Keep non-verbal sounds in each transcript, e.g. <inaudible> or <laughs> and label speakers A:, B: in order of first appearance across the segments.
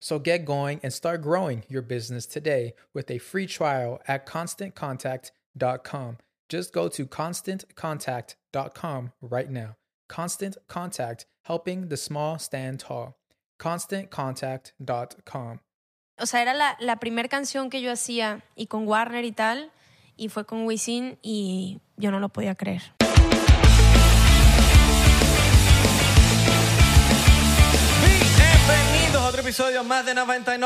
A: So get going and start growing your business today with a free trial at constantcontact.com. Just go to constantcontact.com right now. Constant Contact, helping the small stand tall. ConstantContact.com.
B: O sea, era la, la primera canción que yo hacía y con Warner y tal, y fue con Wisin y yo no lo podía creer.
C: Bienvenidos a otro episodio más de 99%.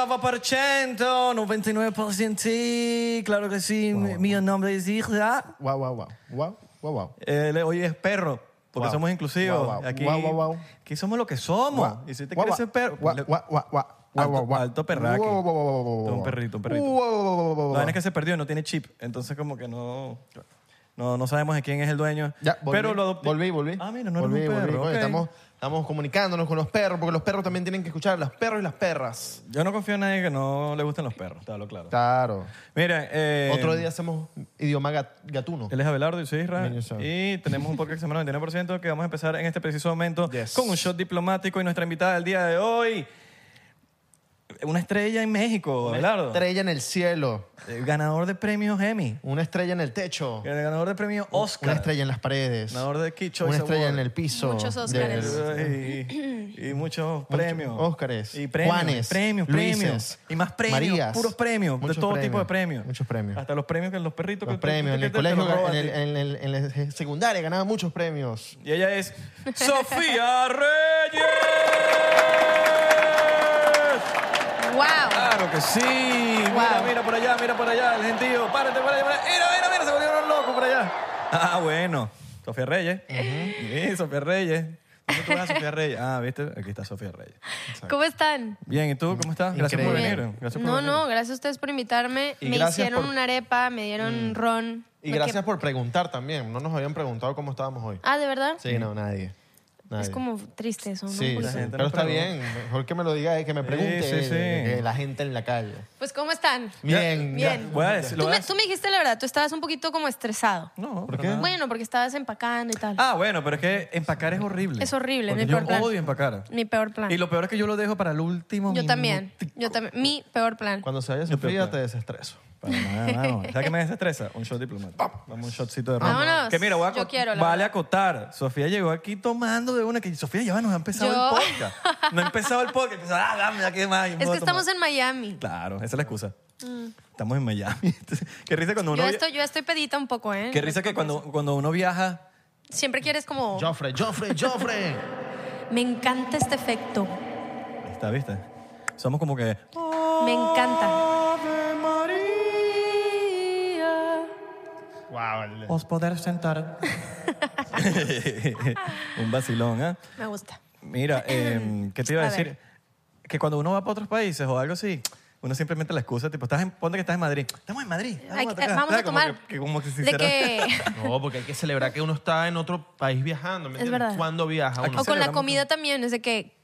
C: 99%, claro que sí. Mi, mi nombre es Isra.
D: Wow, wow, wow. Wow, wow, wow.
C: Él hoy Eh, es perro, porque
D: Wow.
C: somos inclusivos.
D: Wow, wow.
C: Aquí,
D: Wow, wow, wow.
C: aquí somos lo que somos.
D: Wow.
C: Y si te
D: Wow,
C: quieres
D: wow.
C: ser perro,
D: Wow,
C: le-
D: wow, wow, wow,
C: Alto-
D: wow, wow.
C: alto perraque.
D: Wow, wow, wow, wow, wow, wow,
C: Un
D: wow.
C: perrito, un perrito.
D: Wow, wow, wow, wow, wow,
C: la vaina
D: wow.
C: es que se perdió y no tiene chip. Entonces, como que no. No, no sabemos de quién es el dueño.
D: Ya, volví,
C: pero lo adopté.
D: volví, volví.
C: Ah, mira, no
D: volví,
C: era un
D: volví,
C: perro.
D: coño,
C: ok.
D: estamos, estamos comunicándonos con los perros, porque los perros también tienen que escuchar, los perros y las perras.
C: Yo no confío en nadie que no le gusten los perros, está lo claro.
D: Claro.
C: Mira, eh,
D: Otro día hacemos idioma gat- gatuno.
C: Él es Abelardo, yo soy Isra.
D: Mira, yo soy.
C: Y tenemos un podcast de semana 99% que vamos a empezar en este preciso momento
D: Yes.
C: con un shot diplomático. Y nuestra invitada del día de hoy, una estrella en México, Abelardo.
D: Estrella en el cielo,
C: El ganador de premios Emmy.
D: una estrella en el techo,
C: El ganador de premios Oscar.
D: una estrella en las paredes,
C: Ganador de Key Choice
D: una estrella
C: Award.
D: en el piso.
B: Muchos Óscares.
D: del-
C: Eh, Y, y muchos premios.
D: Óscares,
C: Y premios.
D: Juanes,
C: Premios,
D: Luises,
C: premios. Y más premios.
D: Marías.
C: puros premios. De
D: Muchos
C: todo
D: premios,
C: tipo de premios.
D: muchos premios.
C: Hasta los premios que los perritos
D: Los
C: que
D: premios. En el colegio, en, el, en, el- en la secundaria ganaba muchos premios.
C: Y ella
B: <laughs>
C: es Sofía Reyes.
B: ¡Wow!
C: Claro que sí. Mira,
B: Wow.
C: mira por allá, mira por allá, el gentío. Párate por allá, por allá. Mira, mira, mira, se volvieron locos por allá. Ah, bueno. Sofía Reyes. Sí, Sofía Reyes. ¿Dónde tú vas a Sofía Reyes? Ah, viste, aquí está Sofía Reyes.
B: ¿Cómo están?
C: Bien, ¿y tú cómo estás? Gracias por
D: Increíble.
C: venir. Gracias por
B: no,
C: venir.
B: no, gracias a ustedes por invitarme.
D: Y
B: me
D: gracias
B: hicieron
D: por- Mm.
B: una arepa, me dieron ron.
D: Y
B: me
D: gracias
B: que-
D: por preguntar también. No nos habían preguntado cómo estábamos hoy.
B: Ah, ¿de verdad?
D: Sí, no, nadie.
B: Es
D: Nadie.
B: como triste eso, ¿no? Pues,
D: Sí,
B: Un
D: sí,
B: poquito.
C: gente
D: pero
C: no
D: está
C: pregunta.
D: bien. Mejor que me lo diga, eh, que me pregunte
C: sí, sí.
D: eh, la gente en la calle.
B: Pues, ¿cómo están?
D: Bien,
B: Bien.
D: ya.
C: Voy a decir- lo
B: Tú
C: voy
B: me,
C: a decir-
B: tú me dijiste la verdad, tú estabas un poquito como estresado.
C: No,
D: ¿Por
C: para
D: qué?
C: nada.
B: Bueno, porque estabas empacando y tal.
C: Ah, bueno, pero es que empacar es horrible.
B: Es horrible,
C: Porque
B: mi
C: yo
B: peor plan.
C: odio empacar.
B: Mi peor plan.
C: Y lo peor es que yo lo dejo para el último
B: Yo también,
C: minutico.
B: yo también. Mi peor plan.
D: Cuando se vaya
C: Yo te
D: Sofía,
C: aplaudo.
D: te desestreso.
C: Para nada, mano. ¿Sabes qué me desestresa? Un shot diplomático. Vamos, un shotcito de ron.
B: Vámonos.
C: Que mira, voy a
B: Yo
C: acot-
B: quiero, la
C: vale
B: verdad.
C: acotar. Sofía llegó aquí tomando de una que Sofía ya nos ha empezado
B: Yo-
C: el podcast. No ha empezado el podcast. Empezó, ah, dame, ya que más.
B: Es que estamos en Miami.
C: Claro, esa es la excusa. Estamos en Miami. <laughs> Entonces, qué risa cuando uno...
B: Yo
C: via-
B: estoy, yo estoy pedita un poco, ¿eh?
C: Qué risa que cuando, cuando uno viaja...
B: Siempre quieres como...
D: Joffre, Joffre, Joffre.
B: Me encanta este efecto.
C: Ahí Está, ¿viste? Somos como que...
B: Me encanta.
C: Ave María.
D: wow. el-
C: Os poder sentar. <laughs> Un vacilón, ¿ah?
B: Me gusta.
C: Mira, eh, ¿qué te iba a
B: mm, A ver.
C: decir? Que cuando uno va para otros países o algo así, uno simplemente la excusa, tipo, estás en, ponte que estás en Madrid. Estamos en Madrid.
B: Ay,
C: atrás.
B: eh, vamos a
C: ¿Sabes? Ah, Como
B: tomar.
C: que- que <laughs> como que si
B: de
C: hiciera-
B: que...
D: No, porque hay que celebrar que uno está en otro país viajando. ¿me
B: Es
D: entiendes?
B: verdad.
D: ¿Cuándo viaja
C: Aquí
D: uno?
B: o con la
C: celebramos
B: comida también, es de que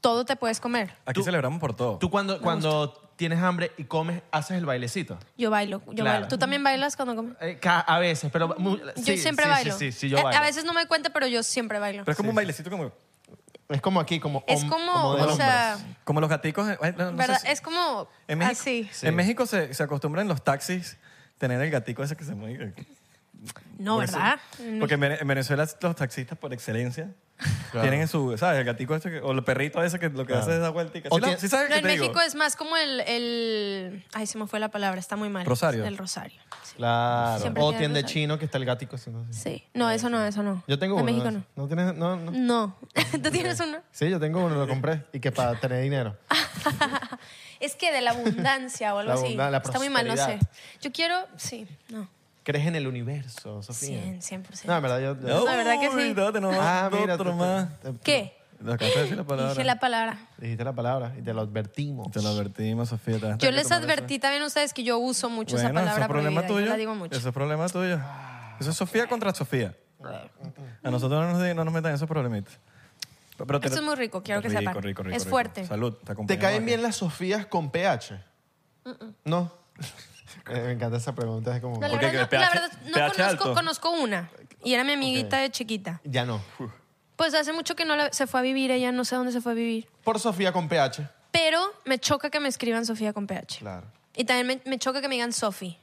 B: todo te puedes comer.
C: Aquí celebramos por todo.
D: Tú cuando, cuando tienes hambre y comes, haces el bailecito.
B: Yo bailo, yo
D: Claro.
B: bailo. ¿Tú también bailas cuando comes?
D: Eh, ca- a veces, pero... mu-
B: Yo
D: sí,
B: siempre
D: sí,
B: bailo.
D: Sí, sí, sí, yo
B: Eh,
D: bailo.
B: A veces no me doy cuenta, pero yo siempre bailo.
C: Pero es como un bailecito como,
D: Es como aquí, como...
B: Es
D: hom-
B: como,
D: de
B: o sea,
D: hombres.
C: como los gaticos. eh, no- no sé
B: ¿verdad?
C: si-
B: Es como
C: en México,
B: así.
C: En México se, se acostumbra en los taxis tener el gatico ese que se mueve.
B: No,
C: Por eso-
B: ¿verdad? En
C: Porque en Vene- en Venezuela los taxistas por excelencia
D: Claro.
C: tienen en su, ¿sabes? El gatico este que- o el perrito ese que lo que hace es dar vueltica.
D: O
C: ¿Sí, la-
D: tiene-
C: sí sabes
B: No,
C: qué
B: en
C: te digo?
B: México es más como el, el- Ay, se me fue la palabra, está muy mal.
C: Rosario.
B: El rosario. Sí.
D: Claro.
B: Siempre
D: O
B: tiene
D: tiende
B: razón.
D: chino, que está el gatico. así, no sé.
B: Sí. No, eso no, eso no.
D: Yo tengo
B: En
D: uno.
B: México
D: ¿no?
B: no.
D: No tienes... No, no.
B: No. <laughs> ¿Tú tienes uno?
D: Sí, yo tengo uno, lo compré. Y que para tener dinero.
B: Ah. Es que de la abundancia o algo
D: La
B: así.
D: abundancia, la
B: está muy mal, no sé.
D: prosperidad.
B: Yo quiero. Sí, no.
D: Crees en el universo, Sofía.
B: Cien, cien por ciento.
D: No, en verdad, yo... yo-
C: No,
B: La verdad que
C: uy,
B: sí.
C: no, tenemos
D: Ah, mira.
C: otro
D: te-
C: más.
D: te- te-
B: ¿Qué?
C: Lo acabaste de decir la palabra.
B: Dije la palabra.
D: Dijiste la palabra y te lo advertimos.
C: Te lo advertimos, Sofía. te vas a
B: Yo
C: tener que
B: les
C: tomar eso.
B: advertí también a ustedes que yo uso mucho esa
C: Bueno,
B: palabra.
C: eso es
B: por mi
C: problema
B: vida,
C: tuyo.
B: Yo la digo mucho.
C: Eso es problema tuyo. Eso es Sofía contra Sofía. A nosotros no nos, di- no nos metan esos problemitas. Pero te-
B: Esto es muy rico, quiero que
C: rico,
B: sepan.
C: rico, rico,
B: Es
C: rico.
B: fuerte.
C: Salud, te acompañamos
D: ¿Te caen
C: aquí.
D: bien las Sofías con pH? No. <laughs> Eh, Me encanta esa pregunta, es como...
B: No, la
C: Porque
B: verdad,
C: el
B: no, la
C: pH
B: verdad, no
C: pH alto.
B: conozco, conozco una. Y era mi amiguita de chiquita.
D: Ya no.
B: Pues hace mucho que no la- se fue a vivir, ella no sé a dónde se fue a vivir.
D: Por Sofía con pH.
B: Pero me choca que me escriban Sofía con PH.
D: Claro.
B: Y también me, me choca que me digan Sofi.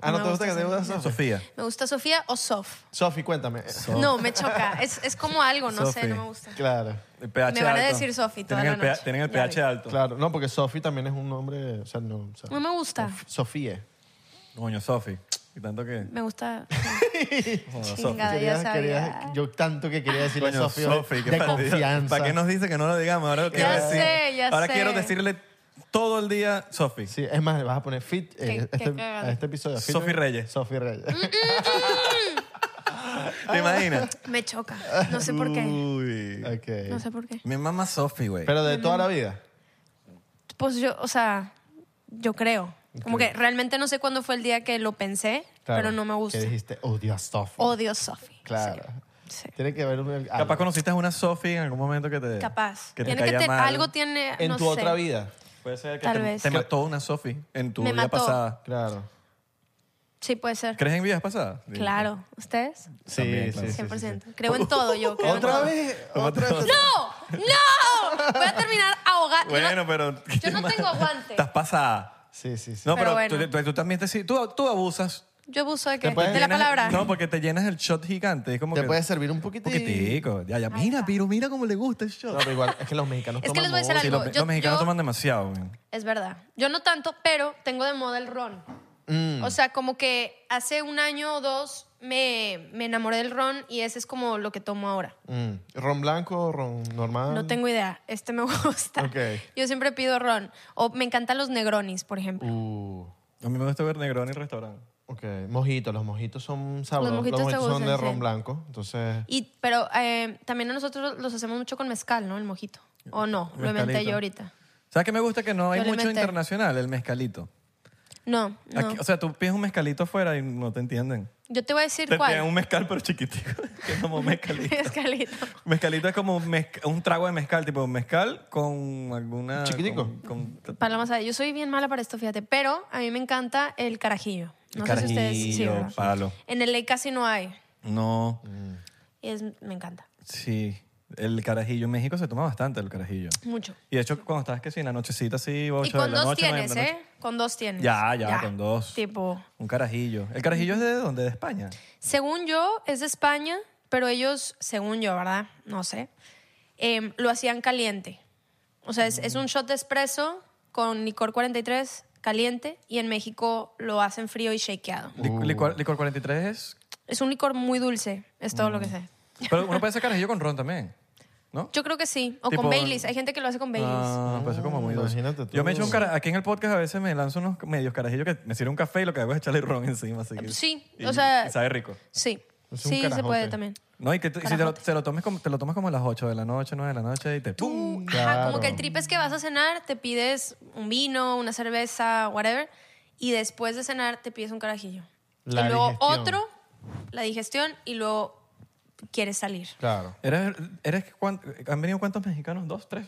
D: Ah, ¿no te gusta que te gusta Sofi?
C: Sofía.
B: Me gusta Sofía o Sof.
D: Sofi, cuéntame.
C: <laughs>
B: No, me choca. Es, es como algo, no sé,
C: Sofi.
B: no me gusta.
D: Claro,
C: El pH
B: Me van a
C: alto.
B: decir Sofi toda
C: Tienen el
B: la noche.
C: pH Tienen el
B: Ya
C: pH alto.
D: claro. No, porque Sofi también es un nombre... O sea, no... o sea,
B: No me gusta.
C: <laughs>
D: <laughs> Sofía.
C: Coño, Sofi. Y tanto que...
B: Me gusta.
C: Joder, Sofi.
B: Chingada, ya sabía.
D: yo tanto que quería decirle
C: Coño,
D: a Sofi
C: Sofi,
D: hoy
C: qué
D: de
C: fastidio.
D: confianza.
C: ¿Para qué nos dice que no lo digamos? Ahora lo quiero
B: Ya
C: decir.
B: sé, ya
C: Ahora
B: sé.
C: quiero decirle todo el día Sofi.
D: Sí, es más, le vas a poner fit eh,
B: Qué- qué
D: este,
B: cagada. Mm.
D: a este episodio. fit-
C: Sofi Reyes.
D: Sofi Reyes.
C: ¿Te imaginas?
B: Me choca. No Ah, sé por
C: Mm.
B: qué.
C: Uy.
D: <laughs> Ok.
B: No sé por qué.
C: Mi mamá Sofi, güey.
D: Pero de toda la vida.
B: Pues yo, o sea, yo creo. Como que realmente no sé cuándo fue el día que lo pensé,
D: Claro.
B: pero no me gusta.
D: Que dijiste, odio a Sofi.
B: Odio Sofi.
D: Claro.
B: Sí, sí.
D: Tiene que haber un... algo.
C: Capaz conociste a una Sofi en algún momento que te.
B: Capaz.
C: Que te
B: tiene que
C: caía
B: te-
C: mal.
B: algo tiene.
D: En
B: no
D: tu
B: sé.
D: otra vida.
C: Puede ser que
B: Tal
C: te,
B: vez.
C: te mató una Sofi en tu
B: Me
C: vida
B: mató.
C: pasada.
D: Claro.
B: Sí, puede ser.
C: ¿Crees en vidas pasadas?
B: Claro. ¿Ustedes?
D: Sí,
C: También, claro.
D: sí, sí,
B: 100%.
D: sí,
B: Creo en todo yo. creo en
D: ¿Otra
B: todo.
D: vez? ¿Otra vez?
B: ¡No! ¡No! Voy a terminar ahogada. Yo
C: Bueno,
B: no-
C: pero.
B: Yo
C: <laughs>
B: no tengo aguante.
C: Estás pasada.
D: Sí, sí, sí.
C: No,
B: Pero
C: pero,
B: bueno.
C: tú, tú- tú también te. sí, Tú, tú abusas.
B: Yo abuso de qué?
D: ¿Te puedes-
B: De la
C: Llenas-
B: palabra.
C: No, porque te llenas el shot gigante. Es como
D: ¿Te
C: que.
D: puede servir un poquitico?
C: Poquitico. Ya, ya. Mira, Piro, mira cómo le gusta el shot.
D: No, pero igual, es que los mexicanos
B: Es que
D: toman
B: les voy a decir
D: mucho.
C: Sí,
B: algo.
C: los,
B: Yo-
C: los mexicanos
B: yo-
C: toman demasiado, güey.
B: Es verdad. Yo no tanto, pero tengo de moda el ron.
C: Mm.
D: Mm,
B: O sea, como que hace un año o dos me, me enamoré del ron y ese es como lo que tomo ahora.
D: Mm. ¿Ron blanco, ron normal?
C: Ah.
B: No tengo idea. Este me <laughs> gusta.
D: Ok.
B: Yo siempre pido ron. O me encantan los negronis, por ejemplo.
D: Uh,
C: A mí me gusta ver Negroni en el restaurante.
D: ok. Mojitos. Los mojitos son sabrosos. Los
B: mojitos
D: mojitos,
B: te
D: son de
B: gustan,
D: ron
B: sí.
D: blanco. Entonces...
B: Y, pero eh, también a nosotros los hacemos mucho con mezcal, ¿no? El mojito. O no, lo inventé
C: Mezcalito.
B: yo ahorita.
C: ¿Sabes qué me gusta? Que no hay
B: Yo le
C: mucho
B: inventé.
C: internacional, el mezcalito.
B: No, no.
C: Aquí- o sea, tú pides un mezcalito afuera y no te entienden.
B: Yo te voy a decir
C: Te
B: <laughs>
C: piden
B: cuál.
C: un mezcal, pero chiquitico. <laughs> que es como mezcalito.
B: Mezcalito.
C: Mezcalito es como un, mezc- un trago de mezcal, tipo mezcal con alguna.
D: Chiquitico.
C: Con, con-
B: Paloma sabe, yo soy bien mala para esto, fíjate, pero a mí me encanta el carajillo. No sé si ustedes... sí,
C: Carajillo,
B: ¿verdad?
C: palo.
B: En el ley casi no hay.
C: no,
B: Y es, me encanta.
C: sí. El carajillo. En México se toma bastante el carajillo.
B: Mucho.
C: Y de hecho, cuando estás que sí, en la nochecita así,
B: Y
C: ocho de
B: con
C: la
B: dos
C: noche, nueve de
B: tienes,
C: la
B: ¿eh?
C: noche.
B: Con dos tienes.
C: Ya, ya, con dos.
B: Tipo,
C: Un carajillo. ¿El carajillo es de dónde? ¿De España?
B: según yo, es de España, pero ellos, según yo, ¿verdad? No sé. em, lo hacían caliente. O sea, es, es
C: Mm.
B: un shot de espresso con licor 43 caliente y en México lo hacen frío y shakeado.
C: Li-
D: Uh.
C: Licor, licor 43 es.
B: Es un licor muy dulce, es todo
C: Mm.
B: lo que sé.
C: Pero uno puede hacer carajillo con ron también, ¿no?
B: Yo creo que sí, o
C: Tipo-
B: con Baileys. Hay gente que lo hace con Baileys.
C: Ah, pues eso como muy dulce.
D: Imagínate tú.
C: Yo me echo un cara aquí en el podcast a veces me lanzo unos medios carajillos que me sirve un café y lo que hago es echarle ron encima. Así que-
B: Sí,
C: y-
B: o sea-
C: y sabe rico.
B: Sí,
D: Es un
B: sí, se
D: carajote.
B: puede también.
C: No, y que tú- y si te lo,
B: Carajote.
C: te lo tomes como, te lo tomas como a las 8 de la noche, 9 de la noche y te
B: Tú,
C: ¡pum!
B: Uh, ajá,
D: Claro.
B: como que el trip es que vas a cenar, te pides un vino, una cerveza, whatever, y después de cenar te pides un carajillo.
D: La
B: y luego
D: digestión.
B: otro, la digestión, y luego quieres salir.
D: Claro.
C: ¿Eres, eres cuán- ¿Han venido cuántos mexicanos? ¿Dos? ¿Tres?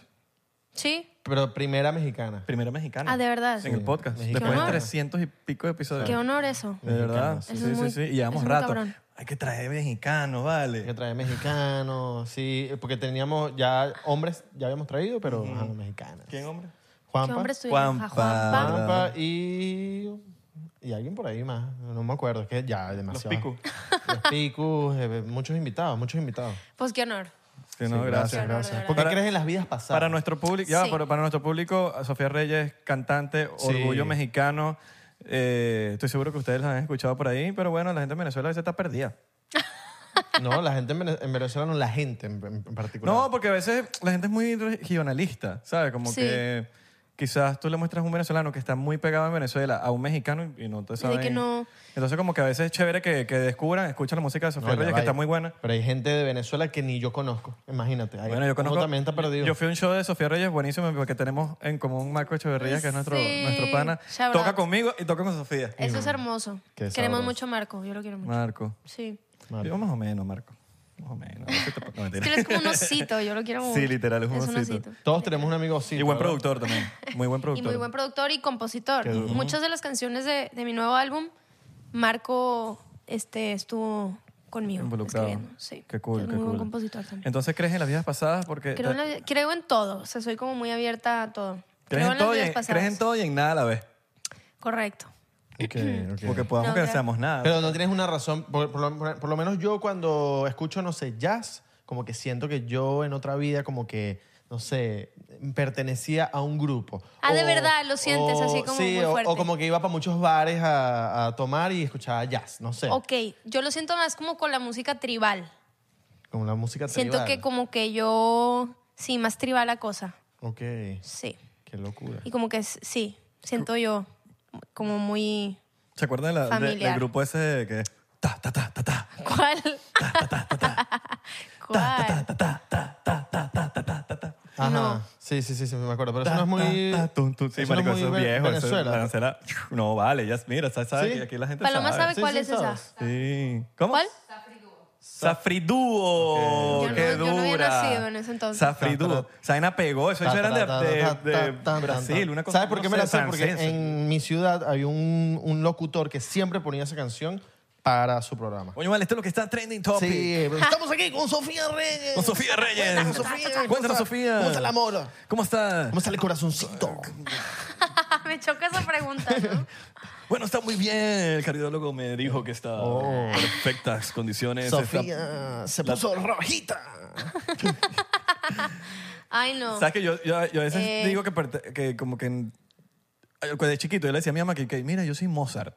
B: ¿Sí?
D: Pero primera mexicana.
C: Primero mexicano.
B: Ah, ¿de verdad?
C: En el podcast.
D: Mexicano.
C: Después de
B: Qué honor.
C: 300 y pico de episodios.
B: Qué honor eso.
C: De verdad.
D: Mexicanos.
C: Sí,
B: Eso
C: sí,
B: es muy-
C: sí, sí. Y
B: es
C: llevamos
B: muy
C: rato.
B: cabrón.
C: Hay que traer mexicanos, vale.
D: Hay que traer mexicanos, sí, porque teníamos ya hombres, ya habíamos traído, pero ajá, mexicanas.
C: ¿Quién, hombre?
B: ¿Qué
D: Juanpa.
B: hombre estuvieron?
C: Juanpa.
B: Juanpa.
C: Ah.
D: Juanpa y, y alguien por ahí más, no me acuerdo, es que ya
C: Los
D: demasiado.
C: picos.
D: Los picus, eh, muchos invitados, muchos invitados.
B: Pues qué honor.
C: Sí, no, gracias.
B: honor, de
D: gracias.
B: verdad.
D: Porque
C: Para-
D: crees en las vidas pasadas.
C: Para nuestro público, ya,
B: Sí.
C: para, para nuestro público, Sofía Reyes, cantante,
D: Sí.
C: orgullo mexicano. Eh, estoy seguro que ustedes la han escuchado por ahí, pero bueno, la gente en Venezuela a veces está perdida.
D: No, la gente en Vene- en Venezuela no, la gente en, en particular.
C: No, porque a veces la gente es muy regionalista, ¿sabes? Como
B: Sí.
C: que quizás tú le muestras a un venezolano que está muy pegado en Venezuela a un mexicano y, y no te
B: de
C: saben.
B: que no-
C: Entonces como que a veces es chévere que, que descubran, escuchan la música de Sofía
D: No, ya
C: Reyes,
D: va,
C: que está
D: ya.
C: muy buena.
D: Pero hay gente de Venezuela que ni yo conozco, imagínate. Ahí
C: Bueno, yo
D: uno
C: conozco.
D: también está perdido.
C: Yo fui a un show de Sofía Reyes buenísimo porque tenemos en común Marco Echeverría, que es nuestro,
B: Sí,
C: nuestro pana.
B: shout
C: Toca
B: out.
C: conmigo y toca con Sofía.
B: Eso es hermoso.
D: Qué
B: Queremos
D: sabroso.
B: mucho a Marco, yo lo quiero mucho.
C: Marco.
B: Sí.
D: Marco.
C: Yo más o menos, Marco. Más o menos. A veces te- no,
B: Es
C: mentira.
B: que él es como un osito, yo lo quiero mucho.
C: Sí, literal, es un osito.
D: Todos tenemos un amigo así.
C: Y buen
D: ¿verdad?
C: productor también. Muy buen
B: Y
C: productor.
B: muy buen productor y compositor.
D: Qué duro.
B: Muchas de las canciones de, de mi nuevo álbum, Marco este, estuvo conmigo
C: Involucrado.
B: escribiendo. Sí.
C: Qué cool,
B: Es
C: qué
B: muy buen
C: cool. eh,
B: compositor también.
C: Entonces crees en las vidas pasadas porque...
B: Creo en,
C: ta-
B: la- creo en todo, o sea, soy como muy abierta a todo.
C: crees
B: creo
C: en todo
B: las
C: y
B: vidas
C: en-
B: pasadas.
C: crees en todo y en nada a la vez.
B: Correcto.
D: Ok, ok.
C: Porque podamos
B: No,
C: que
B: creo-
C: no seamos nada.
D: Pero no tienes una razón. Por, por lo, por lo menos yo cuando escucho, no sé, jazz, como que siento que yo en otra vida como que, no sé, pertenecía a un grupo.
B: Ah, ¿de verdad? ¿Lo sientes así como
D: sí,
B: muy
D: o-
B: fuerte?
D: O, como que iba para muchos bares a, a tomar y escuchaba jazz, no sé.
B: Ok, yo lo siento más como con la música tribal.
D: Como la música
B: Siento
D: tribal.
B: que como que yo, sí, más tribal la cosa,
D: Ok, qué
B: sí.
D: locura.
B: Y como que s- sí, siento yo como muy...
C: ¿Se acuerdan de la- de- del
B: Familiar.
C: grupo ese que... Ta, ta, ta, ta, ta.
B: ¿Cuál? <laughs> ¿Cuál?
D: Ajá.
B: No.
D: Sí, sí, sí, sí, me acuerdo. Pero
C: Ta,
D: eso no es muy...
C: ta, ta, tun, tun. Sí,
D: eso no
C: marico,
D: es
C: eso
D: muy
C: es viejo. eso es-
D: Venezuela.
C: Venezuela. No, vale, ya mira, ¿sabes?
D: ¿Sí?
C: Aquí la gente
B: Paloma sabe
D: Sí,
B: cuál
D: sí,
B: es esa.
D: sabes.
C: Sí. ¿Cómo?
B: ¿Cuál? Ok.
C: Safridúo,
B: Yo no-
C: qué
B: yo no
C: dura.
B: había nacido en ese entonces.
C: Safridúo. Saina pegó, eso, eso eran Pues de, de- de Brasil, una cosa.
D: ¿Sabes por qué
C: no
D: me
C: sé,
D: la sé? Porque
C: francesa.
D: en mi ciudad había un, un locutor que siempre ponía esa canción para su programa.
C: Coño, vale, esto es lo que está trending topic.
D: Sí, pero estamos aquí con Sofía Reyes.
C: Con Sofía Reyes.
D: Cuéntanos, Sofía. ¿cómo
C: Cuéntanos,
D: está-
C: Sofía.
D: ¿Cómo está la mola?
C: ¿Cómo está?
D: ¿Cómo está el corazoncito?
B: Ah, Me choca esa pregunta, ¿no?
C: Bueno, está muy bien. El cardiólogo me dijo que está en perfectas condiciones.
D: Oh. Sofía se puso rojita.
B: <laughs> Ay, no.
C: Está- ¿Sabes que yo, yo, yo a veces
B: Eh.
C: digo que, perte- que como que en- cuando de chiquito yo le decía a mi mamá que, que, mira, yo soy Mozart.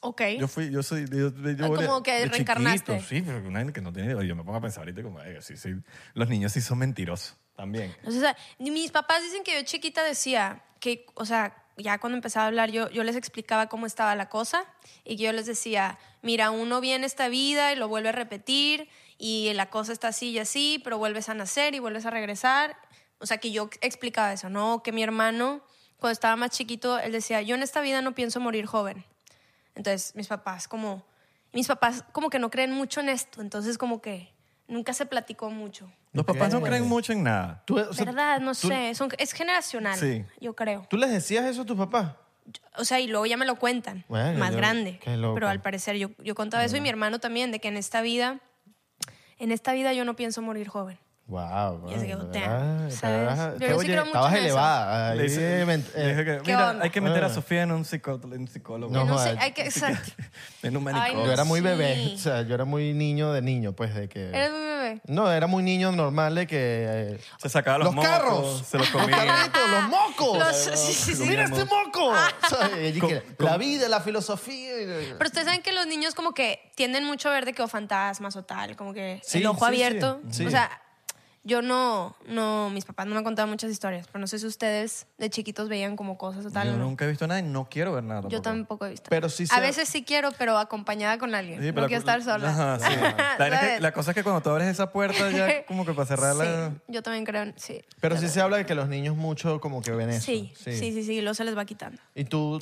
B: Ok.
C: Yo fui, yo soy, yo, yo
B: Ah,
C: de-
B: como que
C: de
B: reencarnaste.
C: chiquito, sí, pero una gente que no tiene, yo me pongo a pensar ahorita como, eh, sí, sí, los niños sí son mentirosos también.
B: O sea, mis papás dicen que yo chiquita decía que, o sea, ya cuando empezaba a hablar yo, yo les explicaba cómo estaba la cosa y que yo les decía, mira, uno viene esta vida y lo vuelve a repetir y la cosa está así y así, pero vuelves a nacer y vuelves a regresar. O sea, que yo explicaba eso, ¿no? Que mi hermano cuando estaba más chiquito, él decía, yo en esta vida no pienso morir joven. Entonces, mis papás como... Mis papás como que no creen mucho en esto, entonces como que nunca se platicó mucho.
C: Los papás no creen mucho en nada.
D: Tú, o sea,
B: ¿Verdad? No
D: tú-
B: sé. son- es generacional,
C: Sí.
B: yo creo.
D: ¿Tú les decías eso a tus papás?
B: O sea, y luego ya me lo cuentan,
D: Bueno,
B: más
D: yo-
B: grande.
D: qué loco.
B: Pero al parecer yo, yo contaba eso y mi hermano también, de que en esta vida, en esta vida yo no pienso morir joven.
D: Wow.
B: Y es que,
D: wow,
B: damn,
D: ah,
B: ¿sabes?
D: estabas-
B: Yo sí creo mucho
D: estabas
B: en eso.
D: elevada. ahí,
C: Le dice-
D: eh,
C: le dije que,
D: eh,
B: ¿Qué
C: mira,
B: onda?
C: hay que meter a
D: Ah.
C: Sofía en un, psico- en un psicólogo.
D: No
B: No, sé,
D: jodas.
B: hay
C: <laughs>
B: que,
D: <laughs>
B: exacto.
C: En un
B: Ay,
C: manicomio.
D: yo era muy
B: Sí.
D: bebé, o sea, yo era muy niño de niño, pues de que...
B: Eres mi bebé.
D: No, era muy niño normal de que... eh,
C: Se sacaba los,
D: ¡Los
C: mocos,
D: carros!
C: Se los
D: ¡Los
C: comía.
D: carritos, los mocos!
B: Los- sí, sí, sí. Ah.
D: ¡Mira este moco! O sea, <laughs> y
C: Com-
D: que la vida, la filosofía... y-
B: Pero ustedes saben que los niños como que tienden mucho a ver de que o fantasmas o tal, como que
D: Sí,
B: el ojo
D: sí,
B: abierto.
D: sí, sí.
B: O sea, yo no, no, mis papás no me han contado muchas historias, pero no sé si ustedes de chiquitos veían como cosas o tal.
C: Yo
B: o no.
C: nunca he visto nada y no quiero ver nada.
B: Yo tampoco he visto.
D: Pero sí
B: A
D: se-
B: veces sí quiero, pero acompañada con alguien.
C: Sí,
B: no quiero estar sola.
C: Ajá,
B: <laughs>
C: sí. La, verdad es que-
B: ¿Sabes?
C: la cosa es que cuando tú abres esa
B: <laughs>
C: puerta ya como que para cerrarla...
B: Sí, yo también creo, en- sí.
D: Pero sí se habla de que los niños mucho como que ven eso.
B: Sí, sí, sí, sí, luego se les va quitando.
D: ¿Y tú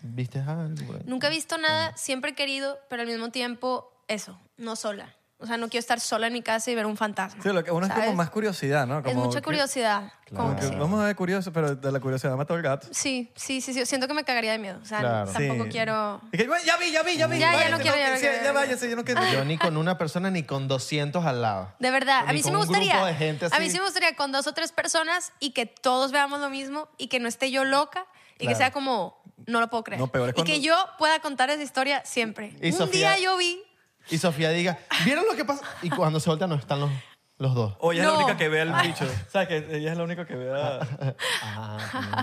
D: viste algo?
B: Nunca he visto nada, siempre he querido, pero al mismo tiempo, eso, no sola. O sea, no quiero estar sola en mi casa y ver un fantasma.
C: Sí, lo que uno es como
B: ¿sabes?
C: más curiosidad, ¿no?
B: Es
C: Como
B: mucha
C: que-
B: curiosidad.
C: como
B: como
C: que
B: sí.
C: Vamos a ver curioso, pero de la curiosidad mató al gato.
B: Sí, sí, sí, sí, siento que me cagaría de miedo. O sea,
D: Claro.
B: tampoco
C: Sí.
B: quiero...
C: Y que, "Bueno, ya vi, ya vi, ya vi.
B: Ya, ya
C: váyase,
B: no quiero, ya no
C: sí,
B: quiero, ya
C: Ya
B: no
C: váyase, yo no quiero.
D: Ah, Yo ni con una persona ni con 200 al lado.
B: De verdad, a
D: Ni
B: mí sí
D: con
B: me
D: un grupo
B: gustaría.
D: de gente
B: A mí
D: así.
B: sí me gustaría con dos o tres personas y que todos veamos lo mismo y que no esté yo loca y que
D: Claro.
B: sea como, no lo puedo creer.
C: No, peor es
B: y que
C: cuando-
B: yo pueda contar esa historia siempre.
D: Y
B: Un
D: Sofía-
B: día yo vi.
D: Y Sofía diga, ¿vieron lo que pasa? Y cuando se voltea no están los, los dos.
C: Oye, es
B: No. Ah.
C: la única que ve al bicho. ¿Sabes? Que ella es la única que ve a-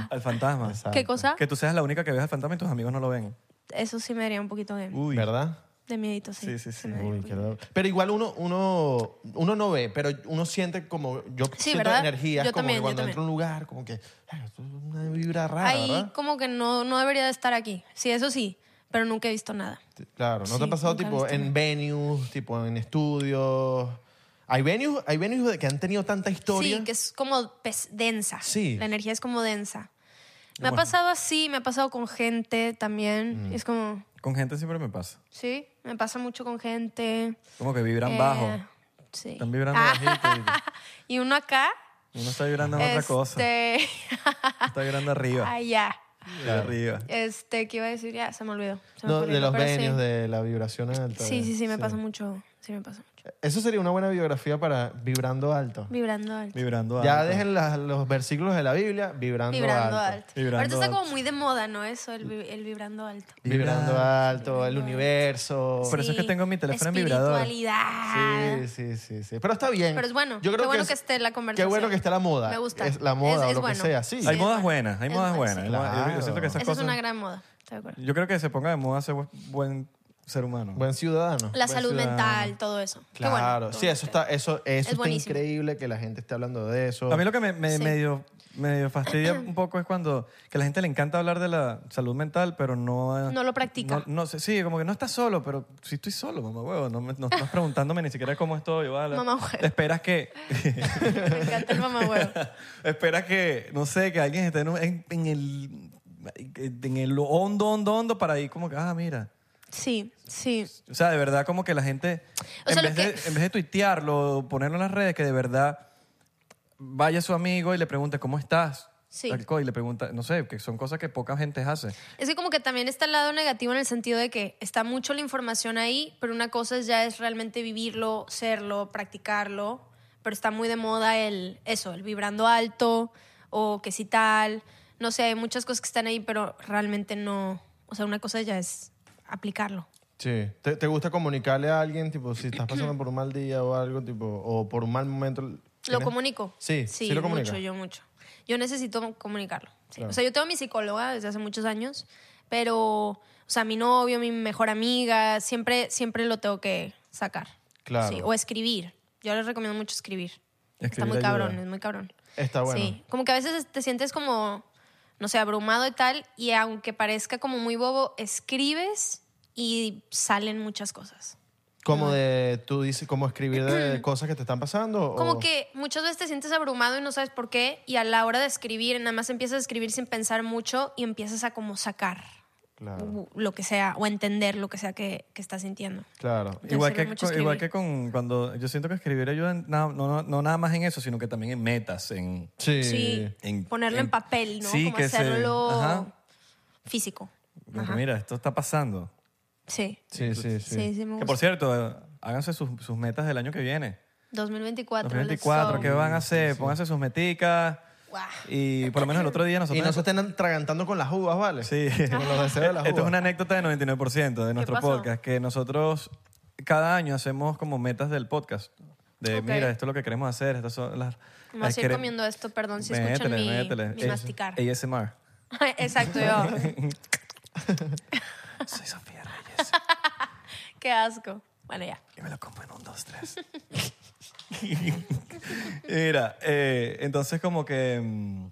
C: al fantasma.
D: Exacto.
B: ¿Qué cosa?
C: Que tú seas la única que ves al fantasma y tus amigos no lo ven.
B: Eso sí me daría un poquito de,
D: Uh.
C: Uy.
D: ¿Verdad?
B: de miedito, sí.
C: Sí, sí, sí.
B: me daría
D: Uy,
B: un
D: qué
B: poquito.
D: loco. pero igual uno, uno, uno no ve, pero uno siente como, yo siento
B: ¿verdad?
D: energías
B: Yo
D: como
B: también,
D: que
B: yo
D: cuando
B: también.
D: entro a un lugar, como que, "Ay, esto es una vibra rara,
B: Ahí
D: ¿verdad?
B: como que no, no debería de estar aquí. Sí, eso sí, pero nunca he visto nada.
D: Claro, ¿no te
B: Sí,
D: ha pasado
B: nunca he
D: tipo
B: visto
D: en venues, tipo en estudios? Hay venues, hay venues que han tenido tanta historia.
B: Sí, que es como pues, densa.
D: Sí.
B: La energía es como densa. Me ha
C: Bueno.
B: pasado así, me ha pasado con gente también.
D: Mm.
B: y es como,
C: Con gente siempre me pasa.
B: sí, me pasa mucho con gente.
C: Como que vibran
B: Eh,
C: bajo.
B: Sí.
C: Están vibrando
B: Ah,
C: bajito.
B: <laughs> y uno acá.
C: y Uno está vibrando en otra cosa. <laughs>
B: este,
C: Está vibrando arriba.
B: allá.
C: de arriba.
B: Este, ¿qué iba a decir? Ya, se me olvidó. se me
D: No,
B: ocurrió,
D: de los
B: pero sí.
D: venues, de la vibración alta.
B: Sí,
D: de-
B: sí, sí, me pasa mucho. Sí, me pasa mucho.
D: Eso sería una buena biografía para Vibrando Alto.
B: Vibrando alto.
C: Vibrando alto.
D: Ya dejen las- los versículos de la Biblia, Vibrando,
B: Vibrando
D: Alto.
B: alto.
C: Vibrando
B: Ahorita está como
C: alto.
B: muy de moda, ¿no? Eso, el, vi- el vibrando alto.
D: Vibrando Alto, el universo.
C: Por eso es que tengo mi teléfono en vibrador.
B: Espiritualidad.
D: Sí, sí, sí, sí. Pero está bien.
B: Pero es bueno. Qué bueno que esté la
D: Qué
B: conversación.
D: bueno que está la moda.
B: Me gusta.
D: Es la moda
B: Es-
D: o
B: es
D: lo
B: bueno.
D: que sea, sí.
C: Hay
B: Sí,
C: modas
B: es
C: buenas, hay
B: Es
C: modas
B: bueno,
C: buenas.
B: sí.
C: hay modas- yo- Yo siento que esas
B: Esa
C: cosas.
B: es una gran moda. estoy de acuerdo.
C: Yo creo que se ponga de moda ser bu- buen ser humano.
D: Buen ciudadano.
B: La
C: Buen
B: salud
C: ciudadano.
B: mental, todo eso. Qué bueno,
D: Claro.
B: todo
D: sí, eso está, eso, eso está
B: buenísimo.
D: increíble que la gente esté hablando de eso.
C: A mí lo que me, me-
B: Sí.
C: medio,
B: <clears throat>
C: medio fastidia un poco es cuando que a la gente le encanta hablar de la salud mental, pero no...
B: No lo practica.
C: No, no sé, sí, como que no estás solo, pero si estoy solo, mamá huevo. No, me- no estás preguntándome ni siquiera cómo estoy, ¿vale?
B: Mamá huevo.
C: Esperas que...
B: <laughs>
C: <laughs>
B: Me encanta el mamahuevo.
C: esperas que, no sé, que alguien esté en, un- en- en el... En el hondo, hondo, hondo para ir como que, ah, mira.
B: Sí, sí.
C: O sea, de verdad como que la gente,
B: O
C: en,
B: sea, lo
C: vez
B: que-
C: de, en vez de tuitearlo, ponerlo en las redes, que de verdad vaya su amigo y le pregunte, ¿cómo estás?
B: Sí.
C: Tal cosa, Y le pregunta, no sé, que son cosas que poca gente hace.
B: Es que como que también está el lado negativo en el sentido de que está mucho la información ahí, pero una cosa es ya es realmente vivirlo, serlo, practicarlo, pero está muy de moda el eso, el vibrando alto o que si tal, no sé, hay muchas cosas que están ahí, pero realmente no, o sea, una cosa ya es aplicarlo.
D: Sí. ¿Te, te gusta comunicarle a alguien, tipo, si estás pasando por un mal día o algo, tipo, o por un mal momento?
B: ¿Lo
D: ¿tienes-
B: comunico?
D: Sí, sí, lo comunica.
B: mucho, yo mucho. Yo necesito comunicarlo. sí. O sea, yo tengo mi psicóloga desde hace muchos años, pero, o sea, mi novio, mi mejor amiga, siempre, siempre lo tengo que sacar.
D: Claro.
B: Sí, o escribir. Yo les recomiendo mucho escribir. Está
C: Escribir
B: muy
C: ayuda.
B: cabrón, es muy cabrón.
D: Está bueno.
B: Sí, como que a veces te sientes como, no sé, abrumado y tal, y aunque parezca como muy bobo, escribes y salen muchas cosas.
D: Como de, tú dices, como escribir
B: <clears throat>
D: de cosas que te están pasando.
B: Como
C: Oh.
D: o-
B: que muchas veces te sientes abrumado y no sabes por qué, y a la hora de escribir, nada más empiezas a escribir sin pensar mucho y empiezas a como sacar
D: Claro,
B: u- lo que sea o entender lo que sea que, que estás sintiendo.
D: claro.
B: Te
C: Igual
B: sirve
C: que,
B: mucho
C: con- igual que
B: escribir.
C: con cuando yo siento que escribir ayuda en- no, no, no, no nada más en eso, sino que también en metas, en...
D: Sí.
B: Sí,
C: en-
B: ponerlo en,
C: en-
B: papel, ¿no?
C: sí,
B: como
C: que se-
B: hacerlo
C: ajá.
B: físico.
C: como que,
B: Ajá.
C: Mira, esto está pasando.
B: Sí,
D: Sí, sí,
B: sí,
D: sí.
B: sí, me
C: Que
B: gusta.
C: por cierto, eh, háganse sus, sus metas del año que viene.
B: 2024. let's
C: 2024,
B: go.
C: ¿qué van a hacer? Pónganse sus meticas.
B: Guau.
C: Y por lo menos el otro día nosotros...
D: Y no se estén atragantando con las uvas, ¿vale?
C: Sí. <laughs>
D: Con los deseos de las
C: Esto es una
D: uvas.
C: anécdota del 99% de nuestro
B: pasó?
C: podcast, que nosotros cada año hacemos como metas del podcast. De
B: Ok.
C: mira, esto es lo que queremos hacer, estas son las...
B: Me
C: las
B: estoy
C: quere-
B: comiendo esto, perdón si escuchan
C: Métele,
B: mi,
C: métele.
B: mi
C: Eso.
B: masticar.
C: ASMR.
B: <laughs> Exacto, yo.
C: <laughs> Soy Sofía Reyes
B: Qué asco. Bueno, ya.
C: y me lo compro en un, dos, tres. <laughs> mira, eh, entonces como que mm,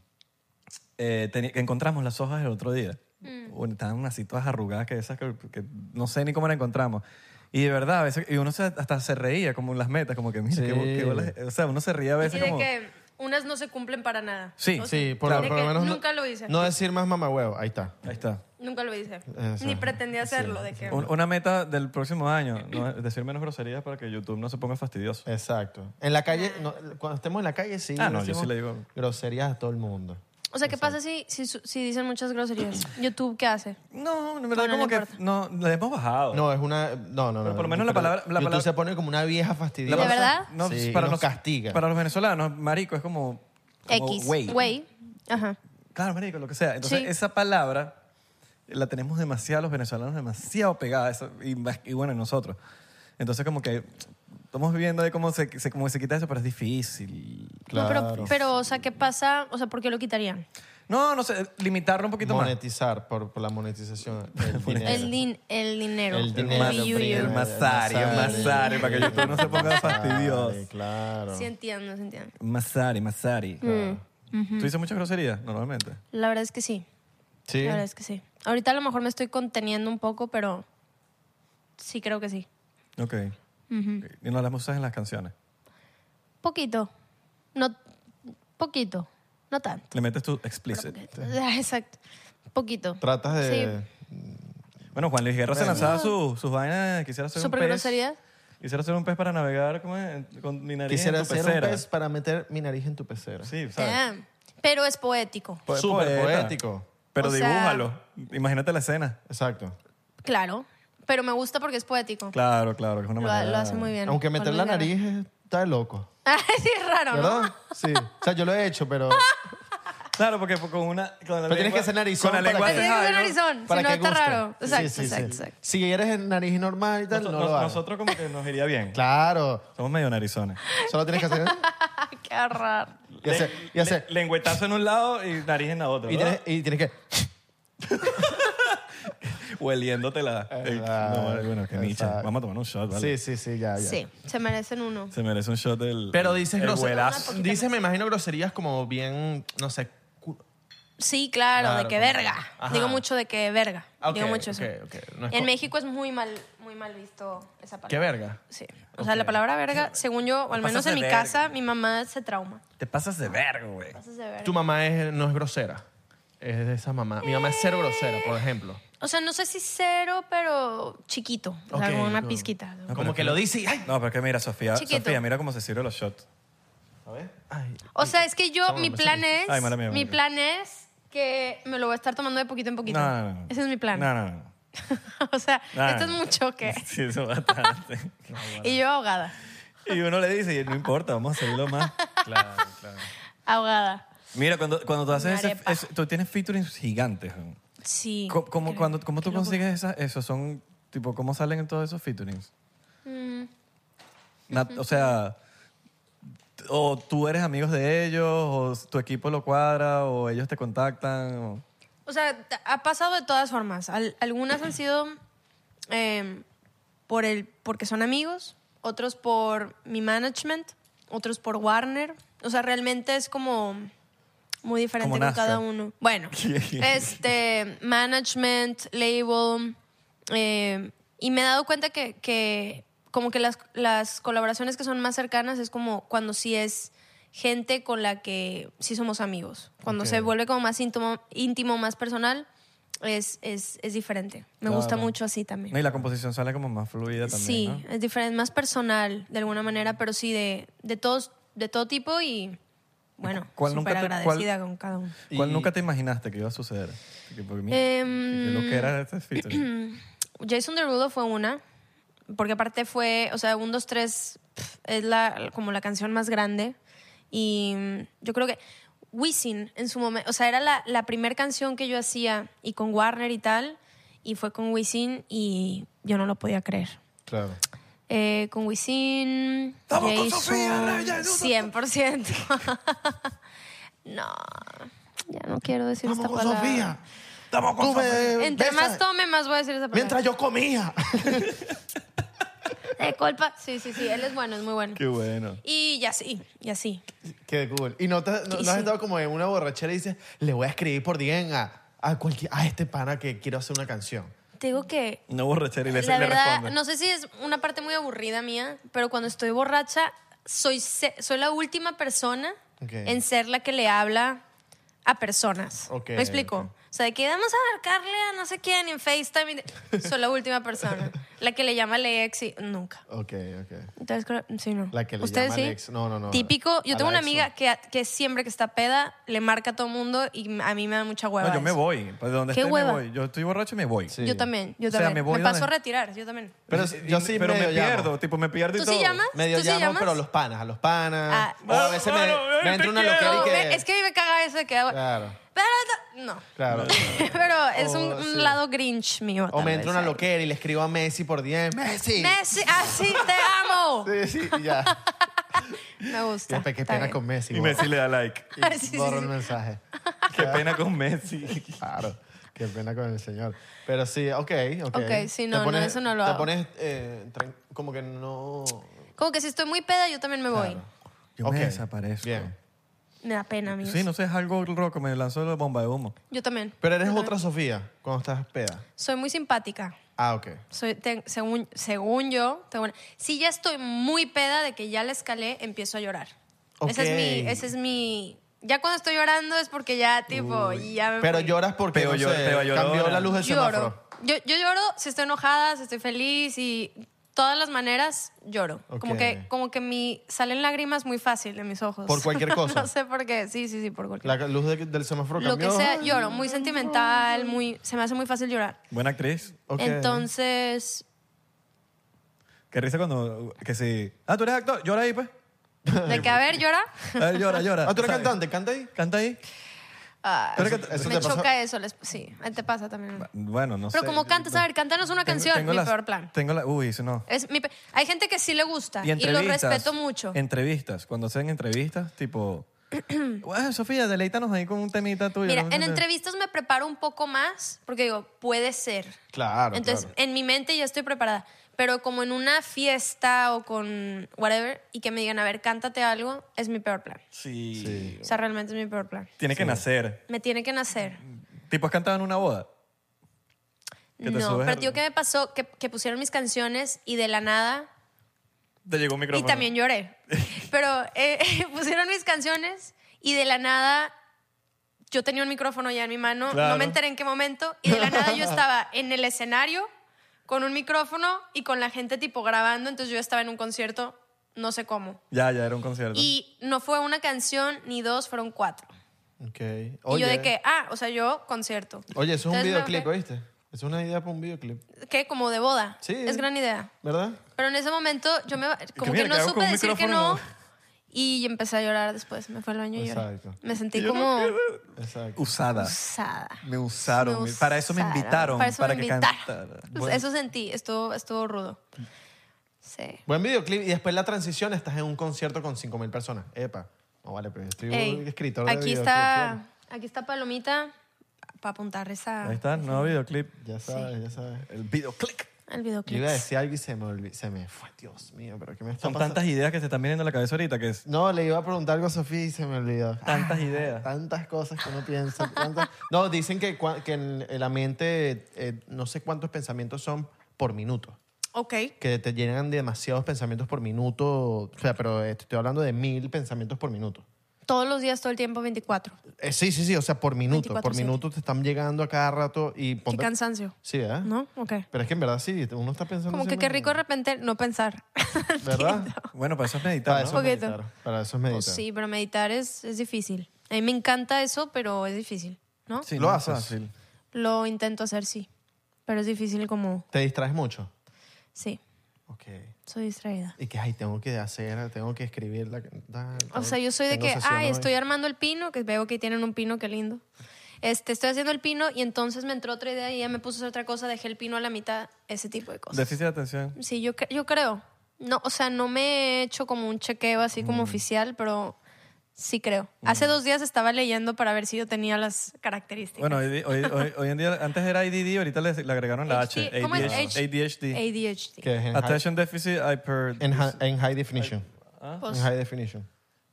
C: eh, teni- que encontramos las hojas el otro día.
B: Mm.
C: Bueno, Estaban unas así todas arrugadas que esas que, que no sé ni cómo las encontramos. Y de verdad, a veces, y uno se- hasta se reía como en las metas, como que mira,
D: Sí.
C: qué bo- qué bolas. O sea, uno se reía a
B: Y
C: veces
B: de
C: como...
B: que unas no se cumplen para nada.
C: Sí,
B: O sea,
D: Sí, por,
B: de
D: por
B: que
D: lo menos. no-
B: Nunca lo hice.
D: No decir más mamahuevo, ahí está.
C: Ahí está.
B: Nunca lo hice.
D: Eso.
B: Ni pretendí hacerlo. de que,
C: Un- una meta del próximo año, no, decir menos groserías para que YouTube no se ponga fastidioso.
D: Exacto. En la calle, no, cuando estemos en la calle, sí.
C: Ah, no, yo
D: decimos
C: sí le digo-
D: Groserías a todo el mundo.
B: o sea, ¿qué pasa si, si, su- si dicen muchas groserías? ¿YouTube qué hace?
C: No, en verdad
B: No, no
C: como
B: le
C: que
B: importa.
C: no, le hemos bajado.
D: No, es una. No, no, no.
C: Pero por lo menos la palabra- la
D: YouTube
C: palabra-
D: se pone como una vieja
C: La
D: fastidiosa.
B: ¿De verdad?
C: No,
D: Sí,
C: para
D: nos
C: los,
D: castiga.
C: Para los venezolanos, marico, es como... como
B: X.
C: güey.
B: Güey. Ajá.
C: Claro, marico, lo que sea. Entonces,
B: Sí.
C: esa palabra la tenemos demasiado, los venezolanos demasiado pegada. eso- y, más- y bueno, y nosotros. Entonces, como que estamos viviendo de cómo se, se- cómo se quita eso, pero es difícil.
B: No, pero-
D: Claro.
B: pero, o sea, ¿qué pasa? O sea, ¿por qué lo quitarían?
C: No, no sé, limitarlo un poquito más.
D: Monetizar por, por la monetización.
C: <laughs>
D: El dinero.
B: El, din- el dinero.
D: El dinero.
C: mas-
B: billuyo.
C: el masario, masario, para que YouTube no se ponga
D: Masario,
C: fastidioso.
D: Claro.
B: Sí entiendo, sí entiendo.
C: Masari, Masari.
B: Mm,
C: ¿Tú dices muchas groserías normalmente?
B: La verdad es que sí.
D: Sí.
B: La verdad es que sí. Ahorita a lo mejor me estoy conteniendo un poco, pero sí creo que sí.
C: Ok. Y no las usas en las canciones.
B: Poquito. No, poquito. No tanto.
C: Le metes tu explicit.
B: Ah, <laughs> Exacto. Poquito.
D: Tratas de.
C: Bueno, Juan Luis Guerra se lanzaba su- sus vainas. Quisiera ser un
B: ¿Súper
C: pez.
B: grosería?
C: Quisiera ser un pez para navegar ¿cómo es? En- con mi nariz
D: Quisiera
C: en tu
D: ser
C: pecera.
D: un pez para meter mi nariz en tu pecera.
C: Sí, ¿sabes?
B: Damn. Pero es poético.
C: Po-
D: Súper
C: poeta.
D: poético.
C: Pero
B: O sea-
C: dibújalo. Imagínate la escena.
D: Exacto.
B: Claro. Pero me gusta porque es poético.
C: Claro, claro. que Es una
B: Lo,
C: manera-
B: lo hace muy bien.
D: Aunque
B: Juan
D: meter la
B: Luis Guerra. <laughs>
D: nariz es- está de loco.
B: Ah, sí, es raro, ¿no?
D: ¿Verdad? Sí. O sea, yo lo he
B: <laughs>
D: hecho, pero.
C: Claro, porque con una. Con la
D: Pero tienes
C: lengua-
D: que ser narizón
C: Con la
D: para
C: lengua
D: que-
C: haces
B: Tienes que ser
C: algo.
B: narizón. Si
D: para
B: no,
D: que
B: está
D: guste.
B: raro.
D: Sí,
B: Exacto,
D: sí, sí.
B: exacto, exacto.
D: Si eres en nariz normal y tal,
C: Nosotros-
D: no lo hagas.
C: Nosotros como que nos iría bien.
D: Claro.
C: Somos medio narizones.
D: Solo tienes que
B: <laughs>
D: hacer.
B: Ay, qué raro.
D: Y hacer.
C: Le-
D: Y, hacer.
C: le- lengüetazo en un lado y nariz en la otra.
D: y,
C: ¿verdad?
D: tienes, y tienes que.
C: Hueliéndotela. Ey,
D: Ah, Exacto.
C: no, bueno, que Nietzsche. Vamos a tomar un shot, ¿vale?
D: Sí, sí, sí, ya, ya.
B: Sí, se merecen uno.
C: Se merece un shot del.
D: Pero dices
C: el
D: groserías.
C: huelazo.
D: Dices, me imagino groserías como bien, no sé. cu-
B: Sí, claro, de
D: Claro,
B: que
D: como-
B: verga.
D: Ajá.
B: Digo mucho de que verga.
D: Ah, ok,
B: Digo mucho eso.
D: ok, ok. No es
B: en
D: co-
B: México es muy mal, muy mal visto esa palabra.
D: Qué verga.
B: Sí. O sea, la palabra verga, según yo, o al
C: Te
B: menos
C: pasas
B: en
C: de
B: mi
C: verga.
B: casa, mi mamá se trauma.
C: Te pasas de verga, güey.
B: Pasas de verga.
D: Tu mamá es, no es grosera. Es de esa mamá. Mi mamá es cero grosera, por ejemplo.
B: O sea, no sé si cero, pero chiquito. O sea,
D: Ok,
B: como una
D: no.
B: pizquita.
C: Ah,
D: Como que lo dice y. ¡Ay!
C: No, pero que mira, Sofía.
B: Chiquito.
C: Sofía, mira cómo se sirven los shots.
D: A ver. Ay.
B: O sea, es que yo,
D: Toma,
B: mi
D: me
B: plan
D: sirve.
B: es.
C: Ay, mala mía,
B: mi
C: mala.
B: plan es que me lo voy a estar tomando de poquito en poquito.
C: No, no, no.
B: Ese es mi plan.
C: No, no, no.
B: <laughs> o sea,
C: No,
B: esto es
C: no.
B: mucho que.
C: <laughs> Sí, eso bastante.
B: <laughs> Y yo ahogada.
C: y uno le dice, y no importa, vamos a seguirlo más.
D: Claro, claro.
B: Ahogada.
C: Mira, cuando, cuando tú haces ese,
B: arepa.
C: ese- Tú tienes featurings gigantes. güey.
B: Sí.
C: Co- ¿Cómo,
B: Qué-
C: cuando, ¿cómo tú
B: qué locura.
C: consigues esas, eso? Son, tipo, ¿Cómo salen todos esos featurings?
B: Mm.
C: Nat- o sea, t- o tú eres amigos de ellos, o s- tu equipo lo cuadra, o ellos te contactan. o-
B: O sea, t- ha pasado de todas formas. Al- algunas han sido eh, por el, porque son amigos, otros por mi management, otros por Warner. O sea, realmente es como muy diferente
C: Como
B: con
C: Nazca.
B: cada uno.
C: <laughs>
B: Bueno, este, management, label. eh, y me he dado cuenta que, que como que las, las colaboraciones que son más cercanas es como cuando sí es gente con la que sí somos amigos. Cuando se
D: Ok.
B: vuelve como más íntimo, íntimo más personal, es, es, es diferente. Me gusta
C: Claro.
B: mucho así también.
C: No, y la composición sale como más fluida también.
B: sí,
C: ¿no?
B: es diferente, más personal de alguna manera, pero sí de, de, todos, de todo tipo y bueno,
C: ¿Cuál nunca
B: súper
C: te- cuál-
B: agradecida con cada uno.
C: ¿Cuál
D: Y-
C: nunca te imaginaste que iba a suceder? Que por mí,
B: Em,
C: que lo que era este feature.
B: Jason Derulo fue una, porque aparte fue, o sea, un, dos, tres pf, es la, como la canción más grande. Y mm, yo creo que Wisin en su momento, o sea, era la, la primera canción que yo hacía y con Warner y tal, y fue con Wisin y yo no lo podía creer.
D: Claro.
B: Eh, con Wisin,
C: ¡Vamos con
B: Jason,
C: Sofía, Raya, ayuda!
B: 100%. <laughs> no, ya no quiero decir
D: Vamos
B: esta
D: con
B: palabra.
D: Sofía.
C: Estamos
D: Tú me
B: Entre
D: besas
B: más tome, más voy a decir esa palabra.
D: Mientras yo comía. <laughs>
B: Eh, culpa. Sí, sí, sí. Él es bueno, es muy bueno.
C: Qué bueno.
B: Y ya sí, ya sí.
D: Qué cool. Y no, te, no-
B: Y
D: no has
B: sí.
D: estado como en una borrachera y dices, le voy a escribir por DM a, a, cualquier, a este pana que quiero hacer una canción.
B: Te digo que
C: No borrachera y le,
B: la
C: le
B: verdad,
C: responde.
B: no sé si es una parte muy aburrida mía, pero cuando estoy borracha, soy, se- soy la última persona
D: Ok.
B: en ser la que le habla a personas.
D: Ok,
B: ¿Me explico?
D: ok.
B: O sea, de que vamos a marcarle a no sé quién en FaceTime. y de- Soy la última persona. La que le llama al ex y nunca.
D: Ok, ok.
B: Entonces, creo- sí, no.
D: La que le
B: ¿Ustedes
D: llama
B: sí?
D: al ex. No, no, no.
B: Típico. Yo
D: A
B: tengo una
D: la ex,
B: amiga
D: no.
B: que, que siempre que está peda le marca a todo mundo y a mí me da mucha hueva.
C: No, yo me
B: eso.
C: voy. Pues de donde
B: ¿Qué
C: esté
B: hueva?
C: me voy. Yo estoy borracho y me voy.
D: Sí.
B: Yo también, yo
C: O sea,
B: también.
C: me
B: me
C: voy donde-
B: paso a retirar, yo también.
C: <laughs>
D: Pero
C: Y-
D: yo
C: y-
D: sí
C: pero
D: medio
C: me
D: llamo.
C: pierdo, tipo me pierdo y
B: ¿Tú sí
C: todo.
B: llamas?
D: Medio
B: ¿Tú sí
D: llamo,
B: llamas?
D: pero a los panas, a los panas.
B: Ah.
D: o a veces me,
C: Bueno, bueno,
D: me entra
C: te
D: una
C: quiero.
D: loquera
B: Pero
D: y
B: ve-
D: que... Ah.
B: es que a mí me caga eso de que...
D: Claro,
B: Pero no, <laughs> no.
D: claro.
B: pero es un,
D: O,
B: un
D: Oh, sí.
B: lado grinch mío.
D: o
B: tal
D: me
B: vez,
D: entra una
B: ahí.
D: loquera y le escribo a Messi por DM. ¡Messi!
B: Messi, así ah, te amo.
D: <laughs> Sí, sí,
B: <laughs>
D: y ya.
B: Me gusta.
D: Qué pe- qué
B: está
D: pena
B: bien. <laughs>
D: con Messi.
C: Y
D: borra-
C: Messi le da like.
B: Ah, sí, sí,
D: borra
B: sí.
D: el mensaje.
C: Qué pena con Messi.
D: Claro, qué pena con el señor. Pero sí, ok, ok.
B: Ok, sí, no,
D: Te
B: no, eso no lo
D: Te
B: hago.
D: pones eh, tran- como que no...
B: Como que si estoy muy peda, yo también me voy.
D: Claro.
C: Yo
D: Ok,
C: me desaparezco.
D: Bien.
B: Me da pena, amigos.
C: Sí, no sé, es algo roco. Me lanzó la bomba de humo.
B: Yo también.
D: Pero eres
B: Yo también.
D: otra Sofía cuando estás peda.
B: Soy muy simpática.
D: Ah, ok.
B: Soy, ten- según, según yo, tengo una- si ya estoy muy peda de que ya la escalé, empiezo a llorar. Ese es
D: Ok.
B: mi, ese es mi. Ya cuando estoy llorando es porque ya tipo, ya me
D: Pero
B: fui.
D: lloras porque
C: Pero
D: no
C: llor-
D: sé,
C: pero llorona.
D: cambió la luz del
B: lloro.
D: semáforo.
B: Yo, yo lloro si estoy enojada, si estoy feliz y todas las maneras lloro. Como
D: Ok.
B: que, como que mi salen lágrimas muy fácil de mis ojos.
D: Por cualquier
B: <laughs>
D: cosa.
B: no sé por qué. Sí, sí, sí, por cualquier.
D: La luz de- del semáforo
B: Lo
D: cambió.
B: que sea,
D: Ay,
B: lloro. Muy sentimental, muy, se me hace muy fácil llorar.
C: Buena actriz.
D: ok. <laughs>
B: Entonces,
C: Qué risa cuando. Que si. Ah, tú eres actor. Llora ahí, pues.
B: de que a ver, llora.
C: Ah, llora, llora.
D: <laughs> Ah, tú eres
C: ¿Sabes?
D: cantante, canta ahí.
C: Canta ahí.
B: Ah,
C: Pero que-
D: eso
B: me
D: te pasó-
B: choca eso. les- sí, a ti te pasa también.
C: Bueno, no sé.
B: Pero como cantas, a ver, cántanos una
C: Tengo-
B: canción.
C: tengo
B: mi
C: las-
B: peor plan.
C: Tengo la. Uy, eso no.
B: Es mi pe- Hay gente que sí le gusta y, lo
C: entrevistas,
B: respeto mucho.
C: Entrevistas, cuando hacen entrevistas,
B: <clears throat>
C: tipo. "Guau, Sofía, deleítanos ahí con un temita tuyo.
B: Mira,
C: ¿no?
B: en entrevistas me preparo un poco más porque digo, puede ser.
D: Claro,
B: Entonces,
D: claro.
B: en mi mente ya estoy preparada. Pero como en una fiesta o con whatever y que me digan, a ver, cántate algo, es mi peor plan.
C: Sí.
B: O sea, realmente es mi peor plan.
C: Tiene que nacer.
B: Me tiene que nacer.
C: Tipo, has cantado en una boda. Que te
B: No,
C: subes
B: pero
C: al-
B: tío, ¿qué me pasó? Que, que pusieron mis canciones y de la nada
C: Te llegó un
B: Y
C: micrófono.
B: también lloré. Pero eh, <laughs> pusieron mis canciones y de la nada yo tenía un micrófono ya en mi mano,
C: Claro.
B: no me enteré en qué momento, y de la nada yo estaba en el escenario con un micrófono y con la gente tipo grabando, entonces yo estaba en un concierto, no sé cómo.
C: Ya, ya era un concierto.
B: Y no fue una canción ni dos, fueron cuatro.
D: Ok.
B: Y
D: Oye,
B: yo de que, ah, o sea, yo concierto.
D: Oye, eso es un
B: Entonces me
D: videoclip,
B: bajé-
D: ¿oíste? Es una idea para un videoclip,
B: ¿Qué? Como de boda.
D: Sí.
B: Es gran idea.
D: ¿verdad?
B: Pero en ese momento yo me como
C: mira,
B: que
C: ¿qué hago
B: no
C: con
B: supe
C: un
B: decir que
C: micrófono?
B: no y empecé a llorar después, me fue al baño y lloré.
D: Exacto.
B: Me sentí como
D: Exacto.
C: Usada.
B: usada.
C: Me usaron.
B: Me
C: me- Para eso me
B: usaron,
C: invitaron.
B: Para eso
C: para
B: me
C: que
B: invitaron.
C: cantara.
B: Pues Eso sentí, estuvo estuvo rudo. Sí.
D: Buen videoclip y después la transición estás en un concierto con 5.000 personas. Epa. No vale, pero yo estoy
B: Ey,
D: un escritor de
B: aquí
D: videoclip,
B: está aquí está Palomita para apuntar esa
C: Ahí está, nuevo videoclip.
D: claro. Ya sabes, ya sabes.
C: El videoclip.
B: el
D: Yo
B: videoclip.
D: iba a decir algo y se me, olvi- se me fue. Dios mío, pero ¿qué me está
C: Son
D: pasando?
C: tantas ideas que se están viniendo a la cabeza ahorita que es.
D: No, le iba a preguntar algo a Sofía y se me olvidó.
C: Tantas
D: Ah,
C: ideas.
D: Tantas cosas que
B: <laughs>
D: uno piensa. tantas- No, dicen que, cua- que en en la mente eh, no sé cuántos pensamientos son por minuto.
B: Ok.
D: que te llenan de demasiados pensamientos por minuto. O sea, pero eh, te estoy hablando de mil pensamientos por minuto.
B: Todos los días, todo el tiempo, 24.
D: Eh, sí, sí, sí, o sea, por minuto. Por
B: 24/7.
D: minuto te están llegando a cada rato y...
B: Qué
D: ponte-
B: cansancio.
D: Sí, ¿verdad?
B: ¿No? Ok.
D: Pero es que en verdad sí, uno está pensando...
B: Como
D: así,
B: que qué
D: ¿no?
B: rico de repente no pensar.
D: ¿Verdad?
B: <laughs>
C: Bueno, para eso es
D: Para
C: meditar,
D: eso
C: ¿no?
B: Un
D: es
B: poquito.
D: meditar. Para eso es meditar.
B: Pues sí, pero meditar es, es difícil. A mí me encanta eso, pero es difícil, ¿no?
C: Sí,
D: Lo
C: no es
D: haces.
C: fácil.
B: Lo intento hacer, sí. Pero es difícil como...
D: ¿Te distraes mucho?
B: Sí,
D: Ok.
B: soy distraída.
D: Y que, ay, tengo que hacer, tengo que escribir la... da-
B: O
D: tengo-
B: sea, yo soy de
D: tengo
B: que,
D: sesión
B: ay,
D: hoy".
B: estoy armando el pino, que veo que tienen un pino, qué lindo. Este, estoy haciendo el pino y entonces me entró otra idea y ya me puse a hacer otra cosa, dejé el pino a la mitad, ese tipo de cosas.
C: Déficit de atención.
B: Sí, yo, cre- yo creo. No, o sea, no me he hecho como un chequeo así como oficial, pero sí creo. Hace dos días estaba leyendo para ver si yo tenía las características.
C: Bueno, hoy, di- hoy- hoy- hoy en día, antes era ADD, ahorita le, le agregaron la H.
B: HD. ¿Cómo es?
C: ADHD. ADHD.
B: ADHD.
D: Que es en, high,
C: Attention Deficit Hyper...
D: en hi- en high definition.
B: Pues,
D: en high definition.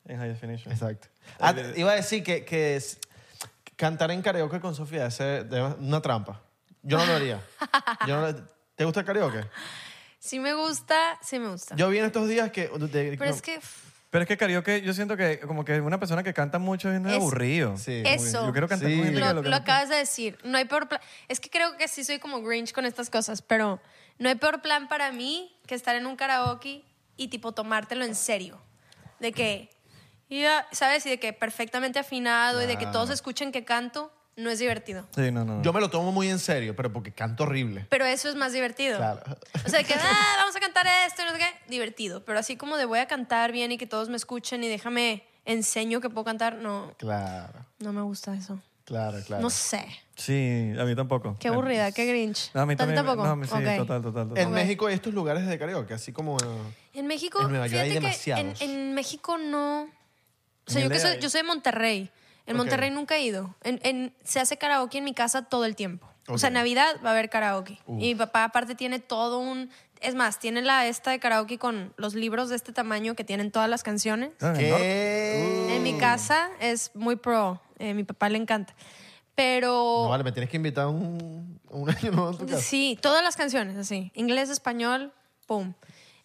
C: En high definition.
D: Exacto. Ah, te- iba a decir que, que es- cantar en karaoke con Sofía es eh, de- una trampa. Yo no lo haría. Yo no lo- ¿Te gusta el karaoke?
B: sí me gusta, sí me gusta.
D: Yo vi en estos días que... de-
B: pero es que pff,
C: Pero es que karaoke, yo siento que como que una persona que canta mucho es,
B: Es-
C: aburrido.
D: Sí.
B: eso.
C: Yo quiero cantar
D: Sí.
C: con gente
B: lo,
C: que lo que
B: lo
C: no-
B: acabas de decir. No hay peor plan. Es que creo que sí soy como Grinch con estas cosas, pero no hay peor plan para mí que estar en un karaoke y tipo tomártelo en serio. De que, ya, ¿sabes? Y de que perfectamente afinado y de que todos escuchen que canto, no es divertido.
C: Sí, no, no. no.
D: Yo me lo tomo muy en serio, pero porque canto horrible.
B: Pero eso es más divertido.
D: Claro.
B: O sea, de que "Ah, vamos a cantar esto y no sé qué, divertido. Pero así como de voy a cantar bien y que todos me escuchen y déjame enseño que puedo cantar, no,
D: Claro,
B: no me gusta eso.
D: claro, claro.
B: No sé.
C: Sí, a mí tampoco.
B: Qué aburrida, qué grinch.
C: No, a mí
B: ¿Tú a ti
C: también.
B: tampoco?
C: No, a mí sí,
B: Ok.
C: total, total, total.
D: En México hay estos lugares de karaoke, así como... eh,
B: En México,
D: En Nueva York hay
B: fíjate que en,
D: demasiados.
B: en México no. O sea,
C: En
B: yo, que
C: LA
B: soy,
C: hay.
B: yo soy de Monterrey. En
D: Ok.
B: Monterrey nunca he ido. En, en- se hace karaoke en mi casa todo el tiempo. O sea,
D: Ok.
B: Navidad va a haber karaoke.
D: Uf.
B: Y mi papá aparte tiene todo un... Es más, tiene la esta de karaoke con los libros de este tamaño que tienen todas las canciones.
C: Ah, en Nor-
D: ¿Qué?
B: En mi casa es muy pro. Eh, mi papá le encanta. Pero...
D: No, vale, me tienes que invitar un, un año nuevo a tu casa.
B: Oh. Sí, todas las canciones, así. Inglés, español, pum.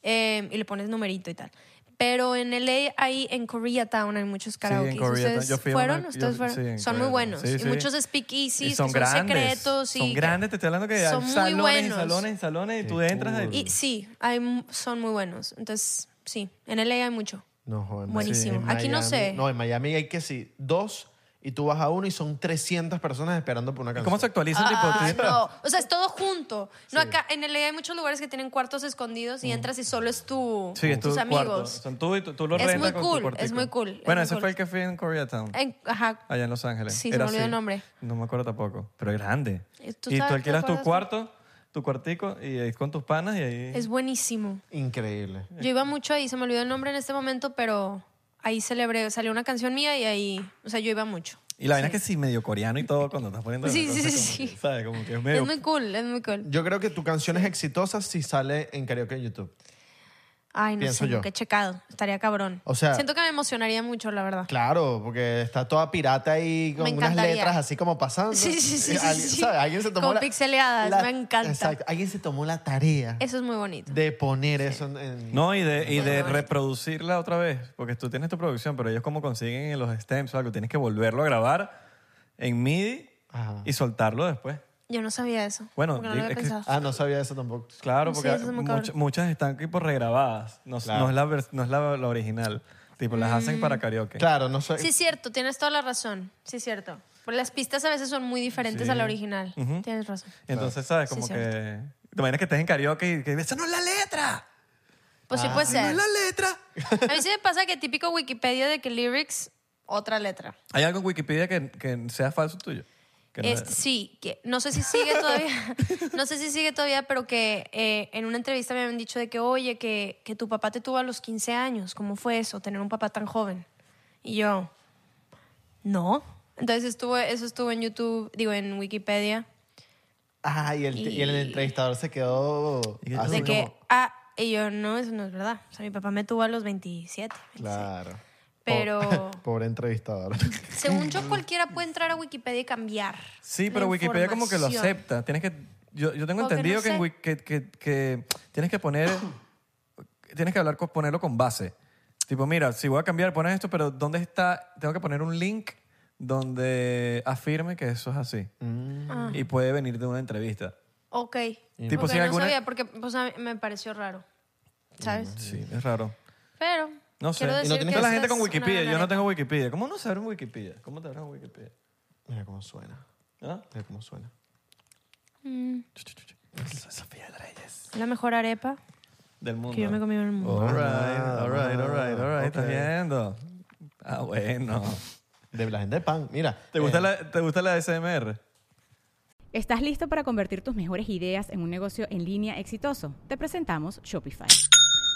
B: Eh, y le pones numerito y tal. Pero en LA hay, en Koreatown hay muchos karaoke.
C: en Koreatown.
B: ¿Ustedes
C: Yo fui a
B: fueron?
C: una-
B: ¿Ustedes
C: yo-
B: fueron?
C: sí, en
B: son muy
C: Koreatown.
B: buenos.
C: Sí,
B: y
C: sí.
B: muchos speakeasies
C: Y
B: que son secretos. Y
C: son grandes, te estoy hablando que hay
B: son muy
C: salones
B: buenos.
C: y salones y salones y tú entras ahí.
B: Y sí, hay, mu- son muy buenos. Entonces, sí, en LA hay mucho.
D: No, joder, no.
B: Buenísimo.
D: en
B: Aquí no
D: Miami-
B: sé.
D: No, en Miami hay que sí, dos y tú vas a uno y son 300 personas esperando por una canción.
C: ¿Cómo se actualizan?
B: Ah,
C: tipo, tú-
B: no. O sea, es todo junto. No, acá en LA hay muchos lugares que tienen cuartos escondidos y entras y solo es tu,
C: Sí, es tu
B: tus amigos.
C: cuarto. Son tú y tú, tú lo
B: Es
C: rentas
B: muy
C: con
B: cool,
C: tu cuartico.
B: es muy cool, es
C: Bueno,
B: muy
C: ese
B: cool.
C: fue el que fui en Koreatown.
B: En- ajá.
C: Allá en Los Ángeles.
B: Sí, se me olvidó el nombre.
C: No me acuerdo tampoco, pero es grande.
B: ¿Y tú sabes-
C: Y tú
B: te
C: alquilas tu
B: acuerdas?
C: cuarto, tu cuartico, y ahí con tus panas y ahí...
B: Es buenísimo.
D: Increíble.
B: Yo iba mucho ahí, se me olvidó el nombre en este momento, pero ahí celebré, salió una canción mía y ahí, o sea, yo iba mucho.
C: Y la vaina es que sí, medio coreano y todo cuando estás poniendo...
B: Sí,
C: entonces
B: sí, sí.
C: como que, ¿Sabes? Como que es medio...
B: Es muy cool, es muy cool.
D: Yo creo que tu canción es exitosa si sale en karaoke en YouTube.
B: Ay, no
D: Pienso
B: sé,
D: yo.
B: nunca he checado, estaría cabrón.
D: O sea-
B: siento que me emocionaría mucho, la verdad.
D: Claro, porque está toda pirata ahí con
B: Me
D: unas
B: encantaría.
D: letras así como pasando.
B: Sí, sí, sí,
D: Eh,
B: sí,
D: alguien-
B: sí.
D: ¿sabes? Alguien se tomó
B: Con
D: la-
B: pixeleadas, me encanta.
D: Exacto. Alguien se tomó la tarea
B: Eso es muy bonito.
D: de poner eso en- en...
C: No, y de, y de
B: Bueno, bueno.
C: reproducirla otra vez, porque tú tienes tu producción, pero ellos como consiguen los stems o algo, tienes que volverlo a grabar en MIDI
D: Ajá.
C: y soltarlo después.
B: Yo no sabía eso.
C: Bueno,
B: porque no lo
C: es
B: había
C: que-
B: pensado.
D: Ah, no sabía eso tampoco.
C: Claro,
B: Sí,
C: porque
B: eso es muy
C: much-
B: cabrón.
C: muchas están tipo regrabadas, no,
D: Claro.
C: no es, la, vers- no es la, la original, tipo las hacen
B: Mm.
C: para karaoke.
D: Claro, no sé.
B: Sí, es cierto, tienes toda la razón. Sí, es cierto. Porque las pistas a veces son muy diferentes a la original. Tienes razón.
C: Entonces, ¿sabes? Como
B: Sí,
C: que... Te imaginas que estés en karaoke y que ¡Esa no es la letra!
B: Pues sí
D: Ah.
B: puede
C: ¡No
D: <laughs>
B: ser.
C: es la letra!
B: A mí sí me pasa que típico Wikipedia de que lyrics, otra letra.
C: ¿Hay algo en Wikipedia que, que sea falso tuyo? Que no-
B: Este, sí, que, no sé si sigue
C: <laughs>
B: todavía, no sé si sigue todavía, pero que eh, en una entrevista me habían dicho de que, oye, que, que tu papá te tuvo a los 15 años, ¿cómo fue eso, tener un papá tan joven? Y yo, no. Entonces estuvo, eso estuvo en YouTube, digo, en Wikipedia,
D: Ah, y el,
B: Y-
D: y el entrevistador se quedó
C: Y-
D: así
B: de
D: como...
B: que, ah, y yo, no, eso no es verdad. O sea, mi papá me tuvo a los 27. 26.
D: Claro.
B: Pero-
D: Po- Pobre <laughs> entrevistador.
B: Según yo, cualquiera puede entrar a Wikipedia y cambiar.
C: Sí,
B: la
C: pero Wikipedia como que lo
B: información.
C: acepta. Tienes que Yo, yo tengo
B: Porque
C: entendido
B: no
C: que, en
B: sé.
C: Wik- que, que- que tienes que poner, tienes que hablar con, ponerlo con base. Tipo, mira, si voy a cambiar, pones esto, pero ¿dónde está? Tengo que poner un link donde afirme que eso es así.
B: Ah.
C: Y puede venir de una entrevista.
B: Ok.
C: Tipo,
B: Ok,
C: si
B: no
C: alguna-
B: sabía porque pues, a mí me pareció raro. ¿Sabes?
C: Sí, es raro.
B: Pero.
C: No sé.
B: quiero
C: Y
B: decir
D: no
B: que
D: tienes-
C: Toda la
B: eso
C: gente con
B: es una
C: Wikipedia. Yo no
B: ganareta.
C: tengo Wikipedia. ¿Cómo no saben Wikipedia? ¿Cómo te abren Wikipedia?
D: Mira cómo suena.
C: ¿Ah?
D: Mira cómo suena.
C: Ch, ch, ch, ch. Sofía Reyes.
B: La mejor arepa
C: Del mundo.
B: que yo me he comido en el mundo.
C: All right, all right, all right, all right. ¿Estás
D: Ok.
C: viendo? Ah, bueno.
D: De la gente de pan. Mira.
C: ¿Te gusta,
D: eh,
C: la, ¿Te gusta la SMR?
E: ¿Estás listo para convertir tus mejores ideas en un negocio en línea exitoso? Te presentamos Shopify.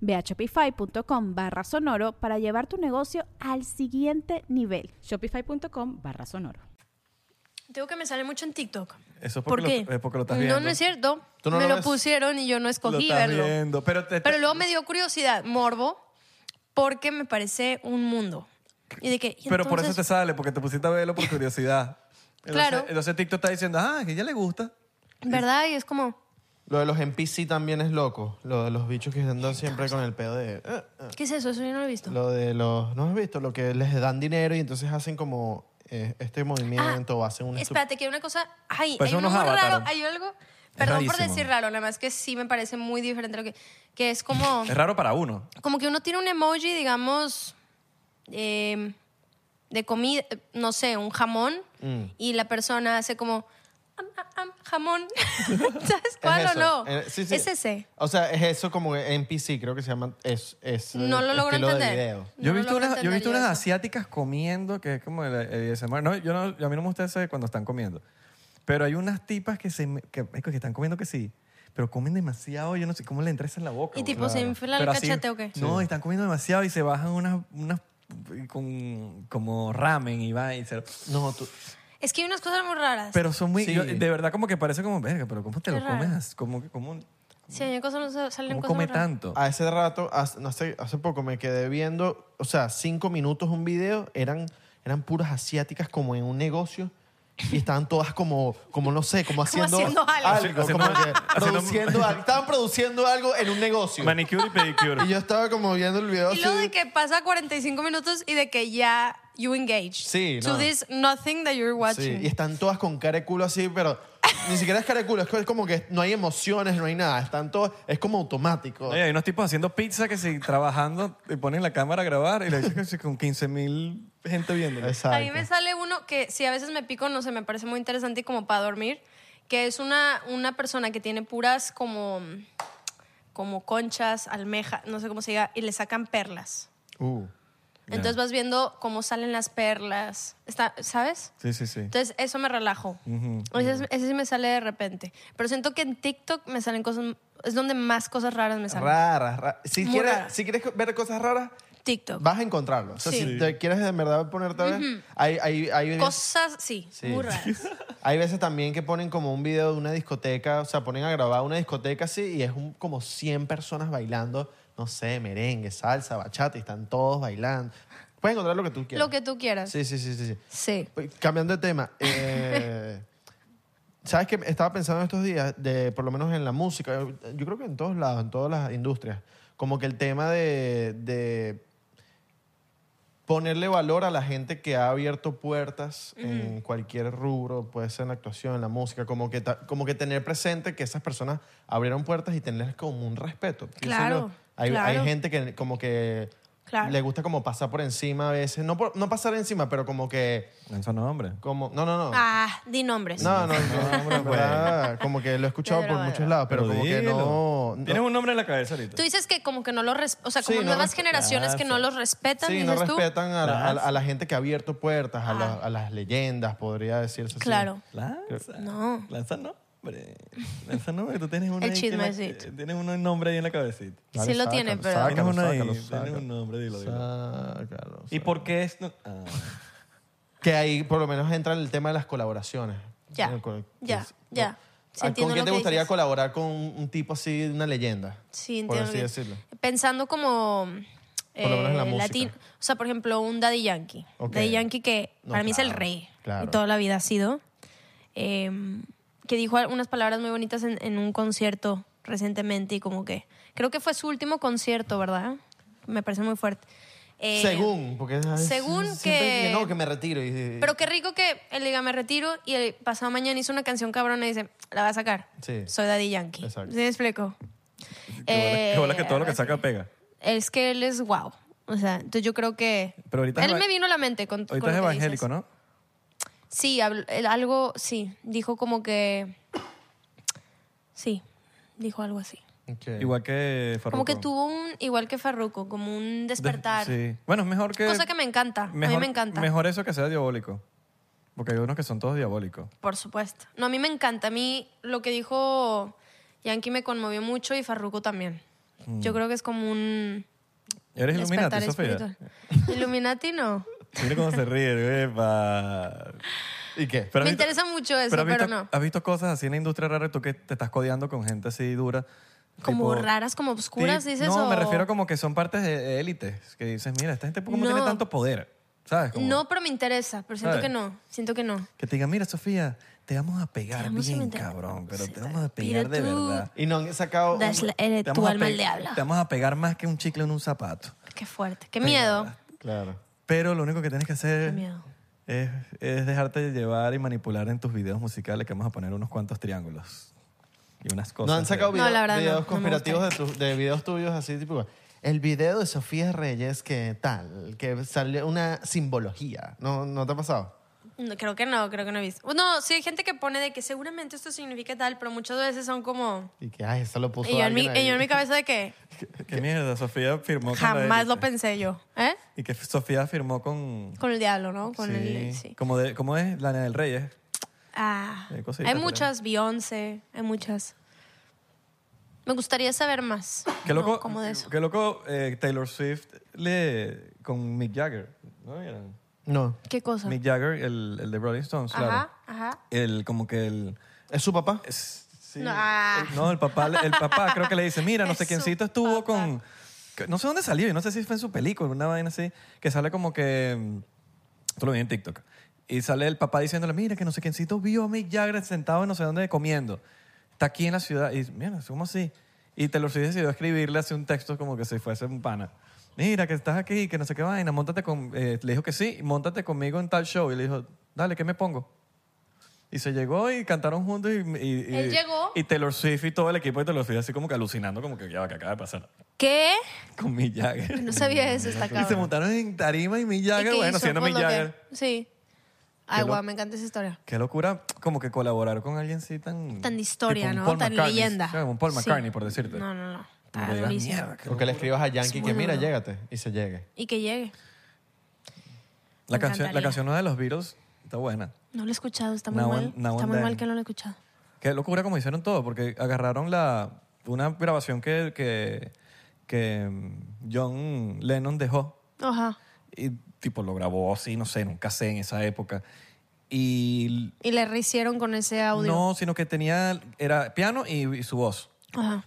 F: Ve a shopify.com barra sonoro para llevar tu negocio al siguiente nivel.
E: Shopify.com barra sonoro.
B: Mm. Tengo que me sale mucho en TikTok.
C: Eso es porque
B: ¿Por
C: lo-
B: qué?
C: es porque lo estás
B: No,
C: viendo.
B: no es cierto.
D: Tú no
B: me
D: lo
B: lo,
D: ves.
B: pusieron y yo no escogí
C: lo estás
B: verlo.
C: viendo. Pero, te,
B: Pero luego me dio curiosidad, morbo, porque me parece un mundo. Y de que, y
C: pero por eso te
B: entonces-
C: sale, porque te pusiste a verlo por curiosidad. Entonces-
B: Claro.
C: Entonces TikTok está diciendo, ah, que ya le gusta.
B: ¿Verdad? Y es como,
D: Lo de los NPC también es loco. Lo de los bichos que andan siempre con el pedo de... eh, eh.
B: ¿qué es eso? Eso yo no lo he visto.
D: Lo de los... ¿No has visto? Lo que les dan dinero y entonces hacen como eh, este movimiento o hacen un... estu-
B: Ah, Espérate, que hay una cosa. Ay,
C: Pues
B: hay
C: unos
B: uno muy
C: avatar.
B: raro. Hay algo. Perdón por
C: rarísimo.
B: decir raro, nada más que sí me parece muy diferente a lo que. Que es
D: <clears throat>
B: como.
C: Es raro para uno.
B: como que uno tiene un emoji, digamos, eh, de comida, eh, no sé, un jamón,
D: Mm.
B: y la persona hace como, "Am, am, am, jamón. <laughs> ¿Sabes
D: Es
B: cuál
D: eso.
B: o no?
D: Eh, sí, sí.
B: Es ese.
D: O sea, es eso como NPC, creo que se llama... Es, es,
B: No
D: eh,
B: lo logro
D: estilo de
B: entender.
D: video.
C: Yo he
B: No
C: visto,
B: logro
C: unas, yo
B: entender
C: he visto
B: yo
C: unas
B: eso.
C: asiáticas comiendo, que es como el, el ASMR. No, yo no, a mí no me gusta ese cuando están comiendo. Pero hay unas tipas que, se, me- que, marico, que están comiendo que sí, pero comen demasiado, yo no sé cómo le entra eso en la boca.
B: Y
C: güey.
B: tipo, ¿se infla el
C: Pero así-
B: cachete o qué?
C: No, están comiendo demasiado y se bajan unas, unas con, como ramen y va y se...
D: No, tú...
B: Es que hay unas cosas muy raras.
C: Pero son muy...
D: Sí.
C: yo- de verdad como que parece como, verga, pero ¿cómo te
B: Qué
C: lo
B: raro.
C: comes? ¿Cómo, cómo,
B: sí, hay cosas, salen
C: cómo
B: cosas muy
C: come
B: raras.
C: tanto?
D: A ese rato, hace, no sé, hace poco me quedé viendo, o sea, cinco minutos un video, eran, eran puras asiáticas como en un negocio y estaban todas como, como no sé, como haciendo,
B: haciendo algo.
C: Haciendo-
D: como que
C: haciendo-
D: produciendo algo. Estaban produciendo algo en un negocio.
C: Manicure y <laughs> pedicure.
D: Y yo estaba como viendo el video
B: Y luego
D: así.
B: de que pasa 45 minutos y de que ya you engage
D: Sí,
B: to
D: no.
B: this nothing that you're
D: Sí,
B: watching.
D: y están todas con cara de culo así, pero ni siquiera es cara de culo, es que- es como que no hay emociones, no hay nada, están todas, es como automático.
C: Oye, hay unos tipos haciendo pizza que si trabajando y ponen la cámara a grabar y le dicen que sí, con 15 mil gente viendo.
D: Exacto.
B: A mí me sale uno que si a veces me pico, no sé, me parece muy interesante y como para dormir, que es una, una persona que tiene puras como, como conchas, almejas, no sé cómo se diga, y le sacan perlas.
D: Uh.
B: Entonces vas viendo cómo salen las perlas, Está, ¿sabes?
C: Sí, sí, sí.
B: Entonces eso me relajo. ese, es- ese sí me sale de repente. Pero siento que en TikTok me salen cosas, es donde más cosas raras me salen.
D: Raras, raras. Si
B: Muy
D: quieres,
B: raras.
D: si quieres ver cosas raras,
B: TikTok.
D: vas a encontrarlo. O sea,
B: Sí.
D: si te quieres de verdad ponerte a ver, hay, hay, hay,
B: Cosas, sí,
D: Sí.
B: muy
D: <laughs>
B: raras.
D: hay veces también que ponen como un video de una discoteca, o sea, ponen a grabar una discoteca así y es un- como 100 personas bailando, no sé, merengue, salsa, bachata, y están todos bailando. Puedes encontrar lo que tú quieras.
B: Lo que tú quieras.
D: Sí, sí, sí, sí. sí.
B: sí.
D: Pues, Cambiando de tema, eh, ¿sabes qué? Estaba pensando estos días, de, por lo menos en la música, yo, yo creo que en todos lados, en todas las industrias, como que el tema de, de ponerle valor a la gente que ha abierto puertas en cualquier rubro, puede ser en la actuación, en la música, como que, ta- como que tener presente que esas personas abrieron puertas y tenerles como un respeto. Piénsenlo.
B: Claro,
D: Hay, hay
B: claro.
D: gente que como que
B: Claro.
D: le gusta como pasar por encima a veces. No, por- no pasar encima, pero como que...
C: Eso no, hombre.
D: Como, no, no, no.
B: Ah, di nombres.
D: No, no, no,
C: hombre,
D: en verdad, Como que lo he escuchado por
B: Pero-
D: muchos lados, Ah, pero, como que
C: dilo.
D: no... no-
C: Tienes un nombre en la cabeza ahorita.
B: Tú dices que como que no los... res- O sea,
D: Sí,
B: como
D: no
B: nuevas
D: respe-
B: generaciones que no los respetan,
D: Sí, no
B: dices tú.
D: respetan a, la- a la- a la gente que ha abierto puertas, a, la-
B: Ah.
D: a las leyendas, podría decirse así.
B: Claro.
C: Lanza.
B: No.
C: Lanza no, hombre. Lanza no, que tú tienes un
B: El
C: ahí que la-
B: chismecito.
C: eh, tienes un nombre ahí en la cabecita.
B: Sí lo tiene, pero-
C: Tienes
D: Sácalo,
C: uno ahí,
D: sácalo,
C: tienes
D: sácalo.
C: un nombre, dilo, dilo.
D: Sácalo,
C: ¿Y
D: sácalo.
C: por qué es...? no- Ah,
D: Ah, Que ahí por lo menos entra el tema de las colaboraciones.
B: Ya,
D: En el co-
B: ya,
D: es-
B: ya. Sí,
D: Ah, ¿Con
B: entiendo lo
D: quién te
B: que
D: gustaría
B: dices.
D: colaborar con un un tipo así, una leyenda?
B: Sí,
D: Por
B: entiendo.
D: así
B: que-
D: decirlo.
B: Pensando como...
D: lo menos en la música.
B: latino. O sea, por ejemplo, un Daddy Yankee.
D: Ok.
B: Daddy Yankee que
D: No,
B: para mí es el
D: claro,
B: rey.
D: claro.
B: Y toda la vida ha sido. eh, que dijo unas palabras muy bonitas en, en un concierto recientemente y como que... Creo que fue su último concierto, ¿verdad? Me parece muy fuerte. Eh,
D: según, porque ay,
B: según que-
D: siempre no, que me retiro. y-
B: Pero qué rico que él diga, me retiro y el pasado mañana hizo una canción cabrona y dice, la va a sacar.
D: Sí.
B: Soy Daddy Yankee.
D: Exacto.
B: ¿Sí me explico?
C: qué bola-
B: Eh,
C: qué bola que todo lo que saca pega.
B: Es que él es wow. O sea, entonces yo creo que...
C: Pero ahorita
B: él
C: es eva-
B: me vino a la mente con... con
C: Ahorita
B: lo
C: es
B: que
C: evangélico,
B: dices.
C: ¿no?
B: Sí, habl- él algo, sí. Dijo como que... Sí, dijo algo así.
D: Ok.
C: Igual que Farruko.
B: Como que tuvo un, igual que Farruko, como un despertar.
C: Sí. Bueno, es mejor que...
B: Cosa que me encanta. a mí me encanta.
C: Mejor eso que sea diabólico. Porque hay unos que son todos diabólicos.
B: Por supuesto. No, a mí me encanta. A mí lo que dijo Yankee me conmovió mucho y Farruko también. Yo creo que es como un...
C: Mm. Eres Illuminati,
B: despertar
C: Sofía. <laughs>
B: espiritual. Illuminati no.
C: Mira cómo
B: <laughs>
C: se ríe, epa.
D: ¿Y qué?
C: Pero
B: me
C: has visto-
B: interesa mucho eso, pero,
C: has visto-
B: no.
C: ¿Has visto cosas así en la industria rara tú que te estás codeando con gente así dura?
B: Como
C: Tipo,
B: raras, como oscuras,
C: tip-
B: dices.
C: No, me
B: o-
C: refiero como que son partes de de élites. Que dices, mira, esta gente como
B: No.
C: tiene tanto poder. ¿Sabes? Como
B: No, pero me interesa, pero siento
C: ¿Sabes?
B: que no. Siento que no.
C: Que te digan, mira, Sofía, te vamos a pegar
B: vamos a
C: bien,
B: meter-
C: cabrón. Pero
B: sí,
C: te vamos a
B: pero
C: pegar de
B: tú-
C: verdad.
D: Y no han sacado... un-
B: Das la- eres
C: Oh, Te
B: tu
C: vamos a
B: alma
C: pe-
B: al diablo.
C: Te vamos a pegar más que un chicle en un zapato.
B: Qué fuerte, qué miedo.
D: Claro.
C: Pero lo único que tienes
B: Qué
C: que hacer
B: miedo.
C: es, es dejarte llevar y manipular en tus videos musicales que vamos a poner unos cuantos triángulos y unas cosas.
D: No han sacado
C: de-
B: No,
D: video-
B: la verdad, no,
D: videos
B: no me
D: conspirativos de, tu- de videos tuyos así, tipo... El video de Sofía Reyes que tal, que salió una simbología. ¿No, ¿No te ha pasado?
B: No, creo que no, creo que no he visto. No, sí hay gente que pone de que seguramente esto significa tal, pero muchas veces son como...
D: Y que, ay, eso lo puso
B: Y yo, en mi,
D: alguien ahí.
B: y yo en mi cabeza de que
C: ¿Qué mierda? Sofía firmó con la
B: jamás lo
C: élite.
B: pensé yo, ¿eh?
C: Y que Sofía firmó con...
B: Con el diablo, ¿no? Con
C: sí,
B: el... Sí.
C: Como, de, como es Lana del Rey, es
B: Ah,
C: Hay
B: hay,
C: cositas por ahí.
B: muchas, Beyoncé, hay muchas. Me gustaría saber más.
C: Qué
B: ¿no?
C: loco,
B: Como de eso.
C: Qué loco eh, Taylor Swift le, con Mick Jagger. ¿No vieron?
D: No.
B: ¿Qué cosa?
C: Mick Jagger, el, el de Rolling Stones, claro.
B: Ajá, ajá.
C: El, como que el...
D: ¿Es su papá?
C: es- sí,
B: No, ah.
C: el, no, el papá, le- el papá creo que le dice, mira,
B: <laughs>
C: no sé
B: Es
C: quiéncito
B: su
C: estuvo
B: papá.
C: con... que- No sé dónde salió, y no sé si fue en su película, una vaina así, que sale como que... mm, Esto lo vi en TikTok. Y sale el papá diciéndole, mira, que no sé quiéncito vio a Mick Jagger sentado en no sé dónde comiendo. Está aquí en la ciudad. Y mira, ¿cómo así? Y te lo decidió escribirle hace un texto como que si fuese un pana. Mira, que estás aquí, que no sé qué vaina, montate con... eh, le dijo que sí, montate conmigo en tal show. Y le dijo, dale, ¿qué me pongo? Y se llegó y cantaron juntos y, y- y-
B: Él llegó.
C: y Taylor Swift y todo el equipo de Taylor Swift así como que alucinando como que ya va que acaba de pasar
B: ¿Qué?
C: con Mick Jagger.
B: No sabía eso, está
C: <laughs> Y se
B: cabrón.
C: montaron en tarima y Mick Este Jagger,
B: qué
C: bueno,
B: hizo?
C: siendo
B: Pues
C: Mick
B: lo que-
C: Jagger.
B: Sí. Ay,
C: Qué lo-
B: guau, me encanta esa historia.
C: Qué locura como que colaborar con alguien así tan...
B: Tan de historia,
C: tipo un
B: ¿no?
C: Paul
B: Tan
C: McCartney,
B: leyenda.
C: ¿sabes? Un Paul
B: Sí.
C: McCartney, por decirte.
B: No, no, no.
C: Y
B: Está
C: te digas,
B: durísimo.
C: "Mierda, qué
D: O que le escribas a Yankee que, mira, llégate. Y se llegue.
B: Y que llegue.
C: La
B: Me
C: canción, la
B: encantaría.
C: canción nueva de los Beatles está buena.
B: No lo he escuchado, está muy
C: Now
B: mal.
C: and- now
B: está
C: and
B: muy
C: then.
B: mal que no lo he escuchado.
C: Qué locura como hicieron todo, porque agarraron la una grabación que, que, que mm, John Lennon dejó
B: Ajá.
C: y tipo lo grabó así, no sé, nunca sé en esa época. Y
B: Y le rehicieron con ese audio.
C: no, sino que tenía, era piano y, y su voz.
B: Ajá.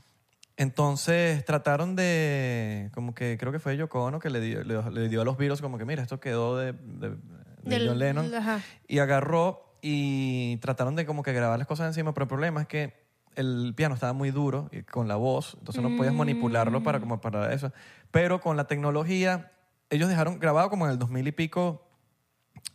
C: Entonces trataron de, como que creo que fue Yoko Ono que le dio, le, le dio a los virus como que mira, esto quedó de, de- de
B: Del-
C: John Lennon.
B: ajá.
C: Y agarró y trataron de como que grabar las cosas encima, pero el problema es que el piano estaba muy duro y con la voz, entonces no podías manipularlo para,
B: Mm.
C: como para eso. Pero con la tecnología, ellos dejaron grabado como en el 2000 y pico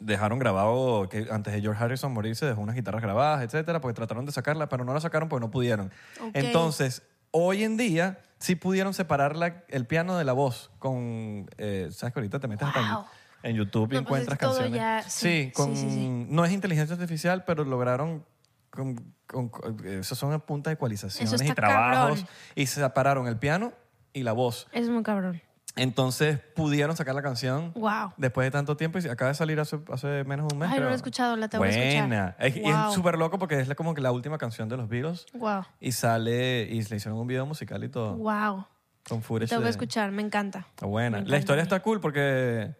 C: dejaron grabado que antes de George Harrison morirse dejó unas guitarras grabadas, etcétera, porque trataron de sacarlas, pero no las sacaron porque no pudieron.
B: Ok.
C: Entonces, hoy en día sí pudieron separar la- el piano de la voz con... eh, ¿Sabes que ahorita te metes hasta en-
B: Wow.
C: en, YouTube y
B: No, pues es
C: encuentras
B: todo
C: canciones?
B: ya-
C: sí,
B: sí,
C: con-
B: sí, sí, sí.
C: no es inteligencia artificial, pero lograron... Con, con- con- esos son a punta de ecualizaciones
B: Eso
C: y
B: está
C: trabajos.
B: cabrón.
C: Y se separaron el piano y la voz.
B: Es muy cabrón.
C: Entonces pudieron sacar la canción
B: Wow.
C: después de tanto tiempo y se- acaba de salir hace, hace menos de un mes.
B: Ay, no la
C: creo.
B: he escuchado, la tengo que
C: Buena.
B: escuchar.
C: Es, y es
B: Wow.
C: súper loco porque es la- como que la última canción de los Beatles
B: Wow.
C: y sale y le hicieron un video musical y todo
B: Wow.
C: con footage.
B: Te voy
C: de-
B: a escuchar, me encanta.
C: Está buena.
B: Me
C: La
B: encanta.
C: historia está cool porque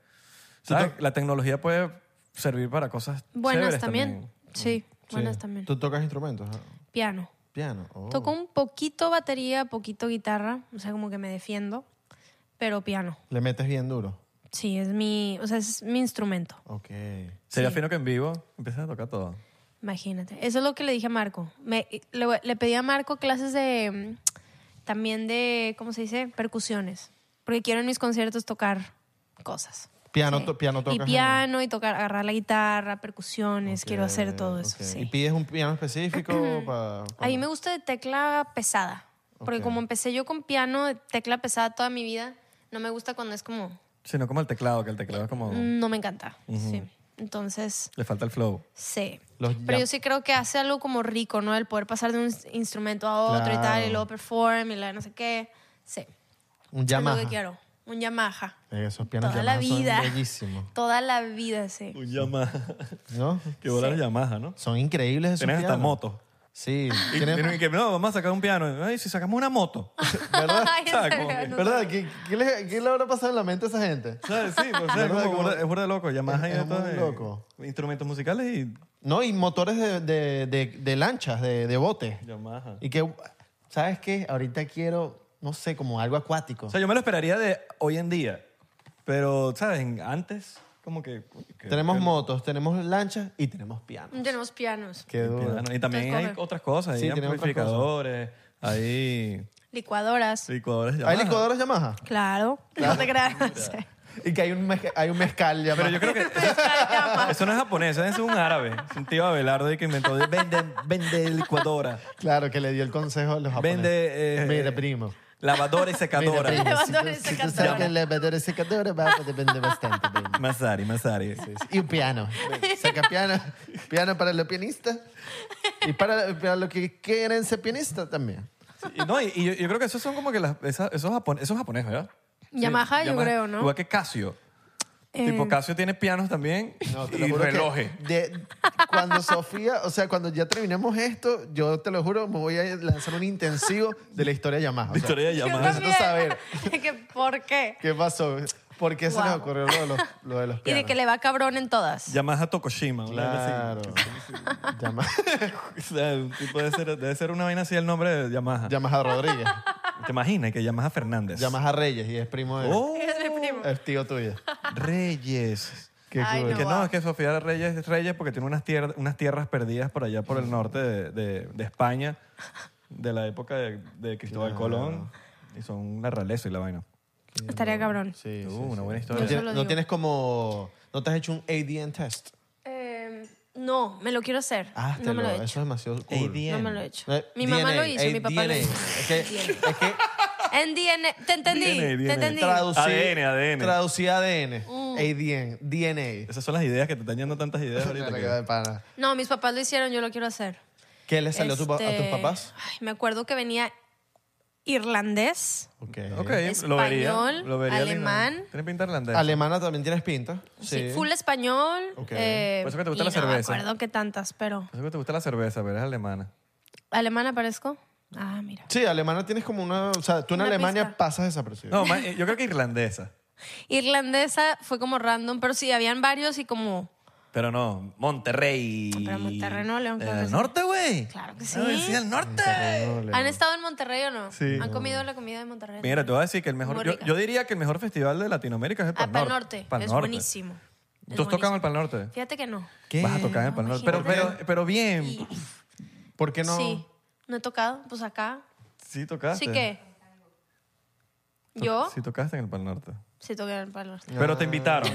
C: ¿sabes? la tecnología puede servir para cosas
B: Buenas
C: chéveres
B: también. Sí,
D: Sí.
B: buenas también.
D: ¿Tú tocas instrumentos? ah?
B: Piano.
D: Piano. oh.
B: Toco un poquito batería, poquito guitarra, o sea, como que me defiendo, pero piano.
D: Le metes bien duro.
B: Sí, es mi, o sea, es mi instrumento.
D: Ok.
C: Sería fino que en vivo empieces a tocar todo.
B: Imagínate. Eso es lo que le dije a Marco. Me- le, le pedí a Marco clases de. mm, También de. ¿Cómo se dice? Percusiones. Porque quiero en mis conciertos tocar cosas.
D: Piano,
B: Sí.
D: to- piano tocas.
B: Y
D: ¿no?
B: piano, y tocar, agarrar la guitarra, percusiones. Quiero hacer todo eso.
D: Ok.
B: sí.
D: ¿Y pides un piano
B: <clears throat>
D: específico para...?
B: A mí me gusta de tecla pesada. Porque
D: Ok.
B: como empecé yo con piano, de tecla pesada toda mi vida, no me gusta cuando es como.
C: Sino como el teclado, que el teclado es
D: Oh.
C: como...
B: No me encanta. Sí. Entonces,
C: Le falta el flow.
B: sí.
D: Los
B: Pero
D: llam-
B: yo sí creo que hace algo como rico, ¿no? El poder pasar de un ins- instrumento a otro y tal,
D: Claro.
B: y luego perform y la no sé qué. Sí.
D: Un
B: Es lo
D: Yamaha.
B: que quiero. Un Yamaha.
D: Eh, Esos pianos
B: Toda la
D: Yamaha son
B: vida.
D: bellísimos.
B: Toda la vida, sí.
C: Un Yamaha.
D: ¿No?
C: <laughs> que volar Yamaha, ¿no?
D: Son increíbles esos
C: Tienes hasta
D: pianos.
C: moto.
D: Sí.
C: Y
D: tienen-
C: tienen que, no, vamos a sacar un piano. Ay, si sacamos
B: <laughs>
C: una moto. <laughs>
D: ¿Verdad?
B: Ay, en
C: Saco.
B: serio, no
D: ¿Verdad?
B: sé.
D: ¿Qué, qué le, qué le habrá pasado en la mente a esa gente?
C: <laughs> ¿Sabes? Sí, pues, ¿sabes?
D: ¿Verdad?
C: Como
D: Como-
C: burda- es burda de loco. Yamaha y
D: Es-
C: de
D: es
C: todo,
D: muy
C: eh,
D: loco.
C: Instrumentos musicales y
D: No, y motores de, de- de- de lanchas, de, de botes.
C: Yamaha.
D: Y que, ¿sabes qué? Ahorita quiero, no sé, como algo acuático.
C: O sea, yo me lo esperaría de hoy en día. Pero, ¿sabes? En- Antes, como que... que-
D: tenemos
C: que-
D: motos, tenemos lanchas y tenemos pianos.
B: Tenemos pianos.
D: Qué
C: el
D: duro.
C: piano. Y también
B: Entonces,
C: hay
B: coge.
C: otras cosas.
D: Sí,
C: hay
D: tiene otras
C: amplificadores, hay
B: Licuadoras.
C: licuadores Yamaha.
D: ¿Hay licuadoras Yamaha?
B: Claro. No te creas. <laughs> Sí.
D: Y que hay un, mezca- hay un mezcal Yamaha.
C: Pero yo
D: <laughs>
C: creo que eso, eso no es japonés, eso es un árabe. Es un tío Abelardo que inventó de vende, vende licuadora,
D: Claro, que le dio el consejo a los japoneses.
C: Vende, eh,
D: Mira, primo.
C: lavadora y
D: Mira,
C: secadora.
D: primo. Si
B: Lavadora y
D: tú, si tú
B: secadora.
D: sacas la lavadora y secadora, va a depender bastante. primo.
C: Masari, Masari.
D: Y un piano. Saca piano. Piano para los pianistas. Y para, para los que quieren ser pianistas también.
C: Y, no, y, y yo, yo creo que esos son como que las, esas- esos, japon- esos japoneses, ¿verdad? Sí,
B: Yamaha, yo creo, ¿no?
C: Igual que Casio.
B: Eh,
C: Tipo, Casio tiene pianos también
D: te
C: y
D: que
C: relojes.
D: de- cuando Sofía, o sea, cuando ya terminemos esto, yo te lo juro, me voy a lanzar un intensivo de la historia de Yamaha.
C: La
D: O sea,
C: historia de
B: yo
C: Yamaha.
B: también.
D: saber.
B: Que, ¿Por <laughs> qué?
D: ¿Qué pasó? ¿Por qué se les
B: Wow.
D: ocurrió lo de los, lo de los
B: Y
D: pianos?
B: de que le va cabrón en todas.
C: Yamaha Tokushima. una vaina así.
D: Claro. Yamaha,
C: <laughs> O sea, un tipo debe ser, debe ser una vaina así el nombre de Yamaha.
D: Yamaha Rodríguez.
C: ¿Te imaginas que Yamaha Fernández?
D: Yamaha Reyes y es primo de...
C: Oh,
B: Es mi
D: <laughs>
B: primo.
D: Es tío tuyo.
C: Reyes.
D: Qué
B: Ay,
D: cool.
C: Que
B: wow.
C: no, es que Sofía Reyes es Reyes porque tiene unas, tier- unas tierras perdidas por allá por el norte de, de- de España, de la época de, de Cristóbal Colón. Y son la realeza y la vaina.
B: Estaría cabrón.
D: Sí,
C: Uh,
D: sí,
C: una
D: sí.
C: buena historia.
D: No,
B: Yo
D: tienes-
B: solo
D: no
B: digo.
D: tienes como. No te has hecho un ADN test.
B: Eh, no, me lo quiero hacer. no me
D: Háztelo,
B: lo he
D: eso
B: hecho.
D: es demasiado cool.
B: No me lo he hecho.
D: Eh,
B: Mi mamá
D: DNA,
B: lo hizo, mi papá lo
D: ADN.
B: hizo.
D: Es
B: <laughs>
D: que, es que
B: En DNA. Te entendí.
C: DNA.
B: Te entendí.
D: traducí,
C: ADN, ADN.
D: Traducí ADN.
B: Uh.
D: ADN. DNA.
C: Esas son las ideas que te están yendo tantas ideas ahorita.
D: Verga
C: que-
D: de pana.
B: No, mis papás lo hicieron, yo lo quiero hacer.
D: ¿Qué le salió a, tu pa- a tus
B: Este,
D: papás?
B: ay, me acuerdo que venía irlandés.
D: Ok.
C: Ok, lo vería.
B: Español,
C: Lo vería
B: alemán.
C: alemán. Tiene pinta irlandesa.
D: Alemana también tienes pinta.
B: Sí, full español.
D: Ok.
B: eh,
C: Por eso que te gusta
B: y
C: la cerveza.
B: No me acuerdo que tantas, pero.
C: Por eso que te gusta la cerveza, pero es alemana.
B: ¿Alemana parezco? Ah, mira.
D: Sí, alemana tienes como una. O sea, tú en
B: Una
D: Alemania
B: pista.
D: pasas desapercibido.
C: No, ma- eh, yo creo que irlandesa.
B: Irlandesa fue como random, pero sí, habían varios y como.
C: Pero no, Monterrey.
B: Pero Monterrey no, León, claro que
C: ¿Del
B: sí.
C: norte, güey?
B: Claro que
C: Ah,
B: sí.
C: Sí, del norte.
B: ¿Han estado en Monterrey o no?
C: Sí.
B: ¿Han comido la comida de Monterrey?
C: Mira, te voy a decir que el mejor.
B: Muy
C: Yo,
B: rica.
C: yo diría que el mejor festival de Latinoamérica es el
B: Ah,
C: Pal
B: Pal
C: Norte.
B: Norte.
C: Pal
B: es
C: Norte.
B: buenísimo. Es
C: ¿Tú has tocado en el
B: buenísimo.
C: Pal Norte?
B: Fíjate que no.
D: ¿Qué?
C: Vas a tocar en el Pal
B: No,
C: Norte. Pero,
B: imagínate.
C: pero, pero bien.
B: Y-
D: ¿Por qué no?
B: Sí, no he tocado, pues acá.
C: Sí, tocaste.
B: Sí que.
C: To-
B: Yo
C: Sí, tocaste en el Pal Norte.
B: sí toqué en el Pal Norte. <laughs>
C: Pero te invitaron.